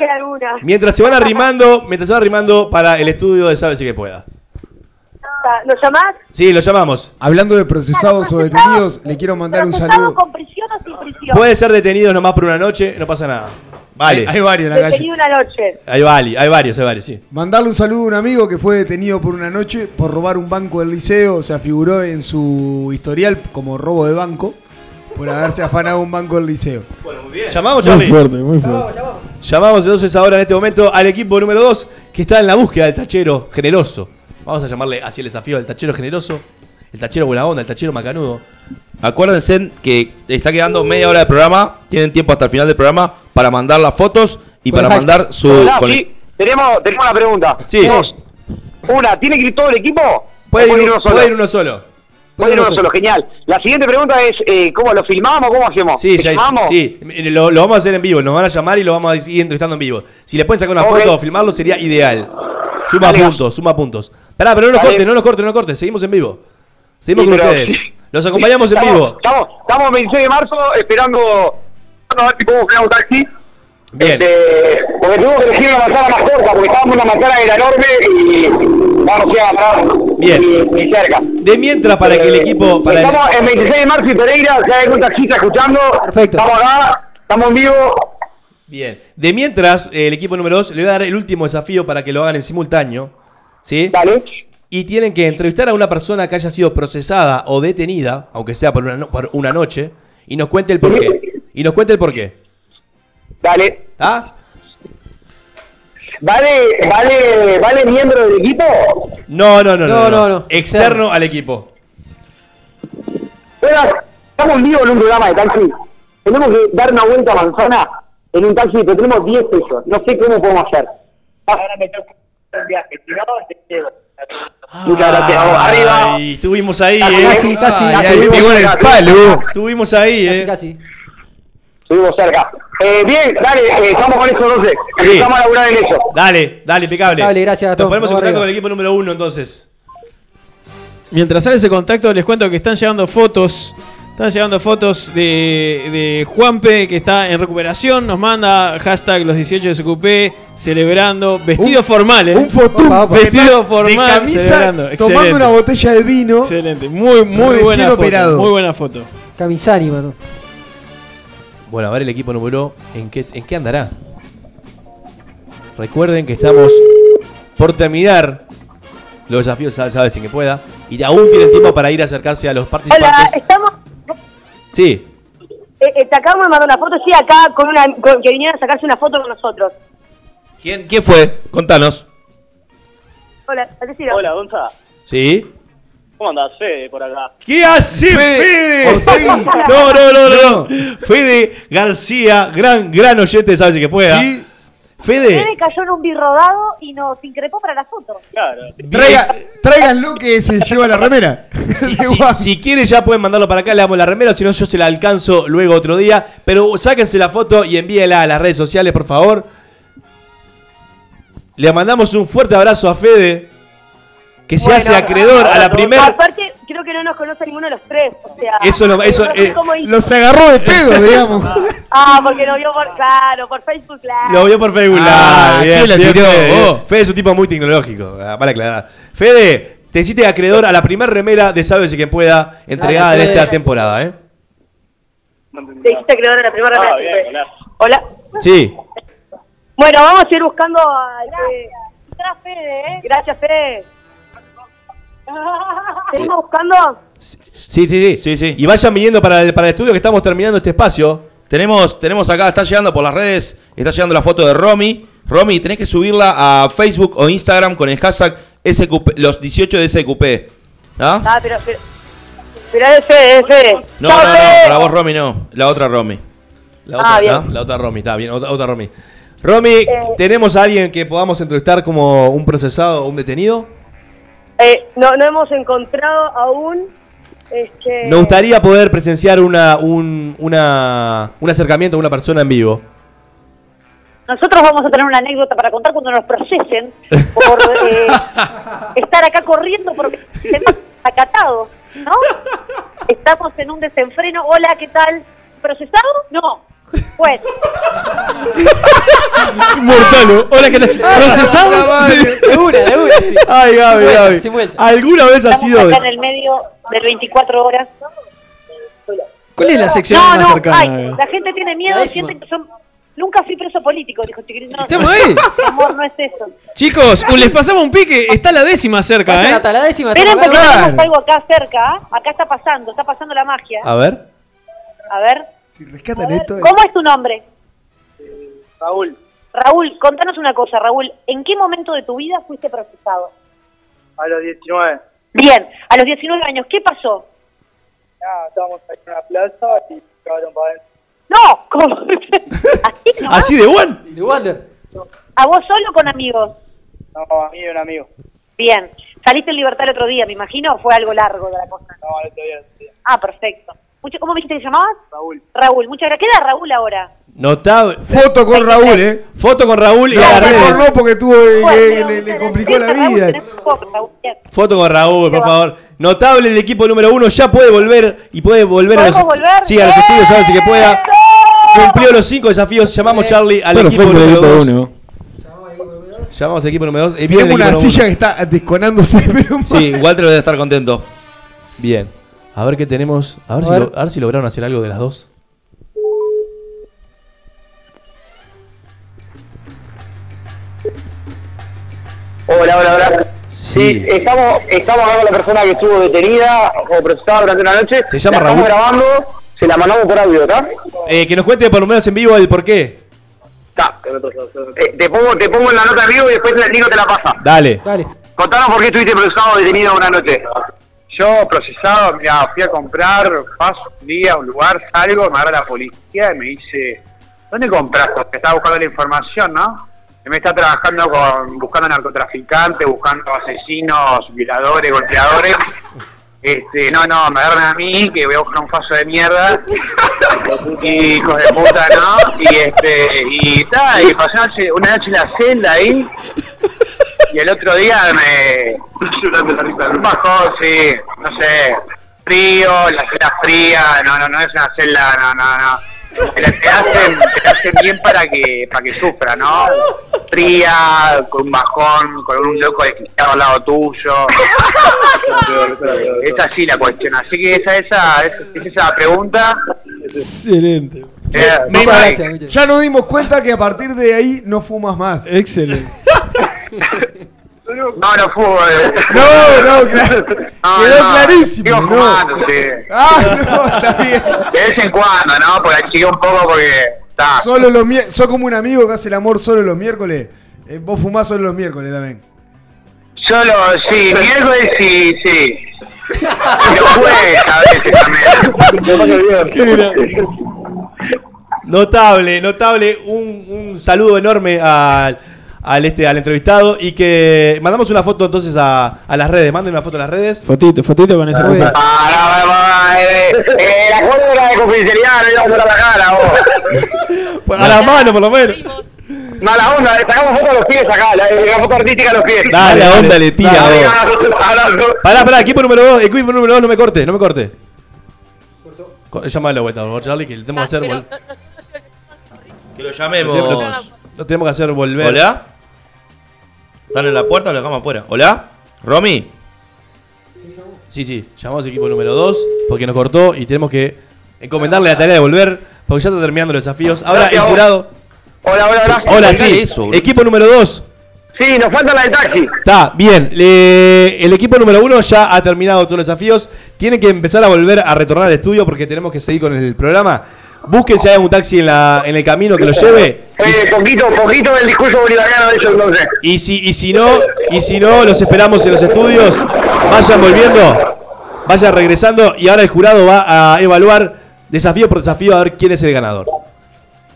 mientras se van arrimando, mientras se van arrimando para el estudio de Sabe si que pueda. Ah, ¿Lo llamás? Sí, lo llamamos. Hablando de procesados o detenidos, le quiero mandar un saludo. ¿Con prisión o sin prisión? Puede ser detenidos nomás por una noche, no pasa nada. Vale. Hay- hay varios en la calle. Detenido una noche. Hay, vali- hay varios, hay varios, sí. Mandarle un saludo a un amigo que fue detenido por una noche por robar un banco del liceo. Se afiguró en su historial como robo de banco por haberse afanado un banco del liceo. Llamamos, Charlie. muy fuerte. Llamamos entonces ahora en este momento al equipo número 2 que está en la búsqueda del tachero generoso. Vamos a llamarle así el desafío del tachero generoso, el tachero buena onda, el tachero macanudo. Acuérdense que está quedando media hora de programa. Tienen tiempo hasta el final del programa para mandar las fotos y para mandar su. Hola, con- sí, tenemos, tenemos una pregunta. Sí. Dos. Una, ¿tiene que ir todo el equipo? Puede ¿O ir, uno- puede ir uno solo. Puede ir uno solo, genial. La siguiente pregunta es, eh, ¿cómo lo filmamos? ¿Cómo hacemos? Sí, ya ¿Filmamos? sí. eh, Lo, lo vamos a hacer en vivo, nos van a llamar y lo vamos a ir entrevistando en vivo. Si le pueden sacar una Ok. foto o filmarlo sería ideal. Suma Dale. puntos, suma puntos. Pará, pero no nos Dale. corten, no nos corten, no nos corten. Seguimos en vivo. Seguimos Sí, con pero- ustedes. Los acompañamos en Estamos- vivo. Estamos, estamos 26 de marzo esperando a ver si podemos crear un taxi. Bien. Este, porque tuvimos que elegir una manzana más corta, porque estábamos en una manzana que era enorme y vamos a agarrar Bien. ni cerca. Eh, De mientras para que el equipo. Para el- estamos en 26 de marzo y Pereira, si hay algún taxista escuchando, estamos acá, estamos en vivo. Bien. De mientras, el equipo número 2 le voy a dar el último desafío para que lo hagan en simultáneo. ¿Sí? Y tienen que entrevistar a una persona que haya sido procesada o detenida, aunque sea por una, no- por una noche, y nos cuente el porqué. Y nos cuente el porqué. Dale. ¿Ah? ¿Vale, vale, vale miembro del equipo? No, no, no, No, no. no, no. Externo al equipo. Oiga, estamos en vivo en un programa de taxi. Tenemos que dar una vuelta a manzana en un taxi, pero tenemos 10 pesos. No sé cómo podemos hacer. Ahora me toca un viaje, si no, te quedo. Muchas gracias a vos. Arriba. Y estuvimos ahí, Casi, eh. casi, casi. Ay, Casi, ay, pegó en el casi. palo. Estuvimos ahí, eh. Estuvimos cerca. Eh, bien, dale, eh, estamos con eso entonces. Sí. Empezamos a laburar en eso. Dale, dale, impecable. Impecable, gracias, Nos Gastón. ponemos en Vamos contacto arriba. con el equipo número uno entonces. Mientras sale ese contacto, les cuento que están llegando fotos Están llegando fotos de, de Juanpe, que está en recuperación. Nos manda hashtag los 18 de su cupé, celebrando. Vestido formal, ¿eh? Un fotum. Vestido de formal, camisa, celebrando. tomando Excelente. una botella de vino. Excelente. Muy, muy Recién buena operado. foto. Muy buena foto. Camisari, mano. Bueno, a ver el equipo número, ¿en qué, ¿en qué andará? Recuerden que estamos por terminar los desafíos, sabe, sabe, sin que pueda. Y aún tienen tiempo para ir a acercarse a los Hola, participantes. estamos. Sí, Eh, eh, te acabamos de mandar una foto, sí, acá, con una, con- que vinieron a sacarse una foto con nosotros. ¿Quién, quién fue? Contanos. Hola, Hola, Gonza. Sí. ¿Cómo andás, Fede, por acá? ¿Qué hace Fede? No, no, no, no, no. Fede García, gran, gran oyente, sabe si que pueda. Fede, Fede cayó en un birrodado y nos increpó para la foto. Claro. Traiga- tráiganlo que se lleva la remera. si, si- si quiere ya pueden mandarlo para acá, le damos la remera, o si no yo se la alcanzo luego otro día. Pero sáquense la foto y envíela a las redes sociales, por favor. Le mandamos un fuerte abrazo a Fede, que se hace acreedor a la primera... Aparte, creo que no nos conoce ninguno de los tres. O sea, Eso lo- eso, no sé eh, cómo hizo. Los agarró de pedo, digamos. Ah, porque lo vio por, claro, por Facebook Live. Lo vio por Facebook Live. Ah, bien, ¿quién lo bien, tiró? Oh. Fede, bien. Vos. Fede es un tipo muy tecnológico, ah, para aclarar. Fede, te hiciste acreedor a la primera remera de Sálvese quien pueda entregada Dale, en esta Fede. temporada, ¿eh? Te hiciste acreedor de la primera Ah, remera. bien, Fede. Hola. Sí. Bueno, vamos a ir buscando a... Gracias, Fede. ¿eh? Gracias, Fede. Seguimos buscando... Sí, sí, sí. Y vayan viniendo para el, para el estudio que estamos terminando este espacio. Tenemos, tenemos acá, está llegando por las redes, está llegando la foto de Romy. Romy, tenés que subirla a Facebook o Instagram con el hashtag SQP, los 18 de SQP. ¿Ah? Ah, pero... pero... Pero es Fede, es Fede. No, Chao, no, no, Fede. para vos Romy no, la otra Romy. La Ah, otra, bien. Eh. ¿no? La otra Romy, está bien, otra, otra Romy. Romy, ¿tenemos a alguien que podamos entrevistar como un procesado o un detenido? Eh, no, no hemos encontrado aún... Este... Nos gustaría poder presenciar una, un, una, un acercamiento a una persona en vivo. Nosotros vamos a tener una anécdota para contar cuando nos procesen por eh, estar acá corriendo porque se hemos acatado, ¿no? Estamos en un desenfreno. Hola, ¿qué tal? ¿Procesado? No. Bueno. Mortalo, hola, ¿qué tal? la ¿Procesados? madre. De una, de una. Ay, Gaby, Gaby. ¿Alguna vez ha Estamos sido.? acá en el medio de 24 horas. ¿Cuál es la sección no, más no, cercana? ay, la gente tiene miedo, siente que son... Nunca fui preso político, dijo Chiquirín. No, Estamos ahí. Amor, no es eso. Chicos, uh, les pasamos un pique. Está la décima cerca, ¿eh? Hasta la décima. Esperen porque tenemos algo acá cerca. ¿ah? Acá está pasando, está pasando la magia. A ver. A ver, Si rescatan esto. ¿cómo es tu nombre? Eh, Raúl, Raúl, contanos una cosa, Raúl. ¿En qué momento de tu vida fuiste procesado? a los 19. Bien, a los 19 años, ¿qué pasó? Nada, estábamos ahí Ah, en una plaza y cagaron para adentro. No, ¿cómo? ¿Así, nomás? ¿Así de one? De Wander. ¿A vos solo o con amigos? No, a mí y un amigo. Bien. ¿Saliste en libertad el otro día, me imagino? ¿o ¿Fue algo largo de la cosa? No, el otro día, el otro día. Ah, perfecto. Mucho, ¿Cómo me dijiste que te llamabas? Raúl. Raúl, muchas gracias. ¿Qué edad Raúl ahora? Notable. Foto con Raúl, ¿eh? Foto con Raúl y no, a las mejor redes. no, porque tuvo, eh, Bueno, le- pero le, le muchas complicó la gracias, Raúl, vida. tenés un poco, Raúl, bien. Foto con Raúl, por favor. Notable el equipo número uno, ya puede volver y puede volver a los, ¿Podemos volver? Sí, a los estudios, a ver si que pueda. Cumplió los cinco desafíos, llamamos Charlie al Bueno, equipo fue el número equipo dos. uno. Llamamos al equipo número dos. Eh, viene el Tenemos equipo una número silla que está desconándose, pero uno. Sí, Walter debe estar contento. Bien. A ver qué tenemos. A ver, A si, ver. lo- a ver si lograron hacer algo de las dos. Hola, hola, hola. Sí. estamos, estamos hablando con la persona que estuvo detenida o procesada durante una noche. Se llama la Estamos Raúl. grabando, se la mandamos por audio, ¿está? Eh, que nos cuente por lo menos en vivo el por qué. Está. Eh, te, pongo, te pongo en la nota en vivo y después el Nico te la pasa. Dale. Contanos por qué estuviste procesado o detenido una noche. Yo, procesado, mira, fui a comprar, paso un día a un lugar, salgo, me agarra la policía y me dice, ¿dónde compraste? Me estaba buscando la información, ¿no? Que Me está trabajando con, buscando narcotraficantes, buscando asesinos, violadores, golpeadores. Este, no, no, me agarran a mí, que voy a buscar un faso de mierda. Y hijos de puta, ¿no? Y este, y tal, y pasé una noche- una noche en la celda ahí. Y el otro día me. Llorando la risa. Me bajó, sí, no sé. frío, la celda fría, no, no, no es una celda, no, no, no. Te la te hacen, te la hacen bien para que, para que sufra, ¿no? Fría, con un bajón, con un loco desquiciado al lado tuyo. Esa sí la cuestión, así que esa, esa, es, es esa pregunta. Excelente. Eh, Mike, Muchas gracias, Miche. ya nos dimos cuenta que a partir de ahí no fumas más. Excelente. No, no fumo. eh. No, no, claro. No, Quedó no, clarísimo. Sigo no. fumando, sí. Ah, no, está bien. De vez en cuando, ¿no? Porque chiqué un poco porque. Está. Solo los mier- Sos como un amigo que hace el amor solo los miércoles. Eh, vos fumás solo los miércoles también. Solo, sí, miércoles sí, sí. Pero jueves a veces también. Notable, notable. Un, un saludo enorme al, al este, al entrevistado. Y que mandamos una foto entonces a, a las redes. Manden una foto a las redes. Fotito, fotito con ese Ah, Eh, eh, la cólera de confidencialidad no íbamos a la cara, vos. Pues A las manos, por lo menos. Mala onda, le sacamos foto a los pies acá, la, la foto artística a los pies. Dale, dale, onda, dale, dale. Pará, pará, equipo número 2, equipo número 2, no me corte, no me corte. Cortó. Llámalo de vuelta, por favor, Charlie, que le tenemos que hacer vol- Que lo lo tenemos- llamemos. lo tenemos que hacer volver. ¿Hola? ¿Están en la puerta o lo dejamos afuera? ¿Hola? ¿Romy? Sí, sí, llamamos equipo número 2 porque nos cortó y tenemos que encomendarle la tarea de volver porque ya está terminando los desafíos. Ahora Gracias, el jurado. Hola, hola, hola. Hola, sí. equipo número 2. Sí, nos falta la de taxi. Está, bien. Le- el equipo número 1 ya ha terminado todos los desafíos. Tienen que empezar a volver a retornar al estudio porque tenemos que seguir con el programa. Busquen si hay un taxi en, la- en el camino que lo lleve. Eh, poquito, poquito del discurso bolivariano de eso entonces. Y si, y si no, y si no, los esperamos en los estudios. Vayan volviendo, vayan regresando y ahora el jurado va a evaluar desafío por desafío a ver quién es el ganador.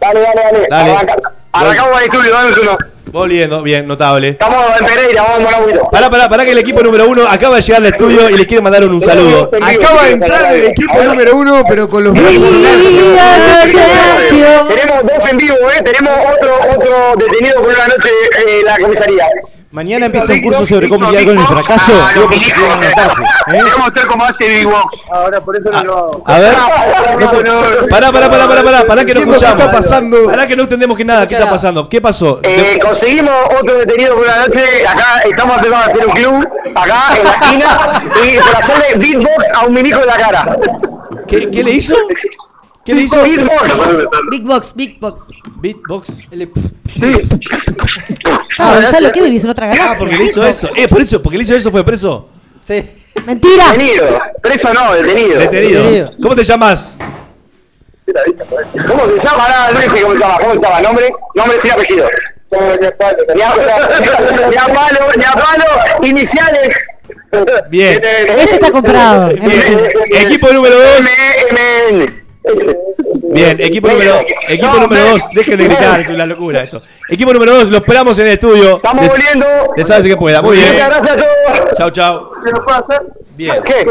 Dale, dale, dale. Dale. Arranca- Arrancamos el estudio, dale uno. Volviendo, bien, notable. Estamos en Pereira, vamos a morar un poquito. Pará, pará, pará que el equipo número uno acaba de llegar al estudio y les quiere mandar un, un saludo. Acaba de entrar el equipo número uno, pero con los brazos en alto. Tenemos dos en vivo, ¿eh? Tenemos otro, otro detenido por una noche en eh, la comisaría. Ah, Mañana empieza un curso sobre cómo lidiar con el fracaso. Digo, por si quieren ¿eh? anotarse. Queremos hacer como hace Vivo. Ahora, por eso no lo hago. Ah, A ver. Pará, pará, pará, pará, pará, pará que Entiendo qué no escuchamos. está pasando. Pará que no entendemos que nada, ¿qué está pasando? ¿Qué pasó? Eh, conseguimos otro detenido por una noche. Acá estamos empezando a hacer un club, acá en la esquina, y se la pone beatbox a un minico en la cara. ¿Qué, le hizo? ¿Qué le hizo? Beatbox. Big Box, Big Box. Beatbox. Sí. Ah, Gonzalo, ¿qué vivís en otra galaxia? Ah, porque le hizo eso. Eh, por eso, porque le hizo eso fue preso. Mentira. Detenido. Preso no, detenido. Detenido. ¿Cómo te llamas? ¿Cómo se llama? Ahora no sé cómo se llama. ¿Cómo se llama? ¿Nombre? Nombre sin apellido. Ni a ni a palo, ni a palo, iniciales. Bien. Este está comprado. Equipo número 2. Bien, equipo número, equipo número 2, dejen de gritar, es una locura esto. Equipo número 2, lo esperamos en el estudio. Estamos Les- volviendo. Les hace que pueda, muy bien. Muchas gracias a todos. Chao, chao. ¿Se lo puede hacer? Bien. ¿Qué?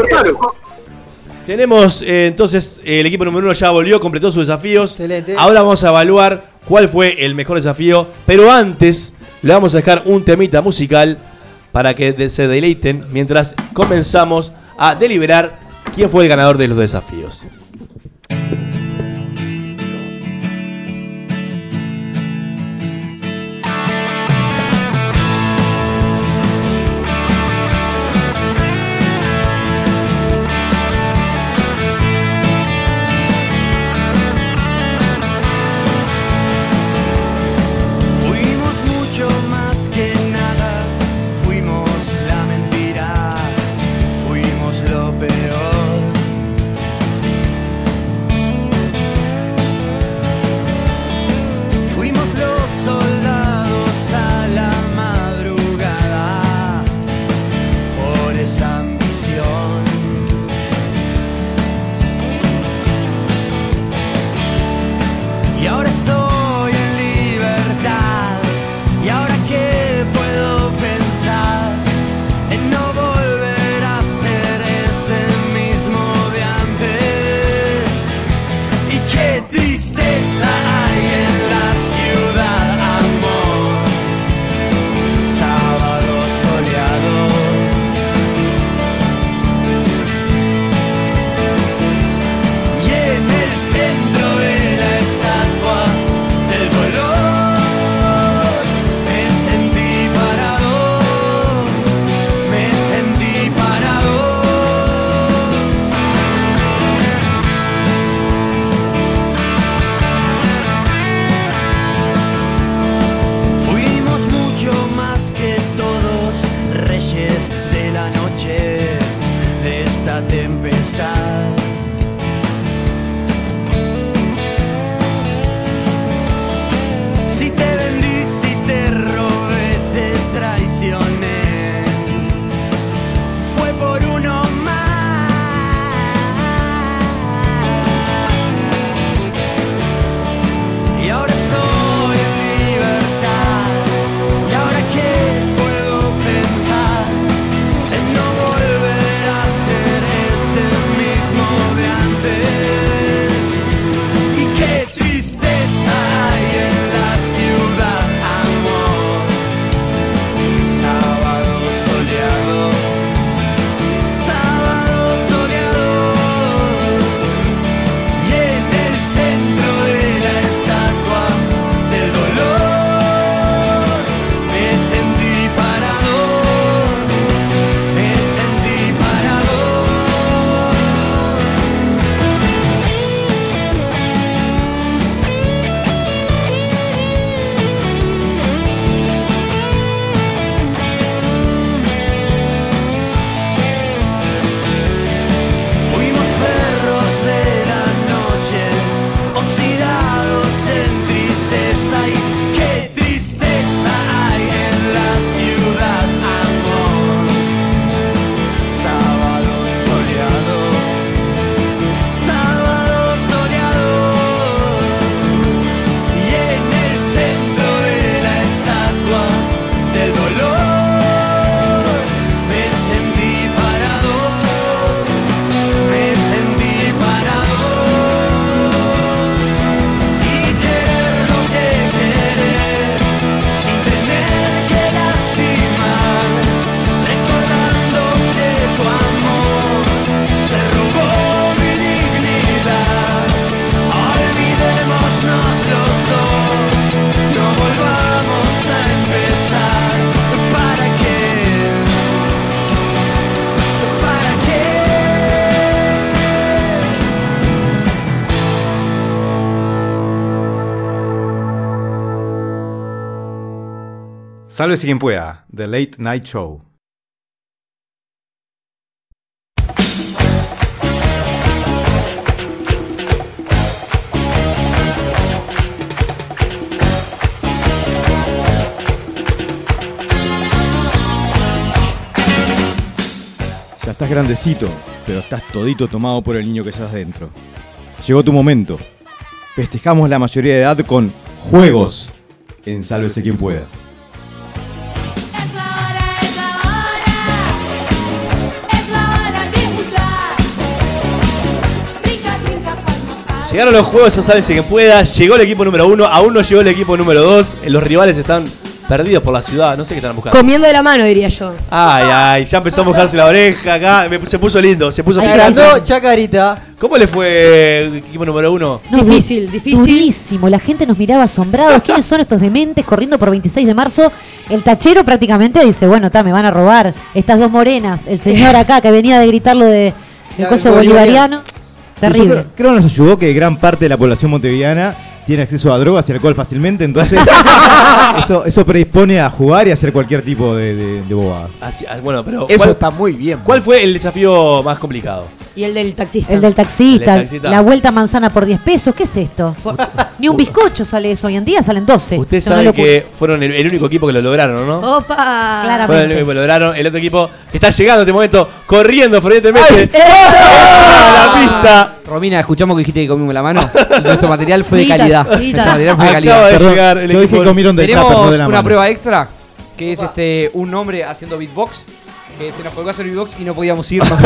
Tenemos eh, entonces el equipo número 1 ya volvió, completó sus desafíos. Ahora vamos a evaluar cuál fue el mejor desafío, pero antes le vamos a dejar un temita musical para que de- se deleiten mientras comenzamos a deliberar quién fue el ganador de los desafíos. Fuimos mucho más que nada, fuimos la mentira, fuimos lo peor. Sálvese quien pueda, The Late Night Show. Ya estás grandecito, pero estás todito tomado por el niño que estás dentro. Llegó tu momento. Festejamos la mayoría de edad con juegos. En Sálvese quien pueda. Llegaron los juegos, ya saben si que pueda. Llegó el equipo número uno, aún no llegó el equipo número dos. Eh, Los rivales están perdidos por la ciudad, no sé qué están buscando. Comiendo de la mano, diría yo. Ay, ay, ya empezó a mojarse la oreja acá. Me- se puso lindo, se puso Agrandó Chacarita. ¿Cómo le fue el equipo número uno? difícil, difícil. Durísimo, la gente nos miraba asombrados. ¿Quiénes son estos dementes corriendo por 26 de marzo? El tachero prácticamente dice, bueno, ta, me van a robar estas dos morenas. El señor acá que venía de gritar lo de el La- coso bolivariano. bolivariano. Terrible. Nosotros- creo que nos ayudó que gran parte de la población montevideana tiene acceso a drogas y alcohol fácilmente, entonces eso, eso predispone a jugar y a hacer cualquier tipo de, de, de bobada. Así- ah, bueno, pero Eso está muy bien. pues. ¿Cuál fue el desafío más complicado? Y el del taxista. El del taxista, El del taxista. la vuelta a manzana por 10 pesos, ¿qué es esto? Ni un bizcocho sale eso, hoy en día salen 12. Ustedes Es una saben locura. Oh, que fueron el, el único equipo que lo lograron, ¿no? Opa. Fueron el único que lo lograron. El otro equipo que está llegando en este momento, corriendo fervientemente. ¡Eso! a la pista. Romina, escuchamos que dijiste que comimos la mano. Y nuestro material fue de Guitas, calidad. guitas. Nuestro material fue de Acaba calidad. de llegar el Yo dije equipo- comieron de Tenemos tapas, no de la una mano. prueba extra, que es este un hombre haciendo beatbox, que se nos colgó a hacer beatbox y no podíamos irnos.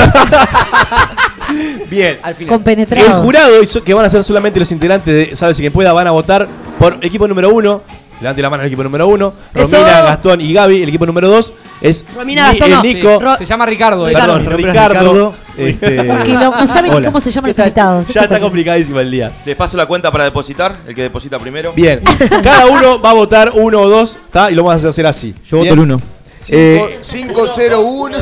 Bien. Al final. Compenetrado. El jurado, y so- que van a ser solamente los integrantes de Sabes si quien pueda, van a votar por equipo número uno. Levante la mano el equipo número uno. Eso. Romina, Gastón y Gaby. El equipo número dos es Romina, Gastón, es no. Nico. Sí, Ro- se llama Ricardo, eh. Perdón, Ricardo. Ricardo. Este, Que no, no saben ni cómo se llaman los invitados. Ya está complicadísimo el día. Les paso la cuenta para depositar, el que deposita primero. Bien. Cada uno va a votar uno o dos, ¿tá? Y lo vamos a hacer así. Yo voto el uno. Eh, Eh, 501.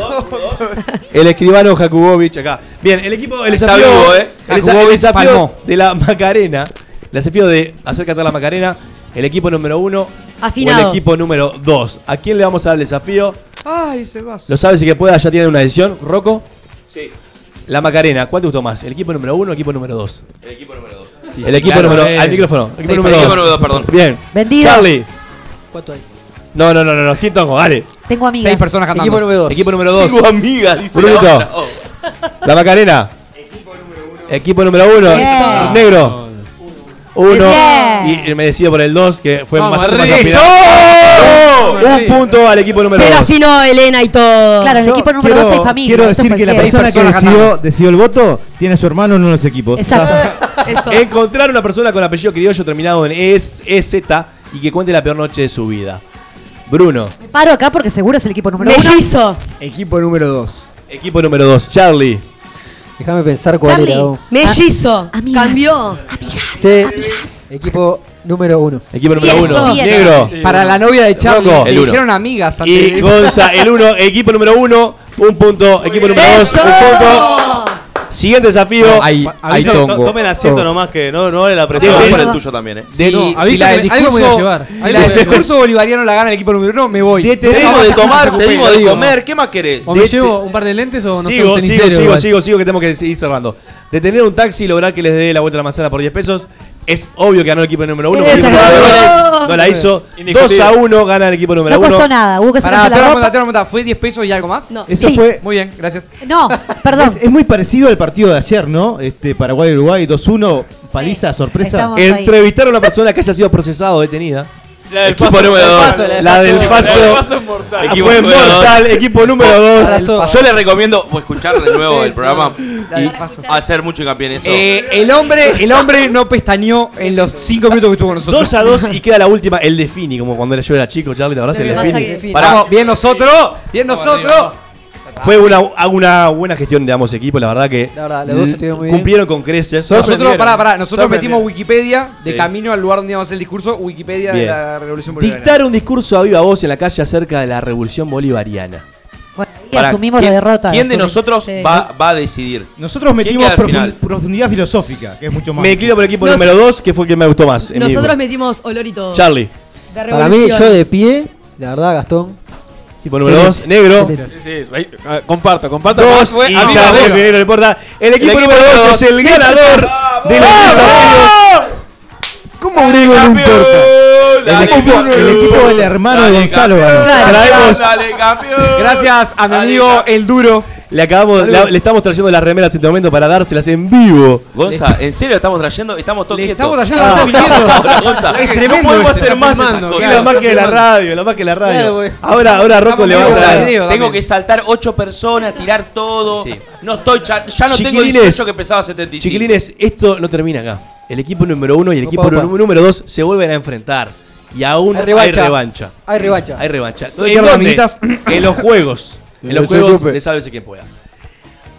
El escribano Jakubowicz acá. Bien, el equipo, el Está desafío, vivo, ¿eh? el desa- Jakubowicz el desafío palmó. de la Macarena, el desafío de hacer cantar la Macarena, el equipo número uno o el Afinado. equipo número dos. ¿A quién le vamos a dar el desafío? Ay, se va. Lo sabes si que pueda, ya tiene una edición. ¿Roco? Sí. La Macarena, ¿cuál te gustó más? ¿El equipo número uno o el equipo número dos? El equipo número dos. el equipo número Al micrófono. El equipo número dos. perdón. Bien. Vendido. Charlie. ¿Cuánto hay? No, no, no, no, no, sin tongo, dale. Tengo amigas. Equipo número dos. Equipo número dos. Tengo amigas, dice Brunito. la otra. Oh. La Macarena. Equipo número uno. Eso. Negro. Uno. Bien. Y me decido por el dos, que fue Vamos, bastante más arriba. aspirado. ¡Eso! Un punto al equipo número Pero dos. afinó Elena y todo. Claro, el Yo equipo número quiero- 2 es familia. Quiero esto decir que la cualquiera. persona que decidió, decidió el voto tiene a su hermano en uno de los equipos. Exacto. Encontrar una persona con apellido criollo terminado en EZ y que cuente la peor noche de su vida. Bruno. Paro acá porque seguro es el equipo número uno. Equipo número 2. Equipo número 2. Charlie. Déjame pensar cuál era. Charlie, vos. Ah, mellizo, cambió. Sí, Equipo número uno. Equipo número Bien, uno. bien. Negro. Para la novia de Charlie, Rocco. le El uno. dijeron amigas antes de Y eso. Gonza, el uno. Equipo número uno, un punto. Equipo número dos, un punto. Siguiente desafío. Hay- Pa- hay aviso, Ah, to- tongo. tomen asiento Oh. Tongo. nomás, que no- no vale la presión. De- Vamos por el de- tuyo también, eh. de- Sí, no, Si aviso la que- del algo me voy a discurso- llevar. Si Algo la me voy del a llevar. discurso bolivariano la gana el equipo número uno, me voy. Te Vamos tenemos a- de vamos tomar, a- te dimos te de digo. comer, ¿qué más querés? O me De- llevo un par de lentes o no sé, Este- Sigo, un sigo, cenicero sigo, igual. sigo, sigo, que tenemos que seguir cerrando. De tener un taxi y lograr que les dé la vuelta a la manzana por 10 pesos. Es obvio que ganó el equipo número uno. ¡Eso! porque No no la hizo. 2 a 1 gana el equipo número No costó 1. nada, hubo que Pará, sacarse la te lo ropa. monta, te lo monta. ¿Fue 10 pesos y algo más? No. Eso Sí. fue- Muy bien, gracias. No, Es, es muy parecido al partido de ayer, ¿no? Este Paraguay-Uruguay 2-1, paliza, sorpresa. Estamos ahí. Entrevistar a una persona que haya sido procesada o detenida. La del equipo paso- número la del 2. paso, la del La del paso. paso. La del paso mortal. Ah, Equipo Fue número dos. mortal. Equipo número 2. Yo les recomiendo escuchar de nuevo el programa y hacer mucho hincapié en eso. Eh, el hombre, el hombre no pestañeó en los 5 minutos que estuvo con nosotros. 2 a 2 y queda la última, el de Fini, como cuando yo era chico, Charlie, la verdad es el Lo que pasa de que- Fini. Pará. Vamos, bien nosotros, bien nosotros. Ah, Fue una, una buena gestión de ambos equipos, la verdad que La verdad, los dos estuvieron muy bien. cumplieron con creces. Nosotros, pará, pará, nosotros metimos Wikipedia. Wikipedia de Sí. camino al lugar donde íbamos a hacer el discurso, Wikipedia de Bien. la Revolución Bolivariana. Dictar un discurso a viva voz en la calle acerca de la revolución bolivariana. Y asumimos la ¿quién- derrota. ¿Quién de asumimos. nosotros Sí. va, va a decidir? Nosotros metimos profundidad filosófica, que es mucho más. Me inclino por el equipo Nos- número 2, que fue el que me gustó más. en mi- Nosotros metimos olor y todo. Charlie. De Para mí, revolución. yo de pie la verdad, Gastón. Tipo número dos, negro. Sí, sí, sí, rey- ah, comparto, comparto. Dos Fue y a mí ya la ves, voz. negro, no importa. El equipo número dos es el ganador de los desafíos. ¿Cómo griego no importa? Dale, El equipo, el equipo del hermano de Gonzalo ganó. Traemos- Gracias a mi amigo El Duro. Le acabamos, Saludos. la- le estamos trayendo las remeras en este momento para dárselas en vivo. Gonza, ¿en serio estamos trayendo? Estamos todos quietos. estamos trayendo, Ah, estamos estamos quietos. ahora, Gonza. Es tremendo No podemos esto, hacer está más esas filmando, cosas. claro. Es la magia de la radio, la magia de la radio. Ahora- ahora Rocco le va a traer. Tengo También. que saltar ocho personas, tirar todo. No estoy, ya, ya no tengo Chiquilines. 18 que pesaba 75. Eh, Chiquilines, esto no termina acá. El equipo número uno y el equipo opa. nú- número dos se vuelven a enfrentar. Y aún hay Hay revancha. revancha. Hay revancha. Hay revancha. revancha. ¿Dónde ¿En quedan las dónde? amiguitas? En los juegos. En En los el juegos Sucupe. de sálvese quien pueda.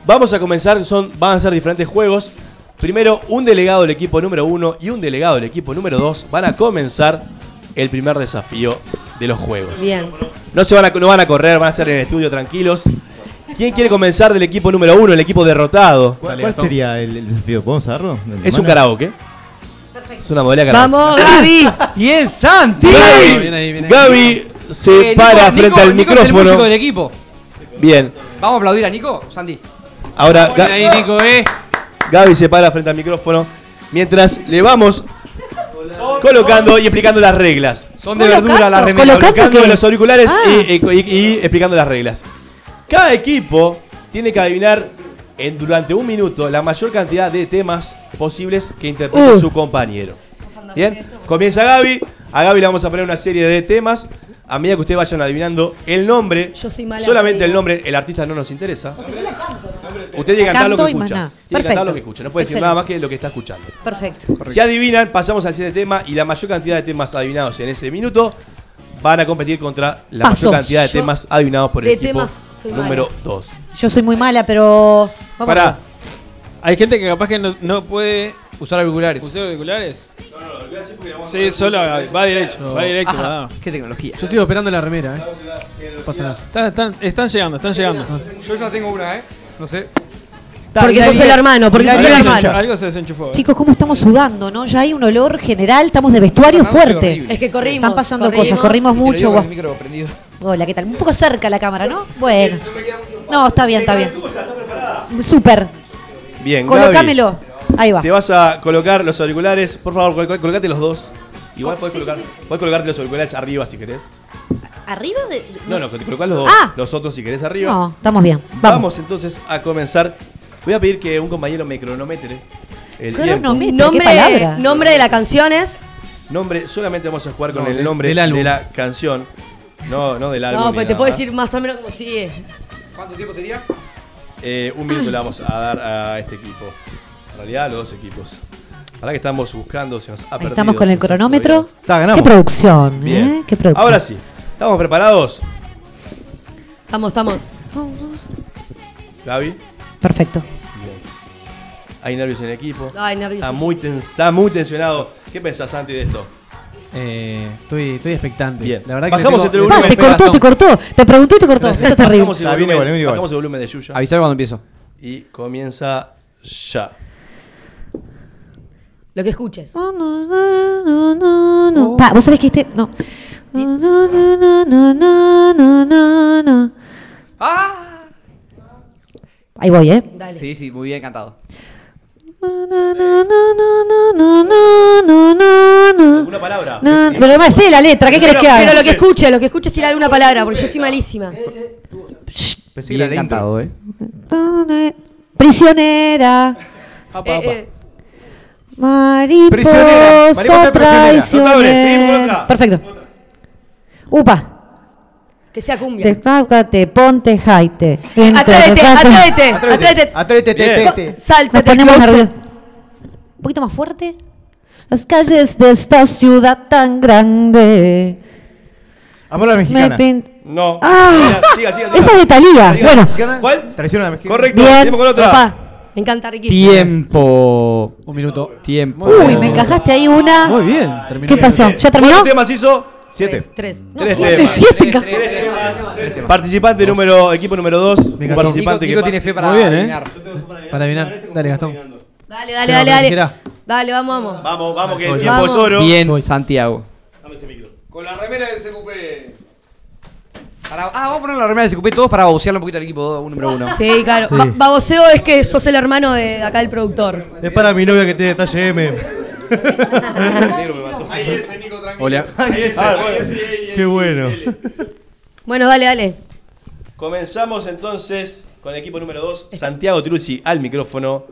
Vamos a comenzar, son, van a ser diferentes juegos. Primero, un delegado del equipo número uno y un delegado del equipo número dos van a comenzar el primer desafío de los juegos. Bien. No se van a, no van a correr, van a estar en el estudio tranquilos. ¿Quién quiere comenzar del equipo número uno, el equipo derrotado? ¿Cuál, cuál sería el, el desafío? ¿Podemos saberlo? ¿De Es un mano? karaoke. Es una modalidad karaoke. Vamos, Gaby. Bien, Santi. Gaby, Gaby se Eh, Nico- para frente Nico- al Nico es el micrófono. músico del equipo. Bien, ¿Vamos a aplaudir a Nico, Sandy? ahora Bien Ga- ahí, Nico, eh. Gaby se para frente al micrófono mientras le vamos colocando y explicando las reglas. Son de ¿Colocando? verdura las remeras. ¿Colocando Colocando qué? los auriculares Ah. y, y- y- y explicando las reglas. Cada equipo tiene que adivinar en, durante un minuto la mayor cantidad de temas posibles que interprete Uh. su compañero. Bien, comienza Gaby. A Gaby le vamos a poner una serie de temas. A medida que ustedes vayan adivinando el nombre, Yo soy mala solamente para el nombre, el artista no nos interesa. La Usted tiene que cantar lo canto que y más escucha. nada. Tiene que Perfecto. cantar lo que escucha. No puede decir Excelente. nada más que lo que está escuchando. Perfecto. Si adivinan, pasamos al siguiente tema y la mayor cantidad de temas adivinados en ese minuto van a competir contra la Paso. mayor cantidad de Yo- temas adivinados por el de equipo temas soy número mala. 2. Yo soy muy mala, pero. Vamos Pará. Hay gente que capaz que no, no puede. Usar auriculares. ¿Usar auriculares? Sí, solo va directo. Va directo, Ajá, va. Qué tecnología. Yo sigo esperando la remera, eh. No Pasa nada. Están, están- están llegando, están llegando. Yo ya tengo una, eh. No sé. Porque sos el hermano, porque sos el hermano. Algo se desenchufó. eh. Chicos, ¿cómo estamos sudando, no? Ya hay un olor general, estamos de vestuario fuerte. Es que corrimos. Están pasando corrimos. cosas, corrimos Te lo digo mucho. con el micro prendido. Hola, ¿qué tal? Un poco cerca la cámara, ¿no? Bueno. No, está bien, está bien. Súper. Bien, Gaby, Colocámelo. Ahí va. Te vas a colocar los auriculares, por favor, col- col- colocate los dos. Igual podés, colocar, podés colocarte los auriculares arriba si querés. Arriba de. No, no, te colocás los dos. Los otros si querés arriba. Ah. No, estamos bien. Vamos. entonces a comenzar. Voy a pedir que un compañero me cronometre. El tiempo. Cronometre, Nombre, palabra? nombre de la canción es. Nombre, solamente vamos a jugar con No, el del- nombre del álbum. de la canción. No, no del álbum. No, ni pues te nada puedo más. decir más o menos cómo sigue. ¿Cuánto tiempo sería? Eh, un minuto le vamos a dar a este equipo. En realidad, a los dos equipos. Ahora que estamos buscando, se nos ha perdido. Estamos con el cronómetro. Está, ganamos. Qué producción, ¿eh? Bien. Qué producción. Ahora sí, ¿estamos preparados? Estamos, estamos. Gaby. Perfecto. Bien. Hay nervios en el equipo. Ay, nervios. Está muy, ten- está muy tensionado. ¿Qué pensás, Santi, de esto? Eh, estoy, estoy expectante. Bien. La verdad que Bajamos le el tengo- volumen. Ah, te cortó, te cortó. Te preguntó y te cortó. Esto es terrible. Bajamos el volumen, bajamos el volumen de Yuya. Avisame cuando empiezo. Y comienza ya. Lo que escuches. Oh. No, pa, vos sabés que este. No. No, no, no, no, no, no, no, no. Ah. Ahí voy, ¿eh? Sí, sí, muy bien cantado. Una palabra. pero además sé la letra, ¿qué querés que haga? Pero lo que escuches, lo que escuches, tirar alguna palabra, porque yo soy malísima. Pensé que era cantado, eh. Prisionera. Eh, eh, Mariposa Prisionera, traicionera. mariposa traicionera. Notable, seguimos con otra. Perfecto. Upa. que sea cumbia. Destácate, ponte, jaite. Gente, Atrévete, destácate. atrévete, atrévete. Atrévete, Bien. te, te. Salta. Nos ponemos nerviosos. Un poquito más fuerte. Las calles de esta ciudad tan grande. Amor a la Me mexicana. pin- No. Ah. Siga, siga, siga. Esa es de Talía. Siga. Bueno. ¿Cuál? Traición a la mexicana. Correcto, Bien. seguimos con otra. Papá, me encanta Ricky. Tiempo. Un minuto. Tiempo. Uy, me encajaste ahí una. Muy bien. ¿Qué pasó? ¿Ya terminó? ¿Cuántos temas hizo? Siete. Tres. Tres siete, temas. siete, Tres encajaste. temas. Participante número, equipo núero dos. Un participante que pase. Muy bien, ¿eh? Para adivinar. Dale, Gastón. Dale, dale, Mirá, dale, dale. mirá. Dale, vamos, vamos. Vamos, vamos, que Voy. el tiempo es oro. Bien, Santiago. Con la remera de CQP. Para- ah, vamos a poner la remera del Secupé todos para babosearle un poquito al equipo do- número uno. Sí, claro. Ba- baboseo es que sos el hermano de acá del productor. Es para mi novia que tiene talle M. Hola. Qué bueno. Bueno, dale, dale. Comenzamos entonces con el equipo número 2, Santiago Trucci al micrófono.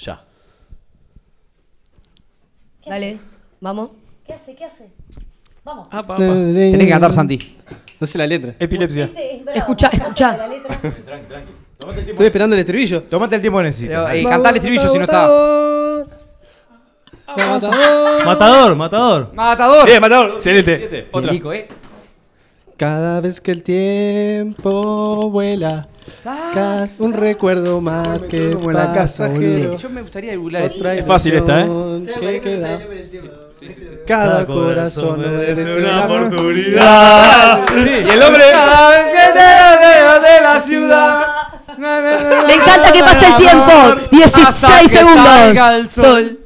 Ya. Dale. Vamos. ¿Qué hace? ¿Qué hace? Vamos. Tenés que cantar, Santi. No sé la letra. Epilepsia. Escucha, escucha. Estoy esperando el estribillo. Tomate el tiempo que necesitas. Pero, eh, cantá el estribillo si no está. Matador, matador. Eh, Matador. Bien, matador. Excelente. Otra. Nico, eh. Cada vez que el tiempo vuela, ca- un recuerdo más que como en la casa, pasajero. boludo. Yo me gustaría debular Otra eso. fácil esta, ¿eh? ilusión que queda. Cada Cada Ah, corazón corazón merece merece una una oportunidad. Sí. Y el hombre- Cada vez Ah, que te la veo de la ciudad. Me encanta que pase el tiempo. 16 Hasta que segundos. salga el sol. Sol.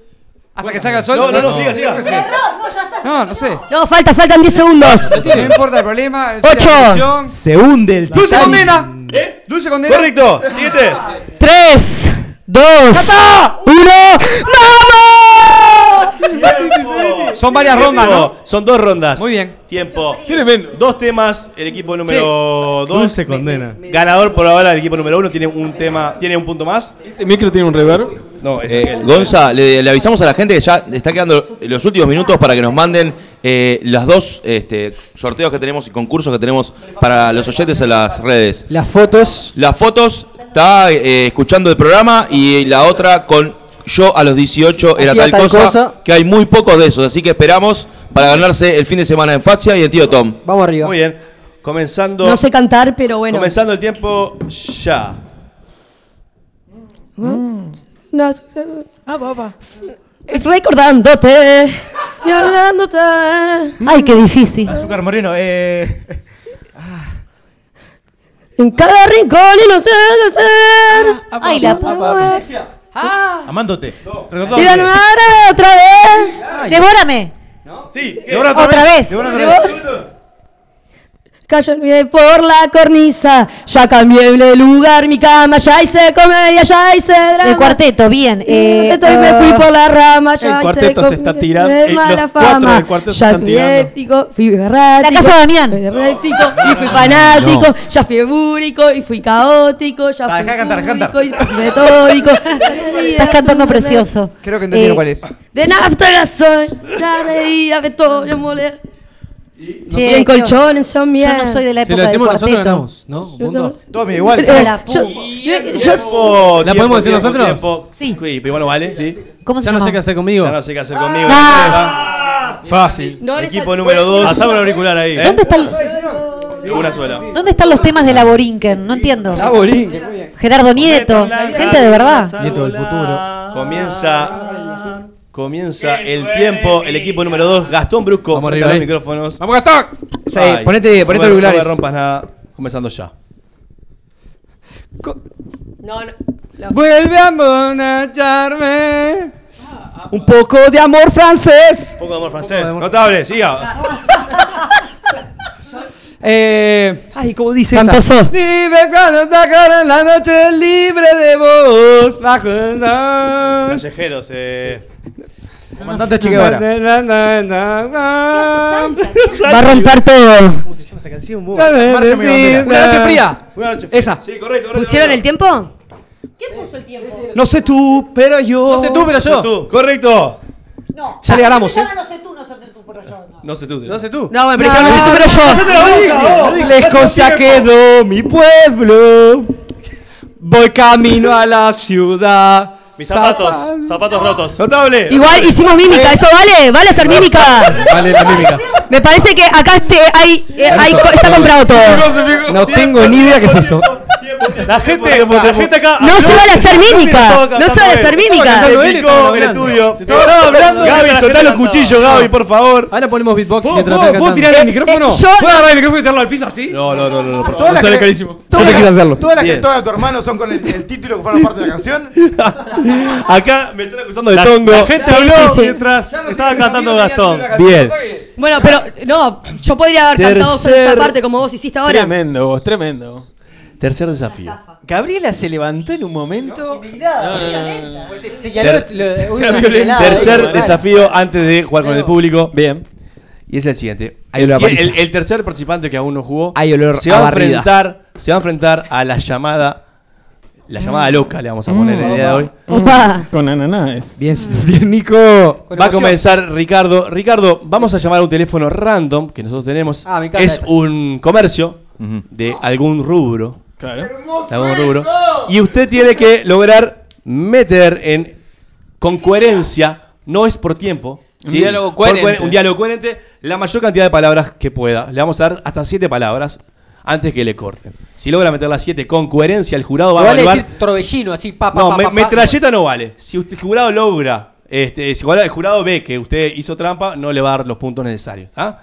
Hasta que salga el sol. No, no, no, siga, siga. No, sé. no, no sé. No, falta, faltan 10 segundos. No importa el problema. es Ocho. la solución. Se hunde el Dulce Titanic. condena. ¿Eh? Dulce condena. Correcto. Siguiente. 3, 2, 1. Son varias rondas, ¿no? Son dos rondas. Muy bien. Tiempo. Dos temas, el equipo número 2. se condena. Ganador por ahora, el equipo número 1 tiene un tema, tiene un punto más. ¿Este micro tiene un reverb? No, Eh, Gonza, le, le avisamos a la gente que ya está quedando los últimos minutos para que nos manden eh, las dos este, sorteos que tenemos y concursos que tenemos para los oyentes en las redes. Las fotos. Las fotos está eh, escuchando el programa y la otra con yo a los 18 era Hacía tal, tal cosa, cosa. que hay muy pocos de esos, así que esperamos para ganarse el fin de semana en Fazia y el tío Tom. Vamos arriba. Muy bien. Comenzando. No sé cantar, pero bueno. Comenzando el tiempo ya. No, ah, papá. Recordándote. Y hablándote. Ay, qué difícil. Azúcar Moreno, eh. En cada rincón y no sé qué hacer. Ay, la puta. Ah. Amándote. Y de nuevo otra vez. Devórame. Sí, Devora otra Otra vez. vez. Devora Devora- otra vez. Cayó el pie por la cornisa. Ya cambié de lugar. Mi cama ya hice comedia, ya hice drama. El cuarteto, bien. Eh, Estoy, me fui por la rama. Ya hice cuarteto se está comedia, tirando, de eh, los mala cuatro del fama. cuarteto se Ya están soy tirando. ético, fui berrático. La casa de Damián. Fui berrático y Ah, fui fanático. Ya fui búrico y fui caótico. Ya fui búrico y fui metódico. Estás cantando precioso. Creo que entendieron Eh, cuál es. De nafta gasoil, ya reía, me toca mole. Che, en yo- colchones son yo mierda. no soy de la Si lo época del decimos nosotros cuarteto. ganamos, ¿no? Yo Mundo. tam- Tome, igual. Pero- La yo- yo- yo- Tiempo, ¿La podemos decir tiempo, nosotros? tiempo. Sí. Pero bueno, vale, sí. ¿Cómo se Ya no sé qué hacer conmigo. Ah. Ya no sé qué hacer conmigo. Fácil. No le Equipo sal- número 2. Pasame el auricular ahí. ¿Eh? ¿Dónde, está el- Una sola. ¿Dónde están los temas de Laborinquen? No entiendo. Laborinquen, muy bien. Gerardo Nieto. Gente de verdad. Nieto del futuro. Comienza. Comienza el tiempo. El equipo número 2, Gastón Brusco. Vamos arriba, eh. los ahí. micrófonos. Vamos, Gastón. Sí, Ay, ponete, no me- ponete auriculares. No me rompas nada. Comenzando ya. No, no. la- Vuelve a monacharme. Un poco de amor francés. Poco de amor francés. Notable, siga. Eh, ay, ¿cómo dice? Cantoso. esta? Dime cuando te agarran la noche libre de vos. Bajo el sol. Callejeros, eh. Comandante Che Guevara. Na, na, na, na. Va a romper todo. Esa canción, vos. Marcha mi bandera. Una noche fría. Buenas noches. Esa. Sí, correcto, correcto. ¿Pusieron el tiempo? No sé tú, pero yo. No sé tú, pero yo. Tú. Correcto. No. Ya le ganamos, ¿eh? No sé tú, no sé tú, pero yo. No sé tú. No sé tú. No, bueno, pero dijeron, no sé tú, pero yo. La Escocia quedó mi pueblo. Voy camino a la ciudad. Mis zapatos, zapatos rotos. Notable. Igual hicimos mímica, eso vale, vale hacer mímica. Vale, la mímica. Me parece que acá este, hay, eh, hay co- está comprado todo. No tengo ni idea qué es esto. La gente, la gente acá. No se vale hacer mímica. No se vale hacer mímica. Se Noel picó estaba el hablando. estudio. Se estaba hablando. Gaby, soltá los cuchillos, Gaby, por favor. Ahora ponemos beatbox ¿Puedo, mientras puedo, están puedo cantando. tirar el micrófono? yo- ¿Puedo agarrar el micrófono y tirarlo al piso así? Eh, No, no, no, no. no, por Todas las Sale que- carísimo. Yo te quise hacerlo. Todas las que Bien. todas de tu hermano son con el, el título que forma parte de la canción. favor. Acá me están acusando de La, tongo. la gente Sí, habló sí, sí. mientras estaba cantando Gastón. Bien. Bueno, pero no, yo podría haber cantado con esta Tercer- parte como vos hiciste ahora. Tremendo vos, tremendo. Tercer desafío. Gabriela se levantó en un momento. No, no, no, no, no. Pues Señaló lo- Ter- uy, sea una violenta. señalada. Tercer Igual. desafío antes de jugar con el público. Bien. Y es el siguiente. Hay El, olor a si- paliza. el- el tercer participante que aún no jugó Hay olor se va a a barrida. enfrentar, se va a enfrentar a la llamada la llamada loca le vamos a Mm. poner el día de hoy. Opa. Con ananáes. Bien, bien Nico. Va a comenzar Ricardo. Ricardo, vamos a llamar a un teléfono random que nosotros tenemos. Ah, me encanta es esto. un comercio de algún rubro. Claro. de algún rubro. Y usted tiene que lograr meter en con coherencia, no es por tiempo. Un diálogo coherente. Por coher- un diálogo coherente, la mayor cantidad de palabras que pueda. Le vamos a dar hasta siete palabras antes que le corten. Si logra meter las siete con coherencia, el jurado va a vale evaluar. decir torbellino, así, papá. No, me- metralleta no vale. Si usted, el jurado logra, este, si el jurado ve que usted hizo trampa, no le va a dar los puntos necesarios. ¿ah?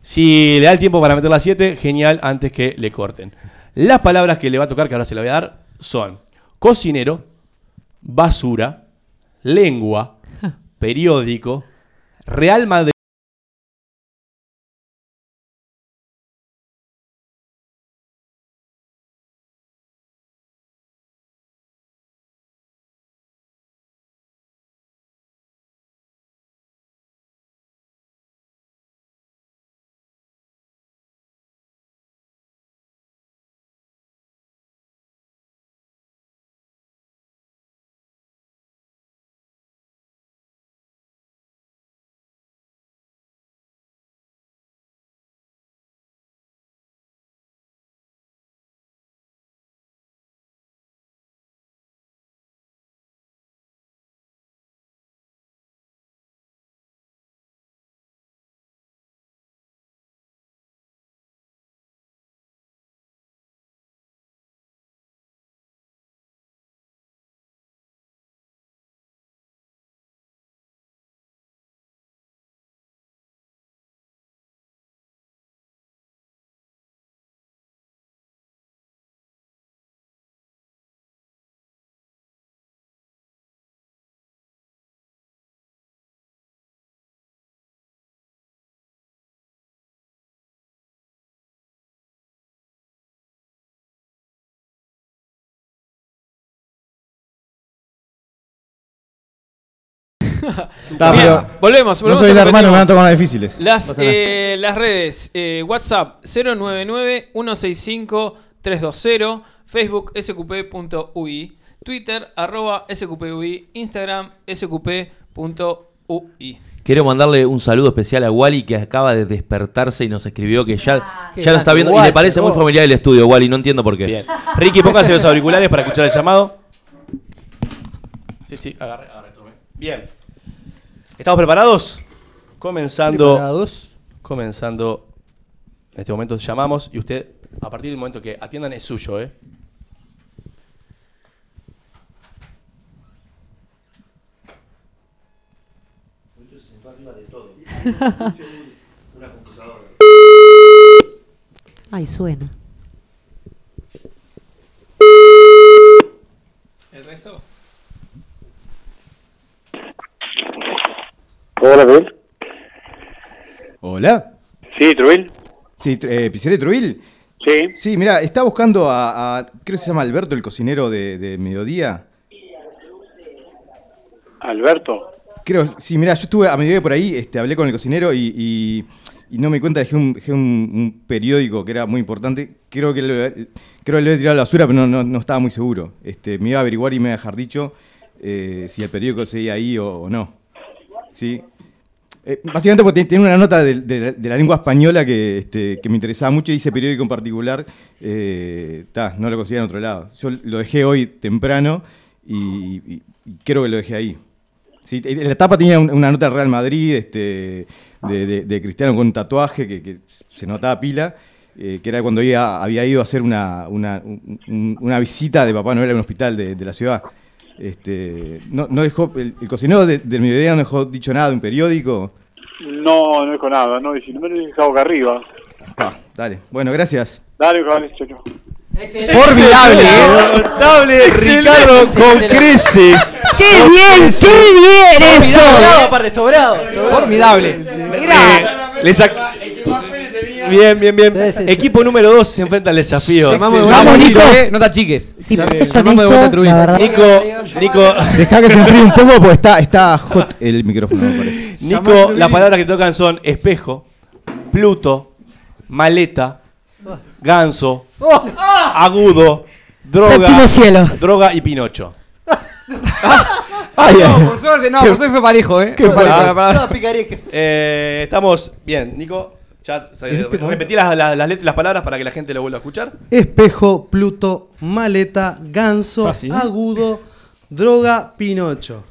Si le da el tiempo para meter las 7, genial, antes que le corten. Las palabras que le va a tocar, que ahora se las voy a dar, son cocinero, basura, lengua, periódico, Real Madrid. Está, Bien, pero volvemos, no volvemos. soy el repetimos. hermano, me van a tocar las difíciles. Las, No pasa nada. eh, las redes, eh, WhatsApp 099-165-320, Facebook sqp.ui, Twitter arroba sqp.ui, Instagram sqp.ui. Quiero mandarle un saludo especial a Wally que acaba de despertarse y nos escribió que ya, Ah, Qué ya lo está grande, viendo y Wally, le parece muy vos. familiar el estudio, Wally, no entiendo por qué. Bien. Ricky, póngase los auriculares para escuchar el llamado. Sí, sí, agarré, agarré, tomé. Bien. ¿Estamos preparados? Comenzando. Comenzando. En este momento llamamos y usted, a partir del momento que atiendan, es suyo, ¿eh? Ay, suena. ¿El resto? Hola, Truvil. Hola. Sí, Truvil. Sí, tr- eh, pizzería Truvil. Sí. Sí, mira, está buscando a, a- Creo que se llama Alberto, el cocinero de, de mediodía. Alberto. Creo, sí, mira, yo estuve a mediodía por ahí, este, hablé con el cocinero y, y- y no me di cuenta, dejé, un, dejé un- un periódico que era muy importante. Creo que lo, creo que lo he tirado a la basura, pero no, no- no estaba muy seguro. Este, me iba a averiguar y me iba a dejar dicho eh, si el periódico seguía ahí o, o no. Sí. Eh, básicamente porque tiene una nota de, de la- de la lengua española que, este, que me interesaba mucho y ese periódico en particular, eh, ta, no lo conseguía en otro lado. Yo lo dejé hoy temprano y, y- y creo que lo dejé ahí. Sí, en la tapa tenía un- una nota de Real Madrid, este, de, de- de Cristiano con un tatuaje que, que se notaba pila, eh, que era cuando iba- había ido a hacer una, una- un- un- una visita de Papá Noel a un hospital de, de la ciudad. Este, no, no dejó, el, el cocinero de- del mediodía no dejó dicho nada de un periódico. No, no dijo nada, no dice, no me lo dejado acá arriba. Ah, Dale, bueno, gracias. Dale, Javier, chao, chao. Formidable, ¿eh? Notable, Excelente. Ricardo con creces. ¡Qué bien, qué bien Sobrado, eso! aparte, sobrado. sobrado. Formidable. Le sac- Eh, Bien, bien, bien. Equipo número 2 se enfrenta al desafío. Llamamos de Vamos, vuelta a Nico. Trujillo, eh, no te achiques. Sí, llamamos de vuelta a Trujillo. la verdad. Nico, Nico, Deja que se enfríe un poco porque está, está hot el micrófono, me parece. Nico, las palabras que tocan son espejo, Pluto, maleta, ganso, Oh. agudo, droga, Séptimo cielo. droga y Pinocho. Ay, no, por suerte, no, por suerte fue parejo, ¿eh? Qué Fue parejo la palabra. Eh, estamos bien, Nico. Ya, este eh, repetí las, las, las letras y las palabras para que la gente lo vuelva a escuchar. Espejo, Pluto, maleta, ganso, agudo, droga, Pinocho.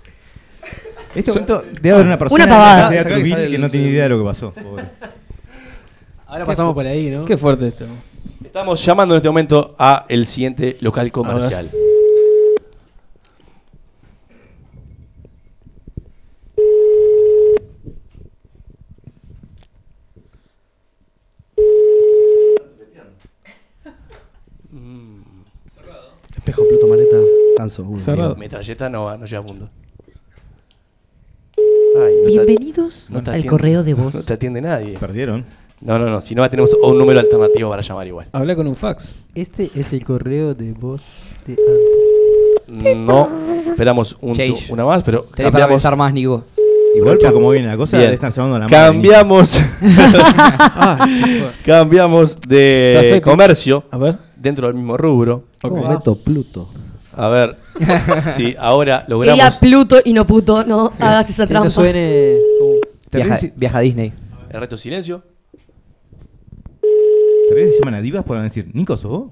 Este momento debe haber una persona que sea Trujillo y que no tiene idea de lo que pasó. pobre. Ahora pasamos por ahí, ¿no? Qué fuerte esto. Estamos llamando en este momento a el siguiente local comercial. Espejo, Pluto, maleta, ganso, agudo. Mi Metralleta no, va, no llega a punto. Ay, no te- Bienvenidos no te al atiende- correo de No voz. te atiende nadie. Perdieron. No, no, no. Si no, tenemos un número alternativo para llamar igual. Habla con un fax. Este es el correo de voz de No, esperamos un, Change. tu- una más, pero. Tenés para pensar más, Nico. Igual, para como viene la cosa, debe estar llamando a la madre, Cambiamos. Nico. Cambiamos Ya fue de que- comercio. A ver. Dentro del mismo rubro. ¿Cómo meto Pluto? A ver si ahora Quería logramos. Pluto y no puto, no hagas esa Que no trampa. suene Viaja, viaja a Disney. El reto silencio. ¿Te ves? Se llaman a divas por decir, Nico, ¿sos vos?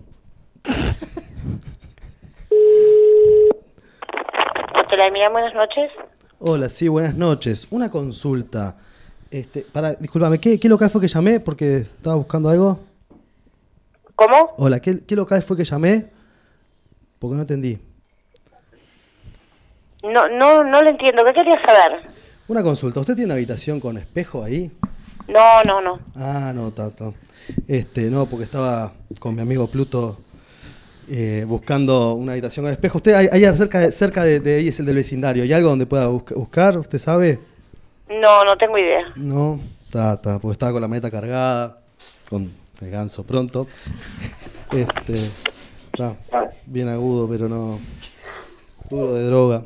Hotelemia, buenas noches. Hola, sí, buenas noches. Una consulta. Este, para, discúlpame, ¿qué, ¿qué local fue que llamé? Porque estaba buscando algo. ¿Cómo? Hola, ¿qué, qué local fue que llamé? Porque no entendí. No, no, no lo entiendo. ¿Qué querías saber? Una consulta, ¿usted tiene una habitación con espejo ahí? No, no, no. Ah, no, tanto. Este, no, porque estaba con mi amigo Pluto eh, buscando una habitación con espejo. Usted, ahí, ahí cerca, de, cerca de, de ahí es el del vecindario. ¿Y algo donde pueda busca- buscar? ¿Usted sabe? No, no tengo idea. No, ta, ta, porque estaba con la maleta cargada, con el ganso pronto. Este, ta, bien agudo, pero no. Duro de droga.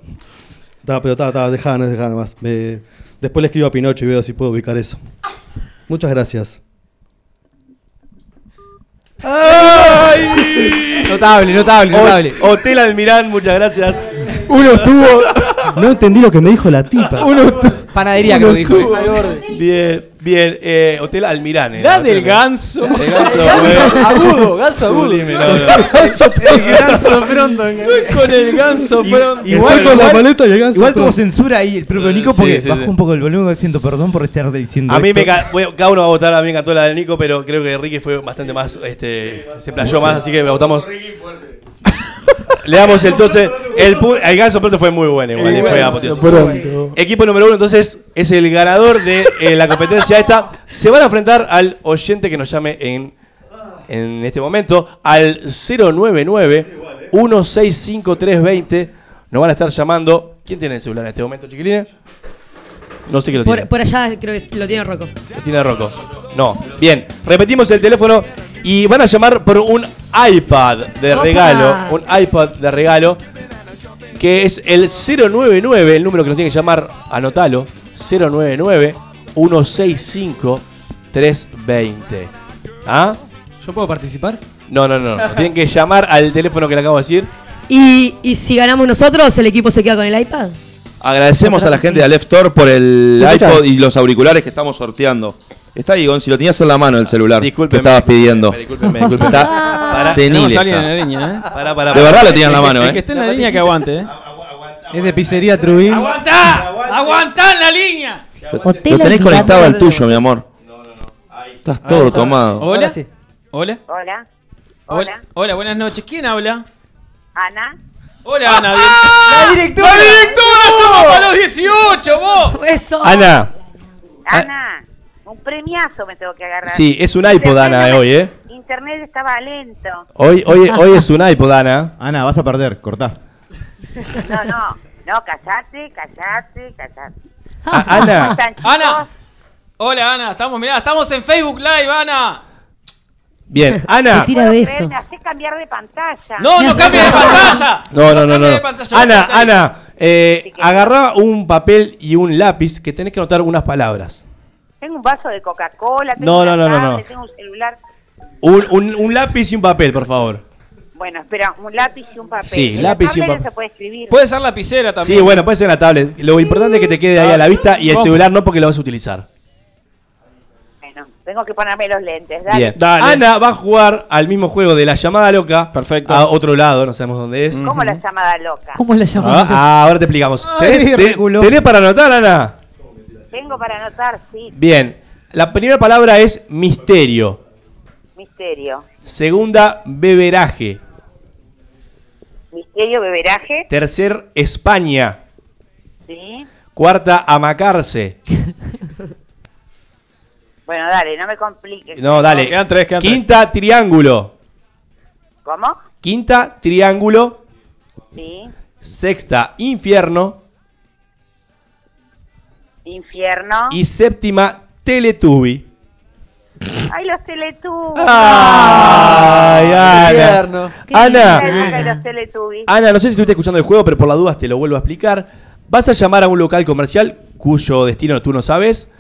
Ta, pero ta, ta, dejá, no dejá más. Me- después le escribo a Pinocho y veo si puedo ubicar eso. Muchas gracias. Notable, notable, notable. Hotel Almirán, muchas gracias. Uno estuvo. No entendí lo que me dijo la tipa. Panadería creo que dijo. eh. Bien, bien. eh, Hotel Almirán. La del ganso. ganso, Agudo, ganso agudo. Sublime, no, no. El ganso pronto. Estoy con el ganso pronto. y el ganso Igual tuvo pronto. censura ahí el propio Eh, Nico sí, porque sí, bajó sí. un poco el volumen. Siento perdón por estar diciendo A mí esto. me ca- bueno, cada uno va a votar, a mí me encantó la del Nico, pero creo que Ricky fue bastante más, este, se playó más, así que votamos. Le damos entonces el, pu- el ganso pronto fue muy bueno igual, El fue ganso apoteósico. pronto. Equipo número uno entonces es el ganador de eh, la competencia esta. Se van a enfrentar al oyente que nos llame en, en este momento al 099 165320. Nos van a estar llamando. ¿Quién tiene el celular en este momento, chiquilines? No sé qué lo tiene. Por, por allá creo que lo tiene Rocco. Tiene Rocco. No. Bien. Repetimos el teléfono y van a llamar por un iPad de Opa. regalo. Un iPad de regalo. Que es el 099, el número que nos tiene que llamar. Anotalo. 099 165 320. ¿Ah? ¿Yo puedo participar? No, no, no. Nos tienen que llamar al teléfono que le acabo de decir. Y, y si ganamos nosotros, el equipo se queda con el iPad. Agradecemos a la gente de Aleph Store por el Sí, iPod escucha. y los auriculares que estamos sorteando. Está ahí, Gonzi, lo tenías en la mano el celular que estabas pidiendo. Disculpenme, disculpenme. Está senil Tenemos a alguien está. en la línea, ¿eh? Pará, pará, De pará. verdad lo tiene en la mano, El ¿eh? que esté en la línea que aguante, ¿eh? Es de pizzería Trubín. ¡Aguantá! ¡Aguantá en la línea! Lo tenés conectado al tuyo, mi amor. Estás todo tomado. Hola. Hola. Hola. Hola. Hola, buenas noches. ¿Quién habla? Ana. Hola, Ana. Ah, ¡La directora! ¡La directora! ¡Somos para los 18, vos! Eso. Ana. Ana, un premiazo me tengo que agarrar. Sí, es un iPod, Ana, de hoy, ¿eh? Internet estaba lento. Hoy, hoy, hoy es un iPod, Ana. Ana, vas a perder, cortá. No, no, no, callate, callate, callate. Ah, Ana. Ana. Hola Ana, estamos, mirá, estamos en Facebook Live, Ana. Bien, Ana. tira besos. Me haces cambiar de pantalla. No, no cambie de pantalla. No, no, no, no. de pantalla, Ana, Ana, eh, agarrá un papel y un lápiz que tenés que anotar unas palabras. Tengo un vaso de Coca-Cola, tengo No, una no, no, no, tablet, no. tengo un celular. Un, un- un lápiz y un papel, por favor. Bueno, espera, un lápiz y un papel. Sí, En la lápiz y un tablet papel. se puede escribir. Puede ser lapicera también. Sí, bueno, puede ser en la tablet. Lo importante es que te quede ahí a la vista y el Ojo. celular no porque lo vas a utilizar. Bueno, tengo que ponerme los lentes, dale. Bien. Ana va a jugar al mismo juego de la llamada loca. Perfecto. A otro lado, no sabemos dónde es. ¿Cómo la llamada loca? ¿Cómo la Ah, ah, ahora te explicamos. ¿Tenés, te- tenés para anotar, Ana? Tengo para anotar, sí, Bien. La primera palabra es misterio. misterio. Segunda, beberaje. Misterio, beberaje, Tercer, España. sí. Cuarta, amacarse. Bueno, dale, no me compliques. No, dale. Quinta, triángulo. ¿Cómo? Quinta, triángulo. Sí. Sexta, infierno. Infierno. Y séptima, teletubi. Ay, los teletubbies. Ah. Ay, tierno. Ana. Qué linda época de Ana. los Teletubbies. Ana, no sé si estuviste escuchando el juego, pero por las dudas te lo vuelvo a explicar. Vas a llamar a un local comercial cuyo destino tú no sabes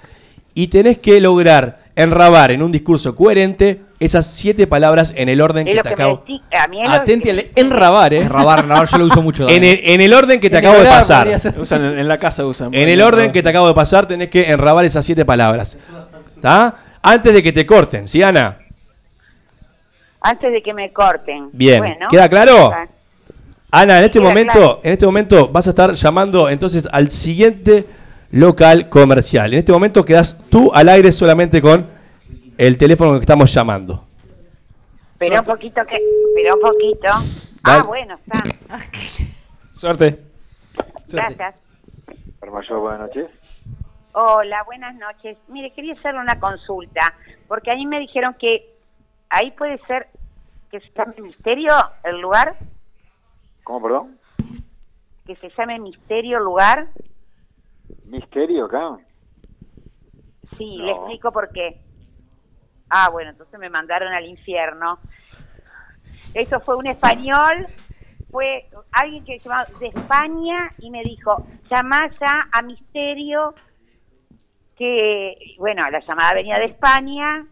y tenés que lograr enrabar en un discurso coherente esas siete palabras en el orden Es que lo te que me acabo. decís. A mí es lo Atenti al enrabar, eh. Enrabar, enrabar, yo lo uso mucho, En dale. el- en el orden que te En acabo de enrabar pasar. podría ser. Usan en, en la casa usan. En el orden que te acabo de pasar tenés que enrabar esas siete palabras. ¿Está? Antes de que te corten, ¿sí, Ana? Antes de que me corten. Bien, Bueno, Ah, ¿queda claro? está. Ana, en este queda momento, claro. en este momento vas a estar llamando entonces al siguiente local comercial. En este momento quedas tú al aire solamente con el teléfono que estamos llamando. Espera un poquito que. Espera un poquito. Dale. Ah, bueno, está. Suerte. Gracias. Mayor, buenas noches. Hola, buenas noches. Mire, quería hacerle una consulta. Porque a mí me dijeron que ahí puede ser que se llame misterio el lugar. ¿Cómo, perdón? Que se llame misterio el lugar. ¿Misterio acá? Sí, No. le explico por qué. Ah, bueno, entonces me mandaron al infierno. Eso fue un español, fue alguien que llamaba de España y me dijo, llamá ya a Misterio, que, bueno, la llamada venía de España,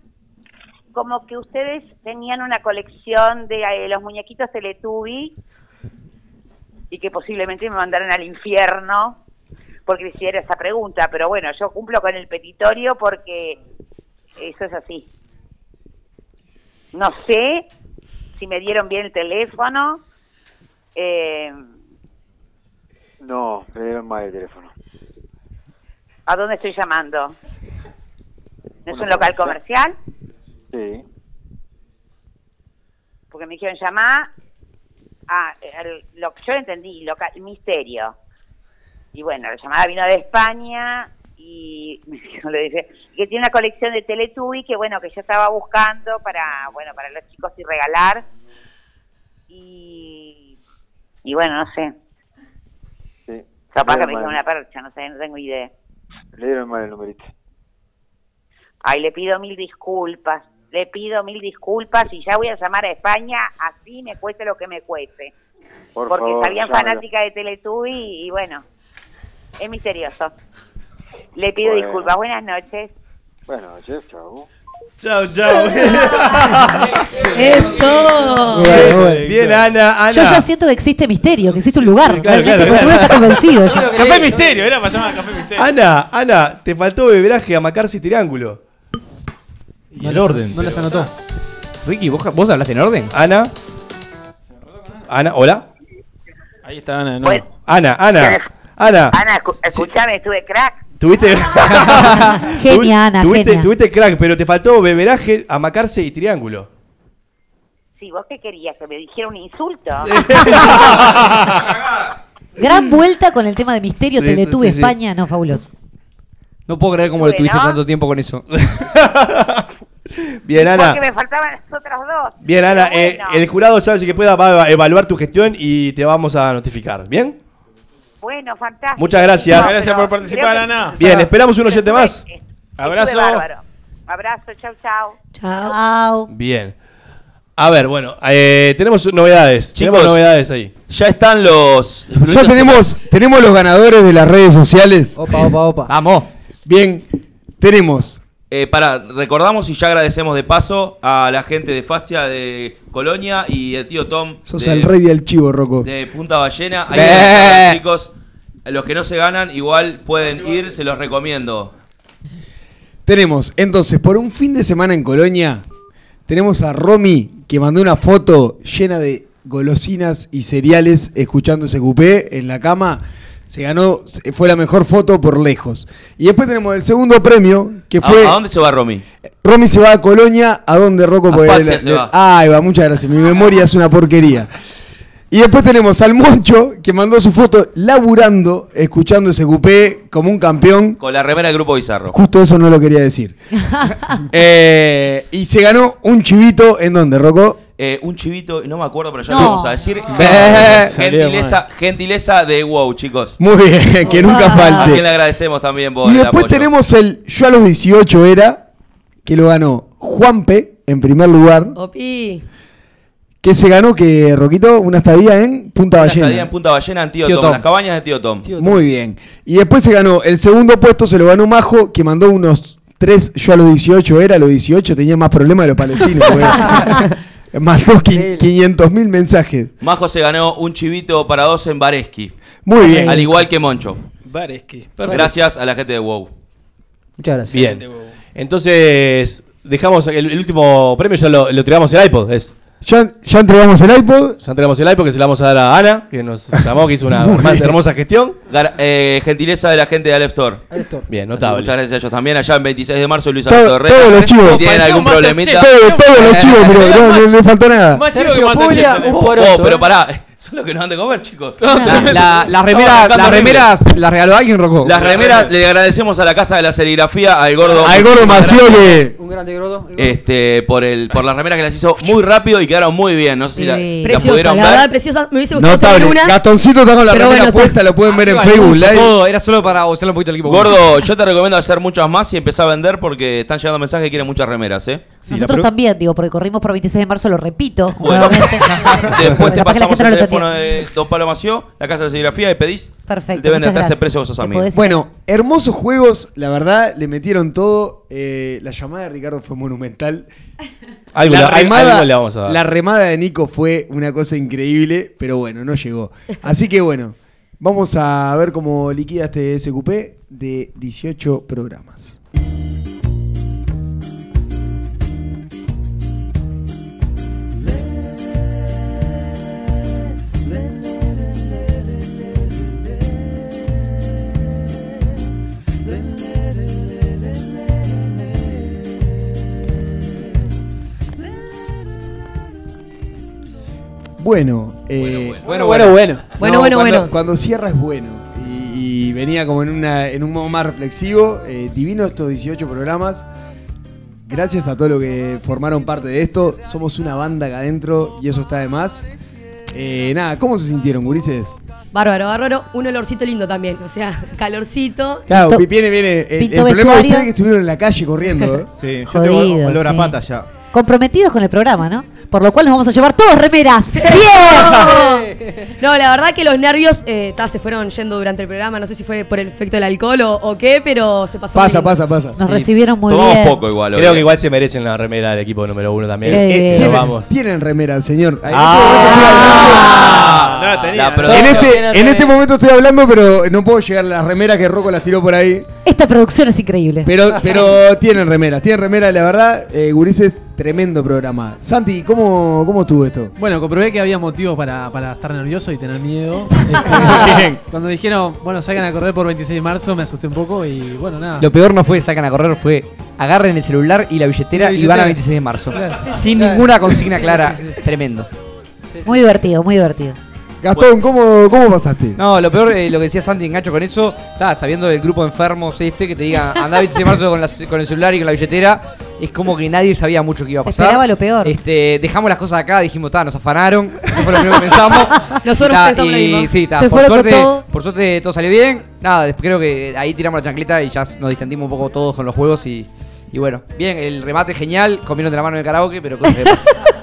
como que ustedes tenían una colección de eh, los muñequitos Teletubby y que posiblemente me mandaron al infierno porque hiciera esa pregunta, pero bueno, yo cumplo con el petitorio porque eso es así. No sé si me dieron bien el teléfono. eh, No, me dieron mal el teléfono. ¿A dónde estoy llamando? ¿No es Una un local provincia. comercial? Sí. Porque me dijeron llamar a... al- lo que yo entendí, local, misterio. Y bueno, la llamada vino de España y le dije que tiene una colección de Teletubby que bueno, que yo estaba buscando para, bueno, para los chicos y regalar. Y, y bueno, no sé. Sí. Capaz que Le dieron me hizo mal- una percha, no sé, no tengo idea. Le dieron mal el numerito. Ay, le pido mil disculpas, le pido mil disculpas y ya voy a llamar a España, así me cueste lo que me cueste. Por porque favor, sabían llámelo. fanática de Teletubby y, y bueno, es misterioso. Le pido Bueno. disculpas, buenas noches. Buenas noches, chao. Chao, chao. Eso. Bien, bien, Ana, Ana. Yo ya siento que existe misterio, que existe un lugar. claro, realmente, claro, porque claro. uno está convencido. ya. Café Misterio, era para llamar a Café Misterio. Ana, Ana, te faltó beberaje, amacarse y triángulo. Y el orden. no las anotó. Ricky, ¿vos, hablaste en orden? Ana. Ana, hola. Ahí está Ana, no. Bueno. Ana, Ana. Ana, Ana, escu- escuchame, estuve crack. tuviste. Tuvi- Genia, Ana, Tuviste, genia. tuviste crack, pero te faltó beberaje, amacarse y triángulo. Sí, vos qué querías, que me dijera un insulto. Gran vuelta con el tema de misterio, Sí, Teletube sí, sí. España, no, fabuloso. No puedo creer cómo lo Bueno. tuviste tanto tiempo con eso. Bien, Ana. Porque me faltaban las otras dos. Bien, Ana. Pero eh, bueno. el jurado sabe si que pueda va a evaluar tu gestión y te vamos a notificar. ¿Bien? Bueno, fantástico. Muchas gracias. No, pero Gracias por participar, creo que- Ana. Bien, esperamos un oyente más. Abrazo. Estuve bárbaro. Abrazo, chau, chau. Chao. Bien. A ver, bueno, eh, tenemos novedades. tenemos Chicos, novedades ahí. Ya están los. Ya tenemos, tenemos los ganadores de las redes sociales. Opa, opa, opa. Vamos. Bien, tenemos. Eh, para, recordamos y ya agradecemos de paso a la gente de Fastia de Colonia y el tío Tom. Sos de- el rey del chivo, Rocco. De Punta Ballena. Ahí Ve. están los chicos. Los que no se ganan, igual pueden ir, se los recomiendo. Tenemos, entonces, por un fin de semana en Colonia, tenemos a Romy que mandó una foto llena de golosinas y cereales escuchando ese cupé en la cama. Se ganó, se- fue la mejor foto por lejos. Y después tenemos el segundo premio, que ¿A- fue... ¿A, dónde se va Romy? Romy se va a Colonia, ¿a dónde Rocco? A Porque Fascia le- se le- va. Ahí va, muchas gracias. Mi memoria es una porquería. Y después tenemos al Moncho, que mandó su foto laburando, escuchando ese cupé como un campeón. Con la remera del Grupo Bizarro. Justo eso no lo quería decir. Eh, y se ganó un chivito en donde, Rocco. Eh, un chivito, no me acuerdo, pero ya No. lo vamos a decir. Ve. Gentileza, gentileza de wow, chicos. Muy bien, que nunca A falte. quien le agradecemos también por y el después apoyo. tenemos el Yo a los 18 era, que lo ganó Juanpe en primer lugar, Opi. que se ganó, que Roquito, una estadía en Punta Una Ballena. estadía en Punta Ballena en Tío, Tío Tom, Tom. las cabañas de Tío Tom. Muy bien. Y después se ganó el segundo puesto, se lo ganó Majo, que mandó unos tres. Yo a los 18 era, a los 18 tenía más problemas de los palestinos. porque mandó 500 mil mensajes. Majo se ganó un chivito para dos en Bareski. Muy bien. Al igual que Moncho. Bareski. Gracias a la gente de WoW. Muchas gracias. Bien. Entonces, dejamos el, el último premio, ya lo, lo entregamos el iPod. Es, Ya, ya entregamos el iPod. ya entregamos el iPod que se lo vamos a dar a Ana, que nos llamó, que hizo una Muy más bien. hermosa gestión. Gar- eh, gentileza de la gente de Aleph Store. Bien, notable. Muchas gracias a ellos también. Allá el 26 de marzo, Luis Todo- Alberto Herrera. todos los chivos. ¿eh? Si tienen Parecía algún un problemita. Todos todos los chivos, pero no, no, no faltó nada. Oh, pero pará. Son los que nos han de comer, chicos. eh. La- la- las Estamos remeras, arrancando las horrible. remeras, las regaló alguien, Rocco. Las remeras, le agradecemos a la Casa de la Serigrafía, al gordo. Al gordo Maciole. Un grande gordo. Este, por el, por las remeras que las hizo muy rápido y quedaron muy bien. No sé si la, la Preciosa, pudieron la ver. verdad, preciosa. Me hubiese gustado tener Notable. una. Gastoncito está con la Pero primera bueno, puesta, lo pueden ver en Arriba, Facebook luce Live. todo, era solo para usarlo un poquito el equipo. Gordo, yo te recomiendo hacer muchas más y empezar a vender porque están llegando mensajes que quieren muchas remeras, ¿eh? Nosotros también, digo, porque corrimos por 26 de marzo, lo repito. Bueno, nuevamente. después te Capaz que la pasamos gente no el lo teléfono entendió. de Don Pablo Mació, la casa de serigrafía, y pedís. Perfecto, Deben muchas de hacer gracias. precio esos amigos. Bueno, hermosos juegos, la verdad, le metieron todo. Eh, la llamada de Ricardo fue monumental. Algo la, le- algo remada, le vamos a dar. la remada de Nico fue una cosa increíble, pero bueno, no llegó. Así que bueno, vamos a ver cómo liquida este SQP de 18 programas. Bueno, eh, Bueno, bueno. Bueno, No, bueno, cuando, bueno. Cuando cierra es bueno. Y, y venía como en, una, en un modo más reflexivo. Eh, divino estos 18 programas. Gracias a todos los que formaron parte de esto. Somos una banda acá adentro y eso está de más. Eh, nada, ¿cómo se sintieron, gurises? Bárbaro, bárbaro. Un olorcito lindo también. O sea, calorcito. Claro, viene, viene. El, el Pinto problema de vestuario. ustedes es que estuvieron en la calle corriendo. ¿eh? Sí, yo tengo Jodido, olor a sí. pata ya. Comprometidos con el programa, ¿no? Por lo cual nos vamos a llevar todos remeras. ¡Bien! No, la verdad que los nervios eh, ta, se fueron yendo durante el programa. No sé si fue por el efecto del alcohol o, o qué, pero se pasó. muy Pasa, lindo. pasa, pasa. Nos recibieron muy Tomamos bien. poco igual. Creo que igual se merecen la remera del equipo número uno también. Qué Pero Eh, bien. tienen, vamos. tienen remera, señor. Ahí- Ah, la en, producción. este, en este momento estoy hablando, pero no puedo llegar a las remeras que Rocco las tiró por ahí. Esta producción es increíble. Pero, pero tienen remeras, tienen remeras, la verdad, eh, Gurises, tremendo programa. Santi, ¿cómo, cómo estuvo esto? Bueno, comprobé que había motivos para, para estar nervioso y tener miedo. Bien. Este, cuando dijeron, bueno, salgan a correr por 26 de marzo, me asusté un poco y bueno, nada. Lo peor no fue sacan a correr, fue agarren el celular y la billetera, La y van billetera. a 26 de marzo. Claro. Sin ninguna consigna clara. Tremendo. Muy divertido, muy divertido. Gastón, ¿cómo, cómo pasaste? No, lo peor, eh, lo que decía Santi, engancho con eso, está sabiendo del grupo de enfermos este, que te digan, andá 26 de marzo con, las- con el celular y con la billetera, es como que nadie sabía mucho que iba a Se pasar. esperaba lo peor. Este, dejamos las cosas acá, dijimos, ta, nos afanaron, eso fue lo primero que pensamos. Nosotros Ta, pensamos lo y mismo. sí, ta, Se por, fueron con suerte, todo. por suerte todo salió bien, nada, des- creo que ahí tiramos la chancleta y ya s- nos distendimos un poco todos con los juegos y, y bueno, bien, el remate genial, comieron de la mano en el karaoke, pero cosas que pasan.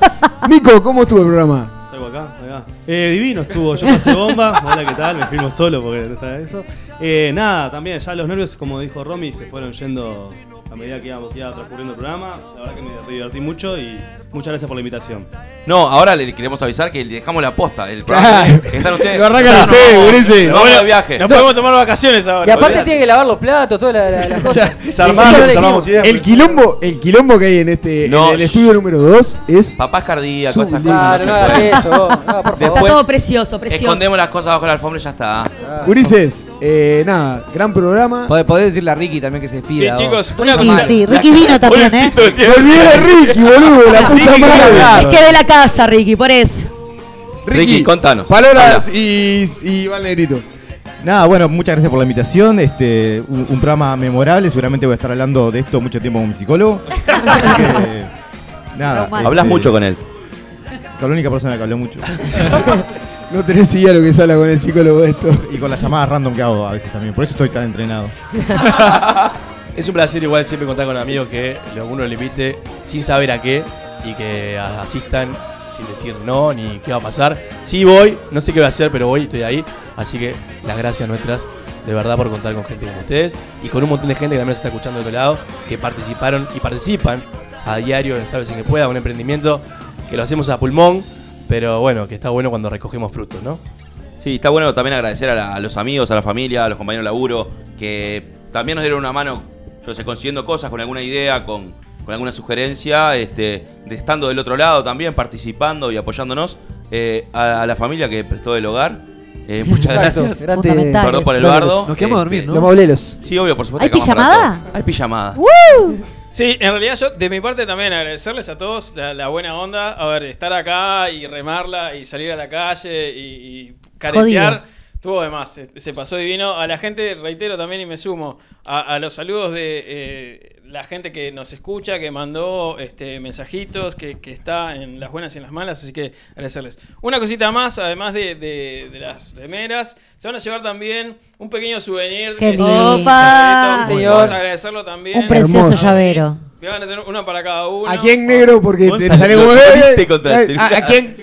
Nico, ¿cómo estuvo el programa? Salgo acá, ahí va. Eh, divino estuvo, yo pasé bomba. Hola, ¿qué tal? Me filmo solo porque no está eso. Eh, nada, también ya los nervios, como dijo Romy, se fueron yendo a medida que iba, que iba transcurriendo el programa. La verdad que me divertí mucho y muchas gracias por la invitación. No, ahora le queremos avisar que le dejamos la posta. El programa. Están ustedes. Lo arrancan No, no, ustedes, vamos, gurises. nos Vamos Bueno, de viaje. No podemos tomar vacaciones ahora. Y aparte tiene que lavar los platos, todas las la, las cosas. Eso Eso no no eh, le le dijimos. dijimos. El quilombo, el quilombo que hay en este pues. No, en el estudio número 2 es Papás cardíacos, esas Sublime. cosas. Claro, no se hagas pueden. eso, vos. No, por favor. Después Está todo precioso, precioso. Escondemos las cosas bajo la alfombra y ya está. Ulises, eh, nada, gran programa. Podés, decirle a Ricky también que se despida. Sí, vos. chicos, una Ricky, cosa- sí, Ricky vino también, ¿eh? Me olvidé de Ricky, boludo, la puta Ricky, madre. Es que de la casa, Ricky, por eso. Ricky, contanos. Palabras y, y Valerito. Nada, bueno, muchas gracias por la invitación. Este, un, un programa memorable. Seguramente voy a estar hablando de esto mucho tiempo con mi psicólogo. Así que, nada. este, Hablas mucho con él. Con la única persona que habló mucho. No tenés idea lo que se habla con el psicólogo de esto. Y con las llamadas random que hago a veces también. Por eso estoy tan entrenado. Es un placer igual siempre contar con amigos que lo- uno le invite sin saber a qué y que a- asistan sin decir no ni qué va a pasar. Sí voy, no sé qué voy a hacer, pero voy y estoy ahí. Así que las gracias nuestras de verdad por contar con gente como ustedes y con un montón de gente que también nos está escuchando de otro lado, que participaron y participan a diario en Sabes en que pueda, un emprendimiento que lo hacemos a pulmón, pero bueno, que está bueno cuando recogemos frutos, ¿no? Sí, está bueno también agradecer a, la- a los amigos, a la familia, a los compañeros de laburo, que también nos dieron una mano, yo sé, consiguiendo cosas, con alguna idea, con, con alguna sugerencia, este, de estando del otro lado también, participando y apoyándonos. Eh, a, a la familia que prestó el hogar. eh, muchas Exacto, gracias. grandes- Perdón por el Fundamentales. bardo. Este, Nos quedamos a dormir, ¿no? Los mauleros. Sí, obvio, por supuesto. ¿Hay que vamos a pijamada? rato. Hay pijamada. Sí, en realidad yo de mi parte también agradecerles a todos la, la buena onda, a ver, estar acá y remarla y salir a la calle y, y caretear, tuvo de más, se, se pasó divino. A la gente, reitero también y me sumo, a, a los saludos de eh, la gente que nos escucha, que mandó este, mensajitos, que, que está en las buenas y en las malas, así que agradecerles. Una cosita más, además de, de- de las remeras, se van a llevar también un pequeño souvenir. Qué este, lindo. Opa. llaverito, Señor. vamos a agradecerlo también. Un precioso Hermoso. llavero. Van a tener una para cada uno. Aquí en negro porque te sale como- eh, ¿A, a- a quién,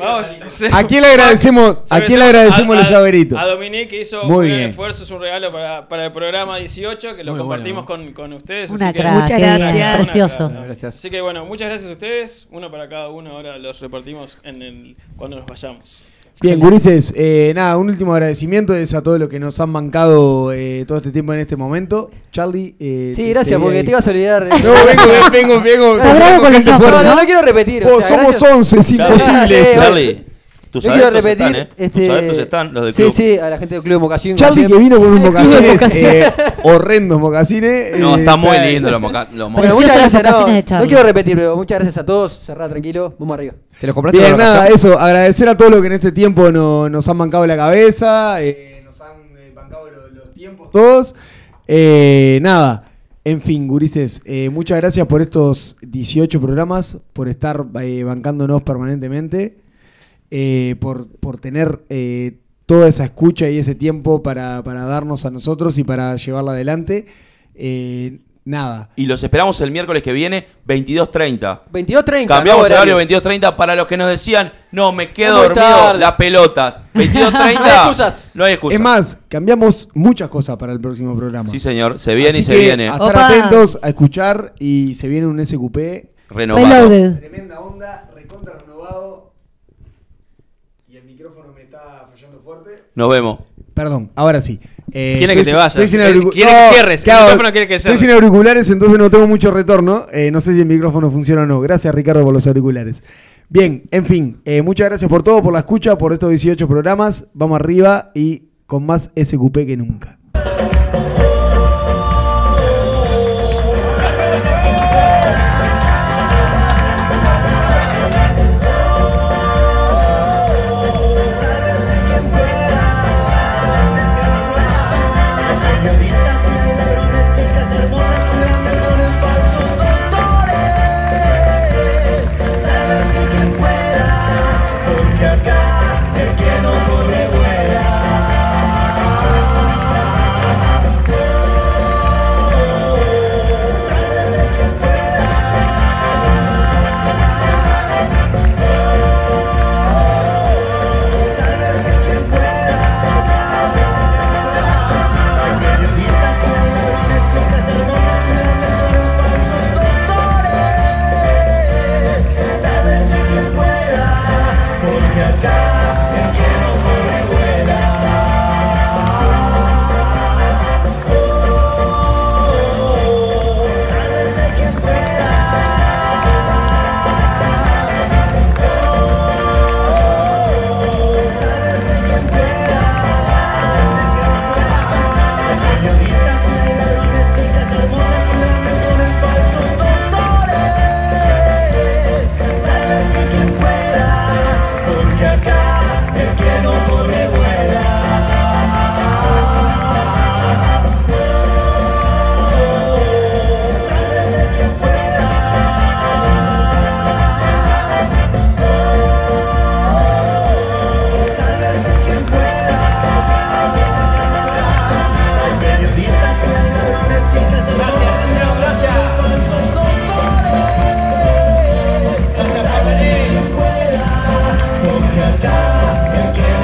a quién le agradecemos? ¿A quién le agradecemos los llaveritos? A Dominique que hizo Muy un gran bien. esfuerzo, es un regalo para, para el programa 18 que lo compartimos con, con ustedes. Una así que- crack, Muchas qué gracias. bien, precioso. crack. Gracias. Así que bueno, muchas gracias a ustedes. Uno para cada uno. Ahora los repartimos en el, cuando nos vayamos. Bien, gurises, eh, nada, un último agradecimiento es a todos los que nos han bancado eh, todo este tiempo en este momento. Charlie, eh, Sí, gracias, voy porque ahí. te ibas a olvidar. No, vengo, vengo, vengo. Hablamos con gente el- fuerte. No, no, no quiero repetir. o Vos sea, somos gracias. 11, es imposible. Dale, Charlie, No tus quiero adeptos repetir. están, ¿eh? este, Tus adeptos están, los del sí, club. sí, a la gente del Club de Vocación. Charlie que como vino con unos siempre. mocasines eh, horrendos mocasines. No, eh, está muy lindo los moca- los Bueno, mocasines. muchas Preciosos gracias, los no, mocasines de Charlie. no quiero repetir, pero muchas gracias a todos. Cerrá tranquilo, vamos arriba. ¿Te los compraste Bien, de vacaciones? nada, eso, agradecer a todos los que en este tiempo no- nos han bancado la cabeza, eh, nos han eh, bancado lo- los, tiempos todos. Eh, nada, en fin, gurises, eh, muchas gracias por estos 18 programas, por estar eh, bancándonos permanentemente, eh, por, por tener eh, toda esa escucha y ese tiempo para, para darnos a nosotros y para llevarla adelante. Eh, nada. Y los esperamos el miércoles que viene, 22.30. 22.30. Cambiamos no, el horario horario. 22.30 para los que nos decían, no, me quedo Muy dormido, tarde. las pelotas. 22.30. No hay excusas. No hay excusas. Es más, cambiamos muchas cosas para el próximo programa. Sí, señor, se viene Así y se que, viene. A estar Opa. atentos, a escuchar y se viene un SQP. Renovado. Reloaded. Tremenda onda, recontra renovado. Y el micrófono me está fallando fuerte. Nos vemos. Perdón, ahora sí. Eh, Quiere que estoy- te vayas. Estoy sin Él auricu- quiere que cierres, ¿qué el hago? micrófono quiere que Estoy cierres. sin auriculares, entonces no tengo mucho retorno. Eh, no sé si el micrófono funciona o no. Gracias, Ricardo, por los auriculares. Bien, en fin, eh, muchas gracias por todo, por la escucha, por estos 18 programas. Vamos arriba y con más SQP que nunca. Sálvese quien Periodistas y de ladrones, chicas hermosas, grandes dones, falsos doctores. Sálvese quien pueda, porque acá el que no corre vuela. Sálvese quien pueda. Sálvese quien pueda. Hay periodistas y hay ladrones, chicas hermosas, cuñadas, los falsos doctores. Sálvese quien pueda, porque acá el que